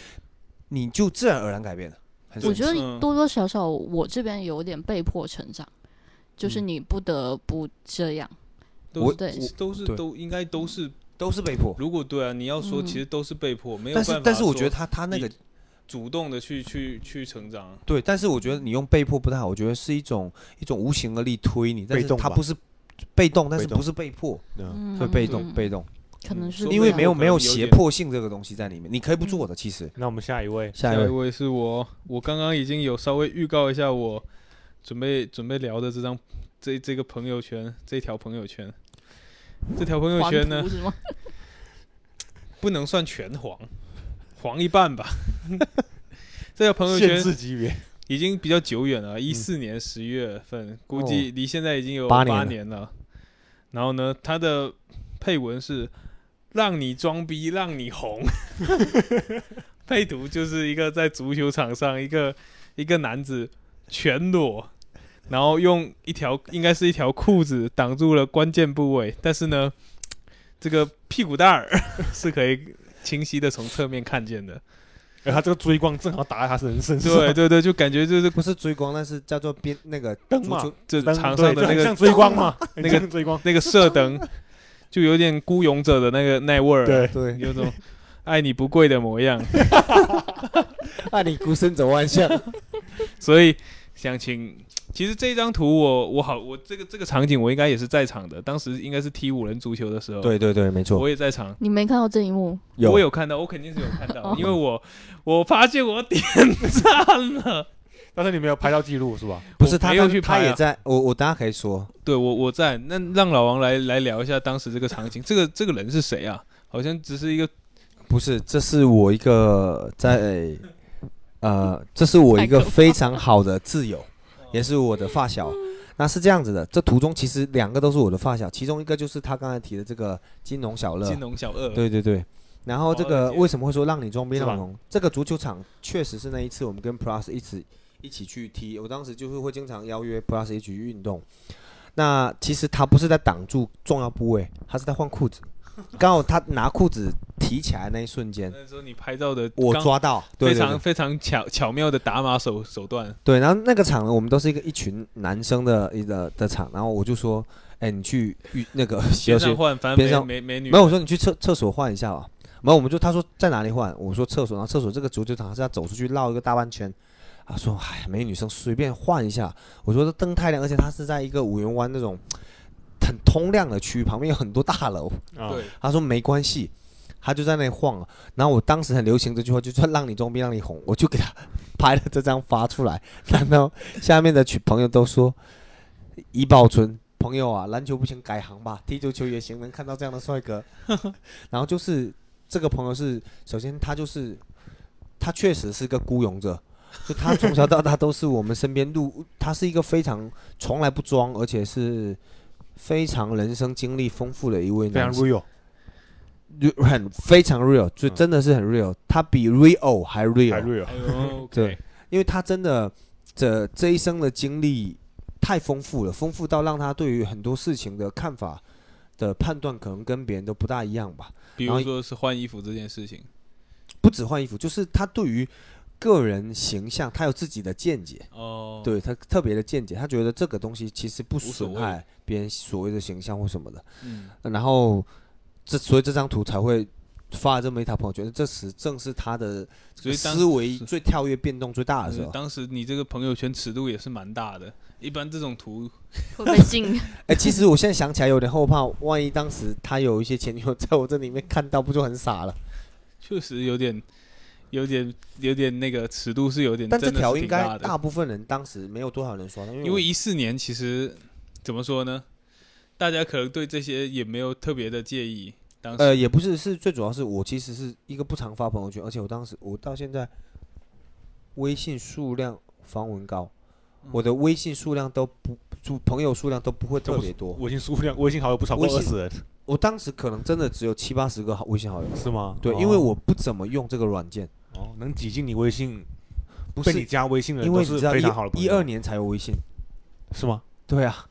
Speaker 2: 你就自然而然改变了。很
Speaker 4: 我
Speaker 2: 神奇
Speaker 4: 觉得
Speaker 1: 嗯
Speaker 4: 多多少少我这边有点被迫成长，就是
Speaker 2: 嗯
Speaker 4: 你不得不这样。
Speaker 1: 都
Speaker 2: 我
Speaker 1: 是
Speaker 4: 对
Speaker 1: 都是
Speaker 2: 对
Speaker 1: 都应该都是，
Speaker 2: 都是被迫，
Speaker 1: 如果对啊，你要说
Speaker 4: 嗯
Speaker 1: 其实都是被迫，没有
Speaker 2: 但
Speaker 1: 办
Speaker 2: 是
Speaker 1: 法。
Speaker 2: 但是我觉得他他那个
Speaker 1: 主动的去去去成长，
Speaker 2: 对，但是我觉得你用被迫不太好，我觉得是一种一种无形的力推你，但
Speaker 3: 被
Speaker 2: 是
Speaker 3: 动
Speaker 2: 他
Speaker 3: 吧
Speaker 2: 不是被动，但是
Speaker 3: 被动
Speaker 2: 不是被迫，
Speaker 3: 嗯
Speaker 4: 嗯，
Speaker 2: 会被动
Speaker 4: 嗯
Speaker 2: 被动，
Speaker 4: 可能
Speaker 1: 嗯
Speaker 4: 是
Speaker 1: 说
Speaker 4: 这
Speaker 2: 因为
Speaker 4: 样
Speaker 2: 没有
Speaker 1: 可能
Speaker 2: 没有
Speaker 1: 有
Speaker 2: 胁
Speaker 1: 点
Speaker 2: 迫性这个东西在里面，你可以不做
Speaker 4: 嗯
Speaker 2: 的，其实。
Speaker 3: 那我们下一位，
Speaker 2: 下一
Speaker 1: 一
Speaker 2: 位，
Speaker 1: 位是哎我，我刚刚已经有稍微预告一下我准备准备聊的这张这这个朋友圈，这条朋友圈，这条朋友
Speaker 4: 黄
Speaker 1: 圈呢
Speaker 4: 图是吗？
Speaker 1: 不能算全黄，黄一半吧。 这条朋友
Speaker 3: 限
Speaker 1: 圈
Speaker 3: 制级别，
Speaker 1: 已经比较久远
Speaker 2: 嗯
Speaker 1: 了，一四年十月份，估计离现在已经有
Speaker 2: 哦八
Speaker 1: 八
Speaker 2: 年了
Speaker 1: 年了。然后呢，它的配文是“让你装逼，让你 红”，配图就是一个在足球场上一个一个男子全裸，然后用一条应该是一条裤子挡住了关键部位，但是呢，这个屁股蛋儿 是可以清晰的从侧面看见 的。
Speaker 3: 哎，他这个追光正好打在他身身上，
Speaker 1: 对对对，就感觉就是
Speaker 2: 不是追光，但是叫做边那个
Speaker 3: 灯
Speaker 2: 足
Speaker 3: 嘛
Speaker 2: 球
Speaker 1: 这
Speaker 3: 灯，
Speaker 1: 场
Speaker 3: 对
Speaker 1: 上的
Speaker 3: 就
Speaker 1: 那
Speaker 3: 很
Speaker 1: 个
Speaker 3: 像追光嘛，
Speaker 1: 那
Speaker 3: 那
Speaker 1: 个
Speaker 3: 个追 光，
Speaker 1: 那个射灯，就有点孤勇者的那个那味儿，
Speaker 3: 对，
Speaker 2: 对，
Speaker 1: 有种爱你不跪的模样。
Speaker 2: 那你孤身走万象，
Speaker 1: 所以想请，其实这张图我我好，我这个这个场景我应该也是在场的，当时应该是踢五人足球的时候，，
Speaker 2: 对对对，没错，
Speaker 1: 我也在场。
Speaker 4: 你没看到这一幕，
Speaker 1: 我有看到，我肯定是有看到，因为我我发现我点赞了。
Speaker 3: 但是你没有拍到记录是吧？
Speaker 2: 不是他
Speaker 1: 没有
Speaker 2: 他
Speaker 1: 去
Speaker 2: 他
Speaker 1: 拍
Speaker 2: 也
Speaker 1: 啊
Speaker 2: 在，我我大家可以说，
Speaker 1: 对我我在，那让老王来来聊一下当时这个场景，这个这个人是谁啊？好像只是一个
Speaker 2: 不是，这是我一个在， 呃，这是我一个
Speaker 4: 太可怕哦
Speaker 2: 非常好的挚友，也是我的发小。那是这样子的，这途中其实两个都是我的发小，其中一个就是他刚才提的这个金融小乐，
Speaker 1: 金龙小二，
Speaker 2: 对对对。然后这
Speaker 1: 哦了
Speaker 2: 个
Speaker 1: 解
Speaker 2: 为什么会说让你装逼
Speaker 3: 是吧
Speaker 2: 让你红？这个足球场确实是那一次我们跟 Plus 一起一起去踢，我当时就是会经常邀约 Plus 一起去运动。那其实他不是在挡住重要部位，他是在换 裤子。刚好他拿裤子提起来那一瞬间，
Speaker 1: 那时候你拍照的
Speaker 2: 我
Speaker 1: 刚
Speaker 2: 抓到，对
Speaker 1: 非
Speaker 2: 对对
Speaker 1: 常非常巧巧妙的打码手手段，
Speaker 2: 对，然后那个场呢，我们都是一个一群男生的一个的场，然后我就说，哎，你去浴那个洗
Speaker 1: 边
Speaker 2: 手间
Speaker 1: 上，换，反
Speaker 2: 边
Speaker 1: 正
Speaker 2: 上
Speaker 1: 没没没女，
Speaker 2: 没有，我说你去厕厕所换一下吧。然后我们就他说在哪里换，我说厕所，然后厕所这个足球场是要走出去绕一个大半圈。他说，哎，没女生随便换一下。我说这灯太亮，而且它是在一个五缘湾那种很通亮的区域，旁边有很多大楼。
Speaker 3: 啊
Speaker 1: 对，
Speaker 2: 他说没关系，他就在那里晃啊。然后我当时很流行这句话，就是让你装逼让你红，我就给他拍了这张发出来。然后下面的群朋友都说，怡宝村朋友啊，篮球不行改行吧，踢足球也行，能看到这样的帅哥。 然后就是这个朋友是，首先他就是他确实是个孤勇者。就他从小到大都是我们身边路，他是一个非常从来不装，而且是非常人生经历丰富的一位
Speaker 3: 非常
Speaker 2: 男生。
Speaker 3: real，
Speaker 2: 就很非常 real，就
Speaker 1: 嗯
Speaker 2: 真的是很 real，他比 real 还
Speaker 3: 还
Speaker 2: real，
Speaker 3: real，
Speaker 1: 哎 呦，
Speaker 2: 对，因为他真的这这一生的经历太丰富了，丰富到让他对于很多事情的看法的判断可能跟别人都不大一样吧。
Speaker 1: 比
Speaker 2: 然
Speaker 1: 如
Speaker 2: 后
Speaker 1: 说是换衣服这件事情，
Speaker 2: 不止换衣服，就是他对于个人形象，他有自己的见解，
Speaker 1: 哦，，
Speaker 2: 对他特别的见解，他觉得这个东西其实不
Speaker 1: 所
Speaker 2: 损
Speaker 1: 谓
Speaker 2: 害别人所谓的形象或什么的。
Speaker 1: 嗯，
Speaker 2: 然后这所以这张图才会发这么一条朋友圈，这时正是他的
Speaker 1: 所
Speaker 2: 这个
Speaker 1: 以当
Speaker 2: 思维最跳跃、变动最大的时
Speaker 1: 呃
Speaker 2: 候。
Speaker 1: 当时你这个朋友圈尺度也是蛮大的，一般这种图
Speaker 4: 会被禁。
Speaker 2: 哎，其实我现在想起来有点后怕，万一当时他有一些前女友在我这里面看到，不就很傻了？
Speaker 1: 确实有点。有点有点那个尺度是有点，
Speaker 2: 但
Speaker 1: 嗯
Speaker 2: 这
Speaker 1: 真的是
Speaker 2: 条应
Speaker 1: 挺
Speaker 2: 该
Speaker 1: 大的。
Speaker 2: 大部分人当时没有多少人刷到，因为
Speaker 1: 因
Speaker 2: 我
Speaker 1: 为一四年其实怎么说呢，大家可能对这些也没有特别的介意。当时、
Speaker 2: 呃也不是，是最主要是我其实是一个不常发朋友圈，而且我当时我到现在微信数量方文高，
Speaker 1: 嗯
Speaker 2: 我的微信数量都不，就朋友数量都不会特别多。
Speaker 3: 微信数量，微信好友不超过
Speaker 2: 微信
Speaker 3: 二十人，
Speaker 2: 我当时可能真的只有七八十个好微信好友，
Speaker 3: 是吗？
Speaker 2: 对，
Speaker 3: 哦
Speaker 2: 因为我不怎么用这个软件，
Speaker 3: 哦，能挤进你微信，
Speaker 2: 不
Speaker 3: 被你
Speaker 2: 是
Speaker 3: 加微信的人
Speaker 2: 因
Speaker 3: 都
Speaker 2: 为
Speaker 3: 是
Speaker 2: 你知道
Speaker 3: 非常好的
Speaker 2: 一
Speaker 3: 朋
Speaker 2: 一
Speaker 3: 友
Speaker 2: 二年才有微信，
Speaker 3: 是吗？
Speaker 2: 对啊，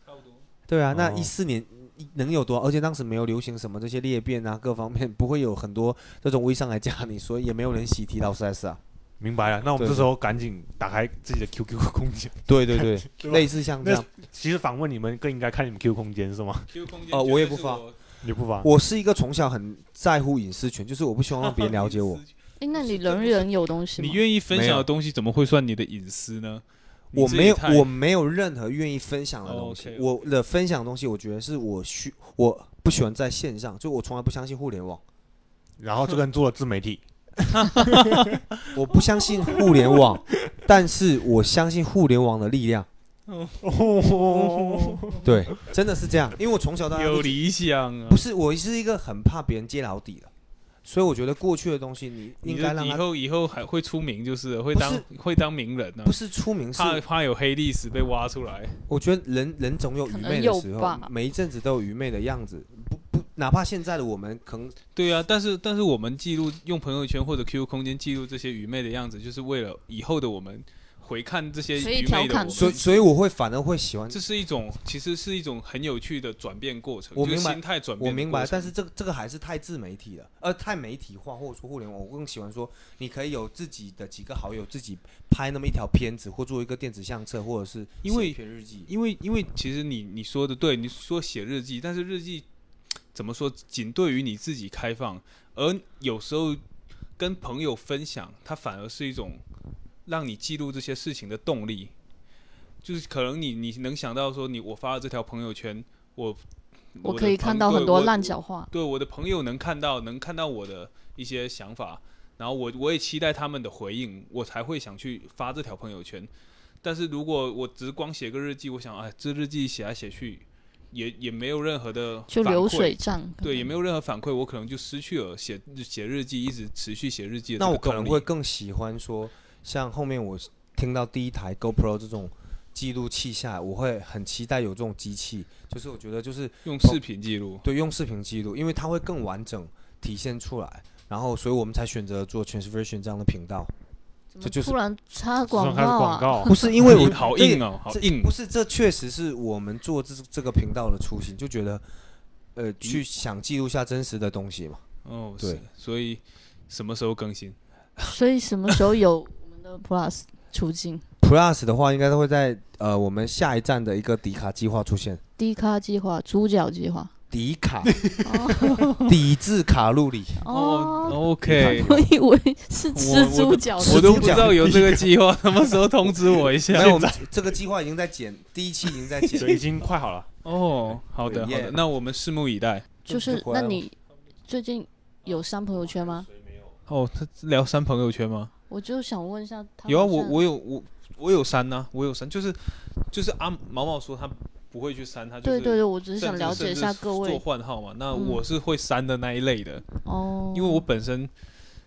Speaker 2: 对啊，那
Speaker 3: 哦
Speaker 2: 一四年一能有多少？而且当时没有流行什么这些裂变啊，各方面不会有很多这种微商来加你，所以也没有人喜提到 4S 啊。
Speaker 3: 明白了，那我们
Speaker 2: 对
Speaker 3: 这时候赶紧打开自己的 QQ 空间。
Speaker 2: 对对对，
Speaker 3: 对吧
Speaker 2: 类似像这样，
Speaker 3: 其实访问你们更应该看你们 QQ 空间是吗？
Speaker 1: Q 空间
Speaker 2: 呃
Speaker 1: 绝
Speaker 2: 我
Speaker 1: 对
Speaker 2: 也不
Speaker 1: 是
Speaker 2: 发
Speaker 1: 我。
Speaker 3: 你不发？
Speaker 2: 我是一个从小很在乎隐私权，就是我不希望让别人了解我
Speaker 4: 哎，那你人人有东西吗
Speaker 1: 你？愿意分
Speaker 2: 没
Speaker 1: 享
Speaker 2: 有
Speaker 1: 的东西怎么会算你的隐私呢？
Speaker 2: 我
Speaker 1: 你这
Speaker 2: 没
Speaker 1: 也
Speaker 2: 有
Speaker 1: 太
Speaker 2: 我没有任何愿意分享的东西。
Speaker 1: 哦，OK，OK
Speaker 2: 我的分享的东西，我觉得是我需我不喜欢在线上，就我从来不相信互联网，
Speaker 3: 然后这个人做了自媒体，
Speaker 2: 我不相信互联网， 但是我相信互联网的力量。
Speaker 3: 哦，
Speaker 2: 对，真的是这样，因为我从小到大
Speaker 1: 有
Speaker 2: 都
Speaker 1: 理想啊
Speaker 2: 不！是我是一个很怕别人揭老底的，所以我觉得过去的东西你
Speaker 1: 你
Speaker 2: 应
Speaker 1: 就
Speaker 2: 该让
Speaker 1: 以
Speaker 2: 他
Speaker 1: 后以后还会出名，就是了会
Speaker 2: 不
Speaker 1: 当
Speaker 2: 是
Speaker 1: 会当名人呢、
Speaker 2: 不是出名，是
Speaker 1: 怕怕有黑历史被挖出来。
Speaker 2: 我觉得人人总有愚
Speaker 4: 可能
Speaker 2: 昧的
Speaker 4: 有
Speaker 2: 时候
Speaker 4: 吧，
Speaker 2: 每一阵子都有愚昧的样子，不不，哪怕现在的我们可能
Speaker 1: 对啊，但是但是我们记录用朋友圈或者 QQ 空间记录这些愚昧的样子，就是为了以后的我们回看这些
Speaker 4: 所以
Speaker 1: 愚
Speaker 4: 调
Speaker 1: 昧的我
Speaker 4: 侃
Speaker 1: 们。
Speaker 2: 所以所以我会反而会喜欢
Speaker 1: 这是一种，其实是一种很有趣的转变过程，
Speaker 2: 我
Speaker 1: 就是
Speaker 2: 明白
Speaker 1: 心态转变
Speaker 2: 我
Speaker 1: 的
Speaker 2: 明白，
Speaker 1: 过程
Speaker 2: 但是这个这个还是太自媒体了，呃，太媒体化或者说互联网，我更喜欢说你可以有自己的几个好友，自己拍那么一条片子，或做一个电子相册，或者是
Speaker 1: 因为
Speaker 2: 写一篇日记。
Speaker 1: 因为因为其实你你说的对，你说写日记，但是日记怎么说，仅对于你自己开放，而有时候跟朋友分享，它反而是一种让你记录这些事情的动力。就是可能你你能想到说你我发了这条朋友圈，我
Speaker 4: 我
Speaker 1: 的
Speaker 4: 可以
Speaker 1: 朋
Speaker 4: 看到
Speaker 1: 对
Speaker 4: 很多
Speaker 1: 我
Speaker 4: 烂脚话。
Speaker 1: 对我的朋友能看到，能看到我的一些想法，然后我我也期待他们的回应，我才会想去发这条朋友圈。但是如果我只光写个日记，我想，哎，这日记写来写去，也也没有任何的
Speaker 4: 就
Speaker 1: 反
Speaker 4: 流
Speaker 1: 馈
Speaker 4: 水，账，
Speaker 1: 对，也没有任何反馈，我可能就失去了写写日记，一直持续写日记的
Speaker 2: 那
Speaker 1: 这
Speaker 2: 我
Speaker 1: 个
Speaker 2: 可
Speaker 1: 动
Speaker 2: 能
Speaker 1: 力
Speaker 2: 会更喜欢说，像后面我听到第一台 GoPro 这种记录器下来，我会很期待有这种机器，就是我觉得就是
Speaker 1: 用视频记录。
Speaker 2: 对用视频记录，因为它会更完整体现出来，然后所以我们才选择做 Transversion 这样的频道。
Speaker 4: 怎
Speaker 2: 这
Speaker 4: 么
Speaker 2: 就是
Speaker 4: 突然插
Speaker 3: 上
Speaker 4: 广
Speaker 3: 开始
Speaker 4: 告
Speaker 3: 广
Speaker 4: 啊？
Speaker 3: 告，
Speaker 2: 不是因为我
Speaker 1: 好
Speaker 2: 这
Speaker 1: 硬哦，好
Speaker 2: 这
Speaker 1: 硬
Speaker 2: 不。是，这确实是我们做这这个频道的初心，就觉得，呃，去想记录下真实的东西嘛。
Speaker 1: 哦，
Speaker 2: 对
Speaker 1: 是，所以什么时候更新？
Speaker 4: 所以什么时候有我们的 Plus 出镜
Speaker 2: Plus 的话，应该都会在呃我们下一站的一个迪卡计划出现。
Speaker 4: 低咖计划、猪脚计 划？
Speaker 2: 迪卡，
Speaker 4: 哦
Speaker 2: 抵制卡路里，
Speaker 4: 哦，
Speaker 1: ，OK，
Speaker 4: 我以为是吃猪脚的
Speaker 1: 我
Speaker 2: 吃
Speaker 1: 都
Speaker 2: 猪
Speaker 1: 不知道有这个计划，什么时候通知我一
Speaker 2: 没
Speaker 1: 下？
Speaker 2: 有，我们这个计划已经在剪，第一期已经在剪。
Speaker 3: 对，已经快好 了。
Speaker 1: 哦，好的，好
Speaker 2: 对耶
Speaker 1: 的，那我们拭目以待。
Speaker 4: 就是，那你最近有上朋友圈吗？
Speaker 1: 哦，他聊删朋友圈吗？
Speaker 4: 我就想问一下他好像，
Speaker 1: 有啊，我我有我我有删呐、我有删，就是就是阿毛毛说他不会去删，他就
Speaker 4: 对
Speaker 1: 是
Speaker 4: 对对，我只是
Speaker 1: 甚
Speaker 4: 想
Speaker 1: 至
Speaker 4: 了解一下
Speaker 1: 甚至
Speaker 4: 各
Speaker 1: 做
Speaker 4: 位
Speaker 1: 换号嘛。那
Speaker 4: 嗯
Speaker 1: 我是会删的那一类的，
Speaker 4: 哦，
Speaker 1: 因为我本身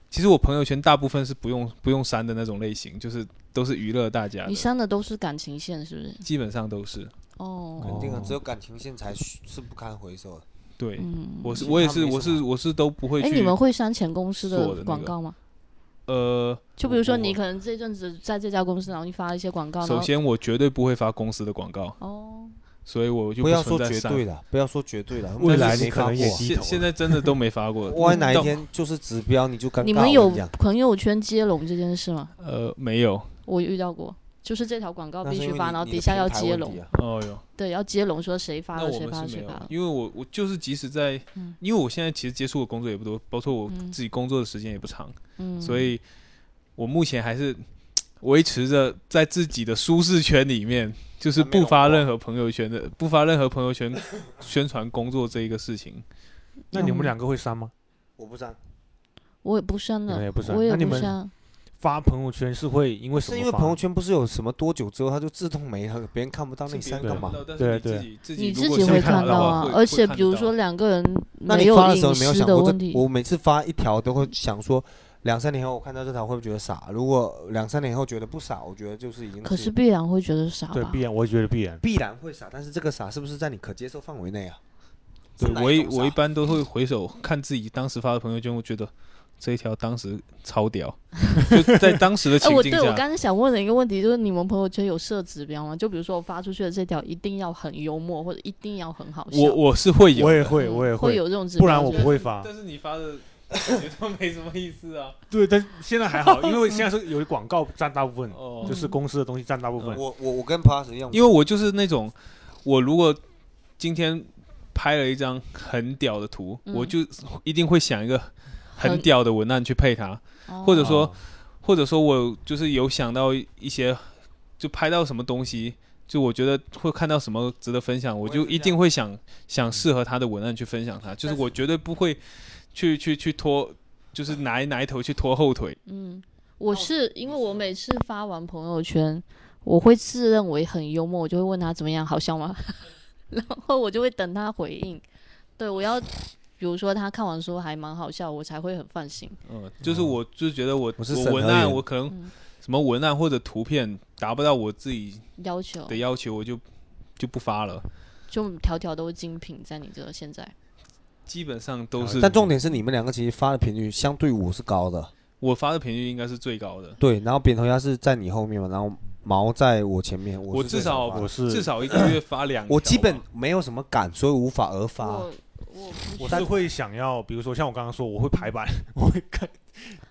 Speaker 1: 其实我朋友圈大部分是不用不用删的那种类型，就是都是娱乐大家的
Speaker 4: 你，删的都是感情线，是不是？
Speaker 1: 基本上都是
Speaker 4: 哦，
Speaker 2: 肯定啊，只有感情线才是不堪回首的。
Speaker 1: 对。
Speaker 4: 嗯，
Speaker 1: 我是
Speaker 2: 其实
Speaker 1: 我也
Speaker 2: 他
Speaker 1: 是
Speaker 2: 没
Speaker 1: 我
Speaker 2: 什么
Speaker 1: 是我是都不会
Speaker 4: 哎，
Speaker 1: 去、
Speaker 4: 你们会删前公司
Speaker 1: 做的那
Speaker 4: 的
Speaker 1: 个
Speaker 4: 广告吗？
Speaker 1: 呃，
Speaker 4: 就比如说
Speaker 1: 我
Speaker 4: 你可能这阵子在这家公司，然后你发了一些广告，然
Speaker 1: 首
Speaker 4: 后
Speaker 1: 先我绝对不会发公司的广告，
Speaker 4: 哦，
Speaker 1: 所以我就
Speaker 2: 不要
Speaker 1: 存
Speaker 2: 说
Speaker 1: 在
Speaker 2: 绝
Speaker 1: 删
Speaker 2: 对的，不要说绝对的，
Speaker 3: 未来
Speaker 2: 但是
Speaker 3: 你可能
Speaker 2: 没
Speaker 3: 也
Speaker 2: 发过，
Speaker 3: 低
Speaker 1: 现
Speaker 3: 头了
Speaker 1: 现在真的都没发过
Speaker 2: 万一哪一
Speaker 1: 但
Speaker 2: 天就是指标，你就尴尬。
Speaker 4: 你们有
Speaker 2: 我跟讲
Speaker 4: 朋友圈接龙这件事吗？
Speaker 1: 呃没有，
Speaker 4: 我遇到过，就是这条广告
Speaker 2: 那是
Speaker 4: 必
Speaker 2: 因
Speaker 4: 须
Speaker 2: 为
Speaker 4: 发，
Speaker 2: 你
Speaker 4: 然后
Speaker 2: 你
Speaker 4: 底
Speaker 2: 的
Speaker 4: 下
Speaker 2: 平
Speaker 4: 要
Speaker 2: 台
Speaker 4: 接
Speaker 2: 问
Speaker 4: 龙
Speaker 2: 题，啊
Speaker 1: 哦哟，
Speaker 4: 对，要接龙说谁发
Speaker 1: 那
Speaker 4: 了
Speaker 1: 我
Speaker 4: 谁发
Speaker 1: 们
Speaker 4: 了
Speaker 1: 是
Speaker 4: 谁
Speaker 1: 没有
Speaker 4: 发了，。
Speaker 1: 因为我我就是即使在，
Speaker 4: 嗯
Speaker 1: 因为我现在其实接触的工作也不多，包括我
Speaker 4: 嗯
Speaker 1: 自己工作的时间也不长，
Speaker 4: 嗯，
Speaker 1: 所以我目前还是维持着在自己的舒适圈里面，就是
Speaker 2: 还没
Speaker 1: 不发
Speaker 2: 融化
Speaker 1: 任何朋友圈的，不发任何朋友圈 宣传工作这一个事情。
Speaker 3: 那你们两个会删吗？
Speaker 2: 我不删，
Speaker 4: 我也不删了，
Speaker 3: 你们也不删
Speaker 4: 我也
Speaker 3: 那你
Speaker 4: 不
Speaker 3: 们
Speaker 4: 删，
Speaker 3: 发朋友圈是会因为什么
Speaker 2: 是因
Speaker 3: 发？
Speaker 2: 为朋友圈不是有什么多久之后它就自动没了，别人看不到那你删干嘛？？
Speaker 1: 但
Speaker 3: 对
Speaker 1: 是你
Speaker 3: 对
Speaker 1: 自己自己
Speaker 4: 你
Speaker 1: 如
Speaker 4: 自
Speaker 1: 果
Speaker 4: 己
Speaker 1: 想
Speaker 4: 会
Speaker 1: 看
Speaker 4: 看
Speaker 1: 的
Speaker 4: 到
Speaker 1: 话
Speaker 4: 啊
Speaker 1: 会，
Speaker 4: 而且
Speaker 1: 会看
Speaker 4: 比如
Speaker 1: 到
Speaker 4: 说两个人
Speaker 2: 那
Speaker 4: 没
Speaker 2: 你发的时候
Speaker 4: 隐
Speaker 2: 有没有
Speaker 4: 私
Speaker 2: 想
Speaker 4: 的
Speaker 2: 过
Speaker 4: 问
Speaker 2: 这？
Speaker 4: 题，
Speaker 2: 我每次发一条都会想说，两三年后我看到这条会不会觉得傻？如果两三年后觉得不傻，我觉得就是已经
Speaker 4: 可是必然会觉得傻
Speaker 3: 对
Speaker 4: 吧
Speaker 3: 必？然，我也觉得必然。
Speaker 2: 必然会傻，但是这个傻是不是在你可接受范围内啊？
Speaker 1: 对
Speaker 2: 是哪
Speaker 1: 我一
Speaker 2: 种傻
Speaker 1: 我一般都会回首看自己当时发的朋友圈，我觉得这一条当时超 屌，就在当时的
Speaker 4: 哎，
Speaker 1: 情
Speaker 4: 我
Speaker 1: 境
Speaker 4: 对我
Speaker 1: 下。
Speaker 4: 刚才想问的一个问题就是，你们朋友圈有设指标吗？就比如说我发出去的这条一定要很幽默，或者一定要很好笑。
Speaker 1: 我我是会有
Speaker 3: 我
Speaker 1: 的，
Speaker 3: 也会，我也
Speaker 4: 嗯会，有这种指标，
Speaker 3: 不然我
Speaker 4: 就
Speaker 3: 不会发。
Speaker 1: 是你发的感觉都没什么意思 啊。
Speaker 3: 对，但现在还好，因为现在是有广告占大部分，
Speaker 1: 哦
Speaker 3: 就，是公司的东西占大部分。
Speaker 2: 我我我跟 Plus 一样，
Speaker 1: 因为我就是那种，我如果今天拍了一张很屌的图，
Speaker 4: 嗯
Speaker 1: 我就一定会想一个很
Speaker 4: 很
Speaker 1: 屌的文案去配它，
Speaker 4: 哦
Speaker 1: 或者说
Speaker 3: 哦
Speaker 1: 或者说我就是有想到一些，就拍到什么东西，就我觉得会看到什么值得分享，我
Speaker 2: 也是
Speaker 1: 就一定会想想适合他的文案去分享它，就是我绝对不会去去去拖，就是拿一拿一头去拖后腿。
Speaker 4: 嗯，我是因为我每次发完朋友圈，我会自认为很幽默，我就会问他怎么样，好笑吗？ 然后我就会等他回应。对我要，比如说他看完说还蛮好笑，我才会很放心。
Speaker 1: 嗯，就是我就是觉得我
Speaker 2: 我是审核
Speaker 1: 文案
Speaker 2: 员
Speaker 1: 我可能
Speaker 4: 嗯
Speaker 1: 什么文案或者图片达不到我自己
Speaker 4: 要求
Speaker 1: 的要求，我就就不发了。
Speaker 4: 就条条都是精品，在你这现在，
Speaker 1: 基本上都是
Speaker 2: 啊但重点是你们两个其实发的频率相对我是高的，
Speaker 1: 我发的频率应该是最高的，
Speaker 2: 对，然后扁头鸭是在你后面嘛，然后毛在我前面，我
Speaker 1: 我
Speaker 2: 是
Speaker 1: 至
Speaker 2: 最少
Speaker 1: 少
Speaker 2: 发的
Speaker 3: 我是
Speaker 1: 至少一个月发两条吧。
Speaker 2: 我基本没有什么感，所以无法而发
Speaker 4: 我。我不
Speaker 3: 我是
Speaker 4: 是
Speaker 3: 会想要，比如说像我刚刚说，我会排版， 我会看，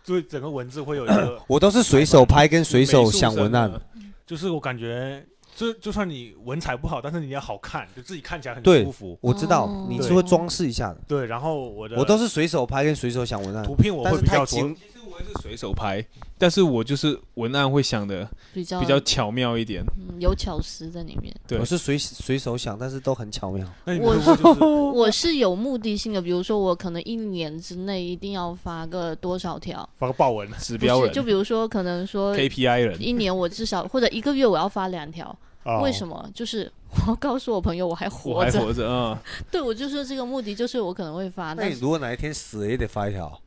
Speaker 3: 所以整个文字会有 一个，
Speaker 2: 我都是随手拍跟随手
Speaker 1: 美术
Speaker 2: 想
Speaker 1: 生
Speaker 2: 文案
Speaker 1: 啊，
Speaker 3: 就是我感觉，就就算你文采不好，但是你要好看，就自己看起来很
Speaker 2: 对
Speaker 3: 舒服。
Speaker 2: 我知道
Speaker 4: 哦
Speaker 2: 你是会装饰一下的，
Speaker 3: 对，然后我的
Speaker 2: 我都是随手拍跟随手想文案
Speaker 3: 图，片我
Speaker 2: 但
Speaker 3: 会
Speaker 2: 是
Speaker 3: 比
Speaker 2: 太
Speaker 3: 较多，
Speaker 2: 精
Speaker 1: 其实我也是随手拍，但是我就是文案会想的
Speaker 4: 比较
Speaker 1: 比较巧妙一点。
Speaker 4: 嗯有巧思在里面。
Speaker 1: 对
Speaker 2: 我是随随手想，但是都很巧妙。
Speaker 3: 那你
Speaker 4: 我
Speaker 3: 们会不会就是
Speaker 4: 我是有目的性的，比如说我可能一年之内一定要发个多少条，
Speaker 3: 发个爆文，
Speaker 1: 指
Speaker 4: 不
Speaker 1: 标
Speaker 4: 是
Speaker 1: 人
Speaker 4: 就比如说可能说
Speaker 1: KPI 人，哦
Speaker 4: 一年我至少或者一个月我要发两条，为什
Speaker 3: 么？
Speaker 4: 么？就是我要告诉我朋友我还
Speaker 1: 我
Speaker 4: 活
Speaker 1: 还
Speaker 4: 着，
Speaker 1: 活着啊！
Speaker 4: 对我就是这个目的，就是我可能会发，
Speaker 2: 那
Speaker 4: 但
Speaker 2: 你
Speaker 4: 是
Speaker 2: 如果哪一天死了也得发一条，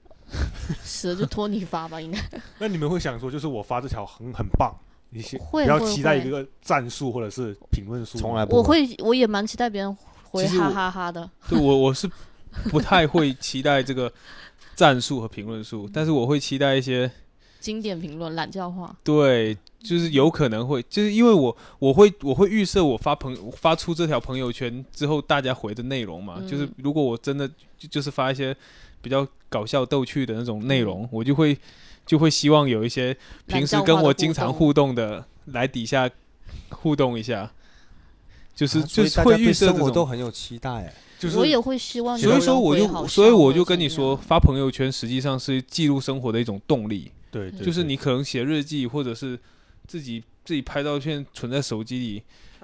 Speaker 4: 死了就托你发吧，应该
Speaker 3: 那你们会想说，就是我发这条很很棒，你先
Speaker 4: 会
Speaker 3: 不要
Speaker 4: 会
Speaker 3: 期待
Speaker 4: 会
Speaker 3: 一个战术或者是评论数，
Speaker 2: 从来不
Speaker 4: 我会，我也蛮期待别人回
Speaker 1: 其实我
Speaker 4: 哈哈哈的。
Speaker 1: 对我我是不太会期待这个战术和评论数，但是我会期待一些
Speaker 4: 经典评论、懒教化，
Speaker 1: 对，就是有可能会，就是因为我我会我会预设我发朋发出这条朋友圈之后大家回的内容嘛，
Speaker 4: 嗯
Speaker 1: 就是如果我真的就就是发一些比较搞笑逗趣的那种内
Speaker 4: 嗯
Speaker 1: 容，我就会就会希望有一些平时跟我经常互动的来底下互动一下，就是、
Speaker 2: 啊所
Speaker 1: 就
Speaker 2: 以
Speaker 1: 是
Speaker 2: 大家
Speaker 1: 会
Speaker 2: 对
Speaker 1: 预设
Speaker 2: 生
Speaker 1: 这
Speaker 2: 活
Speaker 1: 种
Speaker 2: 都很有期待欸，
Speaker 3: 就是
Speaker 4: 我也会希望有
Speaker 1: 所以
Speaker 4: 人
Speaker 1: 说，我
Speaker 4: 会好
Speaker 1: 就所以
Speaker 4: 笑
Speaker 1: 我
Speaker 4: 或
Speaker 1: 就
Speaker 4: 者
Speaker 1: 跟你
Speaker 4: 怎
Speaker 1: 说，
Speaker 4: 样，
Speaker 1: 发朋友圈实际上是记录生活的一种动力，
Speaker 3: 对，
Speaker 4: 对
Speaker 1: 就是你可能写日记，或者是自己自己拍照片存在手机里，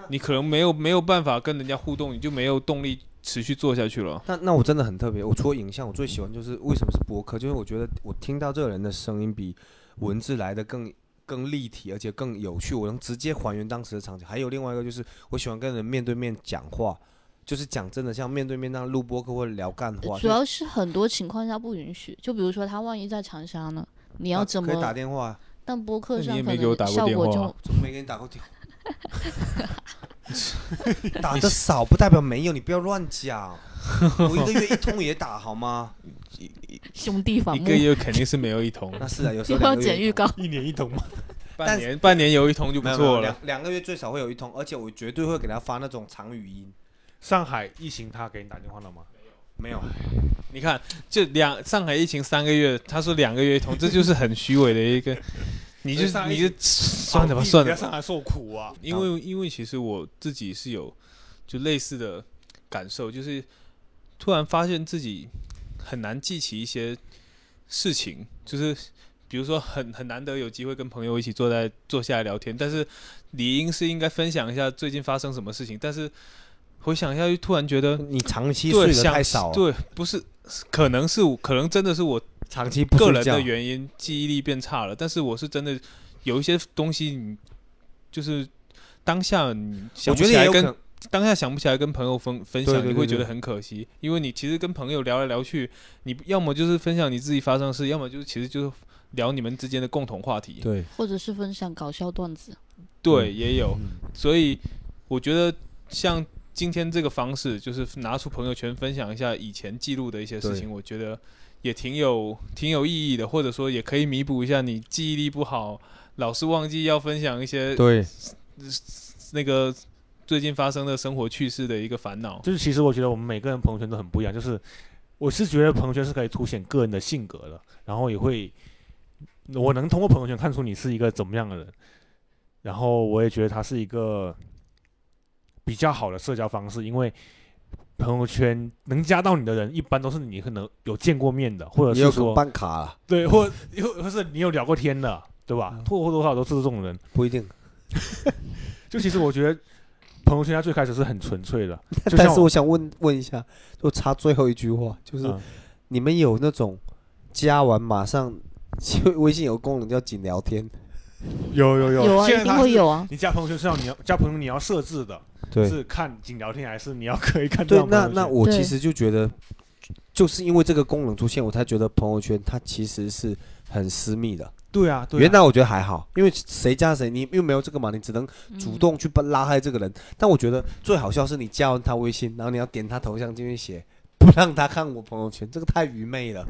Speaker 1: 你可能没有没有办法跟人家互动，你就没有动力持续做下去了。
Speaker 2: 那那我真的很特别，我除了影像，我最喜欢就是为什么是博客，就是我觉得我听到这个人的声音比文字来的更更立体，而且更有趣，我能直接还原当时的场景。还有另外一个就是，我喜欢跟人面对面讲话，就是讲真的像面对面那样录播客或者聊干话，
Speaker 4: 主要是很多情况下不允许。就比如说他万一在长沙呢，你要怎
Speaker 2: 可以打
Speaker 4: 么？
Speaker 2: 电话，
Speaker 4: 但播
Speaker 1: 那
Speaker 4: 客
Speaker 1: 你
Speaker 4: 上
Speaker 1: 也
Speaker 4: 可
Speaker 1: 没给我打
Speaker 4: 能
Speaker 1: 过
Speaker 4: 效
Speaker 1: 电
Speaker 4: 果
Speaker 1: 话
Speaker 4: 就
Speaker 2: 怎么没给你打过电话？ 打的少不代表没有，你不要乱讲。我一个月一通也打好吗？
Speaker 4: 兄弟反
Speaker 1: 一
Speaker 4: 目
Speaker 1: 个， 月肯定是没有一通，
Speaker 2: 那是啊，有时
Speaker 4: 又
Speaker 2: 候
Speaker 4: 要
Speaker 2: 两个月
Speaker 4: 剪预告。
Speaker 3: 一年一通嘛，
Speaker 1: 半
Speaker 2: 但是
Speaker 1: 年半年有一通就不
Speaker 2: 没有没有
Speaker 1: 错了。
Speaker 2: 两两个月最少会有一通，而且我绝对会给他发那种长语音。
Speaker 3: 上海疫情他给你打电话了吗？
Speaker 2: 没有，
Speaker 1: 你看，就两上海疫情三个月，他说两个月一通，这就是很虚伪的一个，你就
Speaker 3: 所以上海
Speaker 1: 你
Speaker 3: 疫
Speaker 1: 就算了吧算
Speaker 3: 你
Speaker 1: 了
Speaker 3: 在。上海受苦啊，
Speaker 1: 因为因为其实我自己是有就类似的感受，就是突然发现自己很难记起一些事情，就是比如说很很难得有机会跟朋友一起坐在坐下来聊天，但是理应是应该分享一下最近发生什么事情，但是回想一下，就突然觉得
Speaker 2: 你长期
Speaker 1: 对
Speaker 2: 睡得
Speaker 1: 想
Speaker 2: 太少了，
Speaker 1: 对不是。可能是我可能真的是我
Speaker 2: 长期不
Speaker 1: 个
Speaker 2: 睡
Speaker 1: 人
Speaker 2: 觉
Speaker 1: 的。原因，记忆力变差了。但是我是真的有一些东西，你就是当下你想
Speaker 2: 我
Speaker 1: 不
Speaker 2: 觉得
Speaker 1: 起
Speaker 2: 也
Speaker 1: 来
Speaker 2: 有可
Speaker 1: 跟
Speaker 2: 能，
Speaker 1: 当下想不起来跟朋友分分
Speaker 2: 对
Speaker 1: 享，
Speaker 2: 对
Speaker 1: 你会
Speaker 2: 对
Speaker 1: 觉得
Speaker 2: 对
Speaker 1: 很可惜，因为你其实跟朋友聊来聊去，你要么就是分享你自己发生的事，要么就是其实就是聊你们之间的共同话题。
Speaker 2: 对，
Speaker 4: 或者是分享搞笑段子，
Speaker 1: 对，也有，
Speaker 2: 嗯
Speaker 1: 所以我觉得像今天这个方式，就是拿出朋友圈分享一下以前记录的一些事
Speaker 2: 对
Speaker 1: 情，我觉得也挺有挺有意义的，或者说也可以弥补一下你记忆力不好，老是忘记要分享一些
Speaker 2: 对，
Speaker 1: 那个最近发生的生活趣事的一个烦恼。
Speaker 3: 就是其实我觉得我们每个人朋友圈都很不一样，就是我是觉得朋友圈是可以凸显个人的性格的，然后也会我能通过朋友圈看出你是一个怎么样的人，然后我也觉得它是一个比较好的社交方式，因为。朋友圈能加到你的人，一般都是你可能有见过面的，或者
Speaker 2: 也有
Speaker 3: 是
Speaker 2: 可能
Speaker 3: 说
Speaker 2: 办卡了，
Speaker 3: 对，或或或是你有聊过天的，对吧？
Speaker 2: 嗯
Speaker 3: 或或多或少都是这种人。
Speaker 2: 不一定。
Speaker 3: 就其实我觉得朋友圈它最开始是很纯 粹的，就
Speaker 2: 但
Speaker 3: 像
Speaker 2: 是我想问问一下，就插最后一句话，就是
Speaker 3: 嗯
Speaker 2: 你们有那种加完马上，因为微信有个功能叫仅聊天，
Speaker 3: 有有
Speaker 4: 有啊，
Speaker 3: 现
Speaker 4: 一
Speaker 3: 在
Speaker 4: 定
Speaker 3: 它
Speaker 4: 会
Speaker 3: 是
Speaker 4: 有啊。
Speaker 3: 你加朋友圈是要你要加朋友你要设置的，
Speaker 2: 对
Speaker 3: 是看仅聊天还是你要 可以看
Speaker 2: 对
Speaker 3: 到，朋
Speaker 2: 那
Speaker 3: 友
Speaker 2: 那
Speaker 3: 圈
Speaker 2: 我其
Speaker 4: 对
Speaker 2: 实就觉得，就是因为这个功能出现，我才觉得朋友圈它其实是很私密的。
Speaker 3: 对啊，对啊
Speaker 2: 原来我觉得还好，因为谁加谁，你又没有这个嘛，你只能主
Speaker 4: 嗯
Speaker 2: 动去帮拉黑这个人。但我觉得最好笑是你加完他微信，然后你要点他头像进去写，不让他看我朋友圈，这个太愚昧了。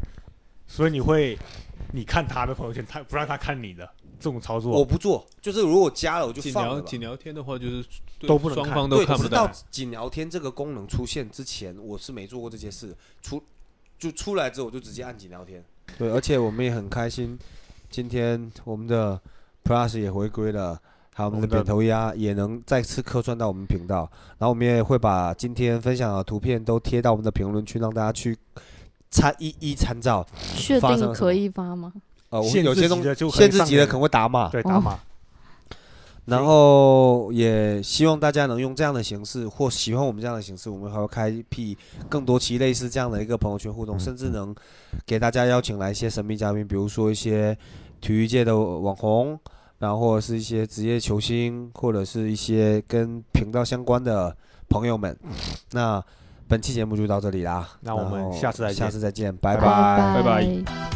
Speaker 3: 所以你会你看他的朋友圈，他不让他看你的这种操
Speaker 2: 我
Speaker 3: 作，
Speaker 2: 不做，就是如果加了我就
Speaker 1: 仅
Speaker 2: 放了
Speaker 1: 聊
Speaker 2: 吧。
Speaker 1: 仅聊天的话，就是对
Speaker 3: 都不能
Speaker 1: 双
Speaker 3: 看
Speaker 1: 方都
Speaker 2: 对，
Speaker 1: 看不
Speaker 2: 直到
Speaker 1: 到。
Speaker 2: 仅聊天这个功能出现之前，我是没做过这些事。出就出来之后，我就直接按仅聊天。对，而且我们也很开心，今天我们的 Plus 也回归了。还有我们的
Speaker 3: 我们的
Speaker 2: 扁头鸭也能再次客串到我们频道，然后我们也会把今天分享的图片都贴到我们的评论区，让大家去参一一参照。
Speaker 4: 确
Speaker 2: 发生了
Speaker 4: 定
Speaker 2: 什
Speaker 4: 可
Speaker 2: 么
Speaker 4: 以发吗？
Speaker 2: 呃，我
Speaker 3: 限
Speaker 2: 有
Speaker 3: 制
Speaker 2: 些
Speaker 3: 级
Speaker 2: 东
Speaker 3: 的就可以
Speaker 2: 限制
Speaker 3: 上
Speaker 2: 级的
Speaker 3: 来
Speaker 2: 可能会打码，
Speaker 3: 对打码。
Speaker 2: 然后也希望大家能用这样的形式，或喜欢我们这样的形式，我们还会开辟更多期类似这样的一个朋友圈互
Speaker 3: 嗯
Speaker 2: 动，甚至能给大家邀请来一些神秘嘉宾，比如说一些体育界的网红，然后或者是一些职业球星，或者是一些跟频道相关的朋友们。那本期节目就到这里啦，
Speaker 3: 嗯那我们
Speaker 2: 然后
Speaker 3: 下次再见
Speaker 2: 下次再见，拜
Speaker 3: 拜
Speaker 1: 拜拜
Speaker 2: 拜
Speaker 4: 拜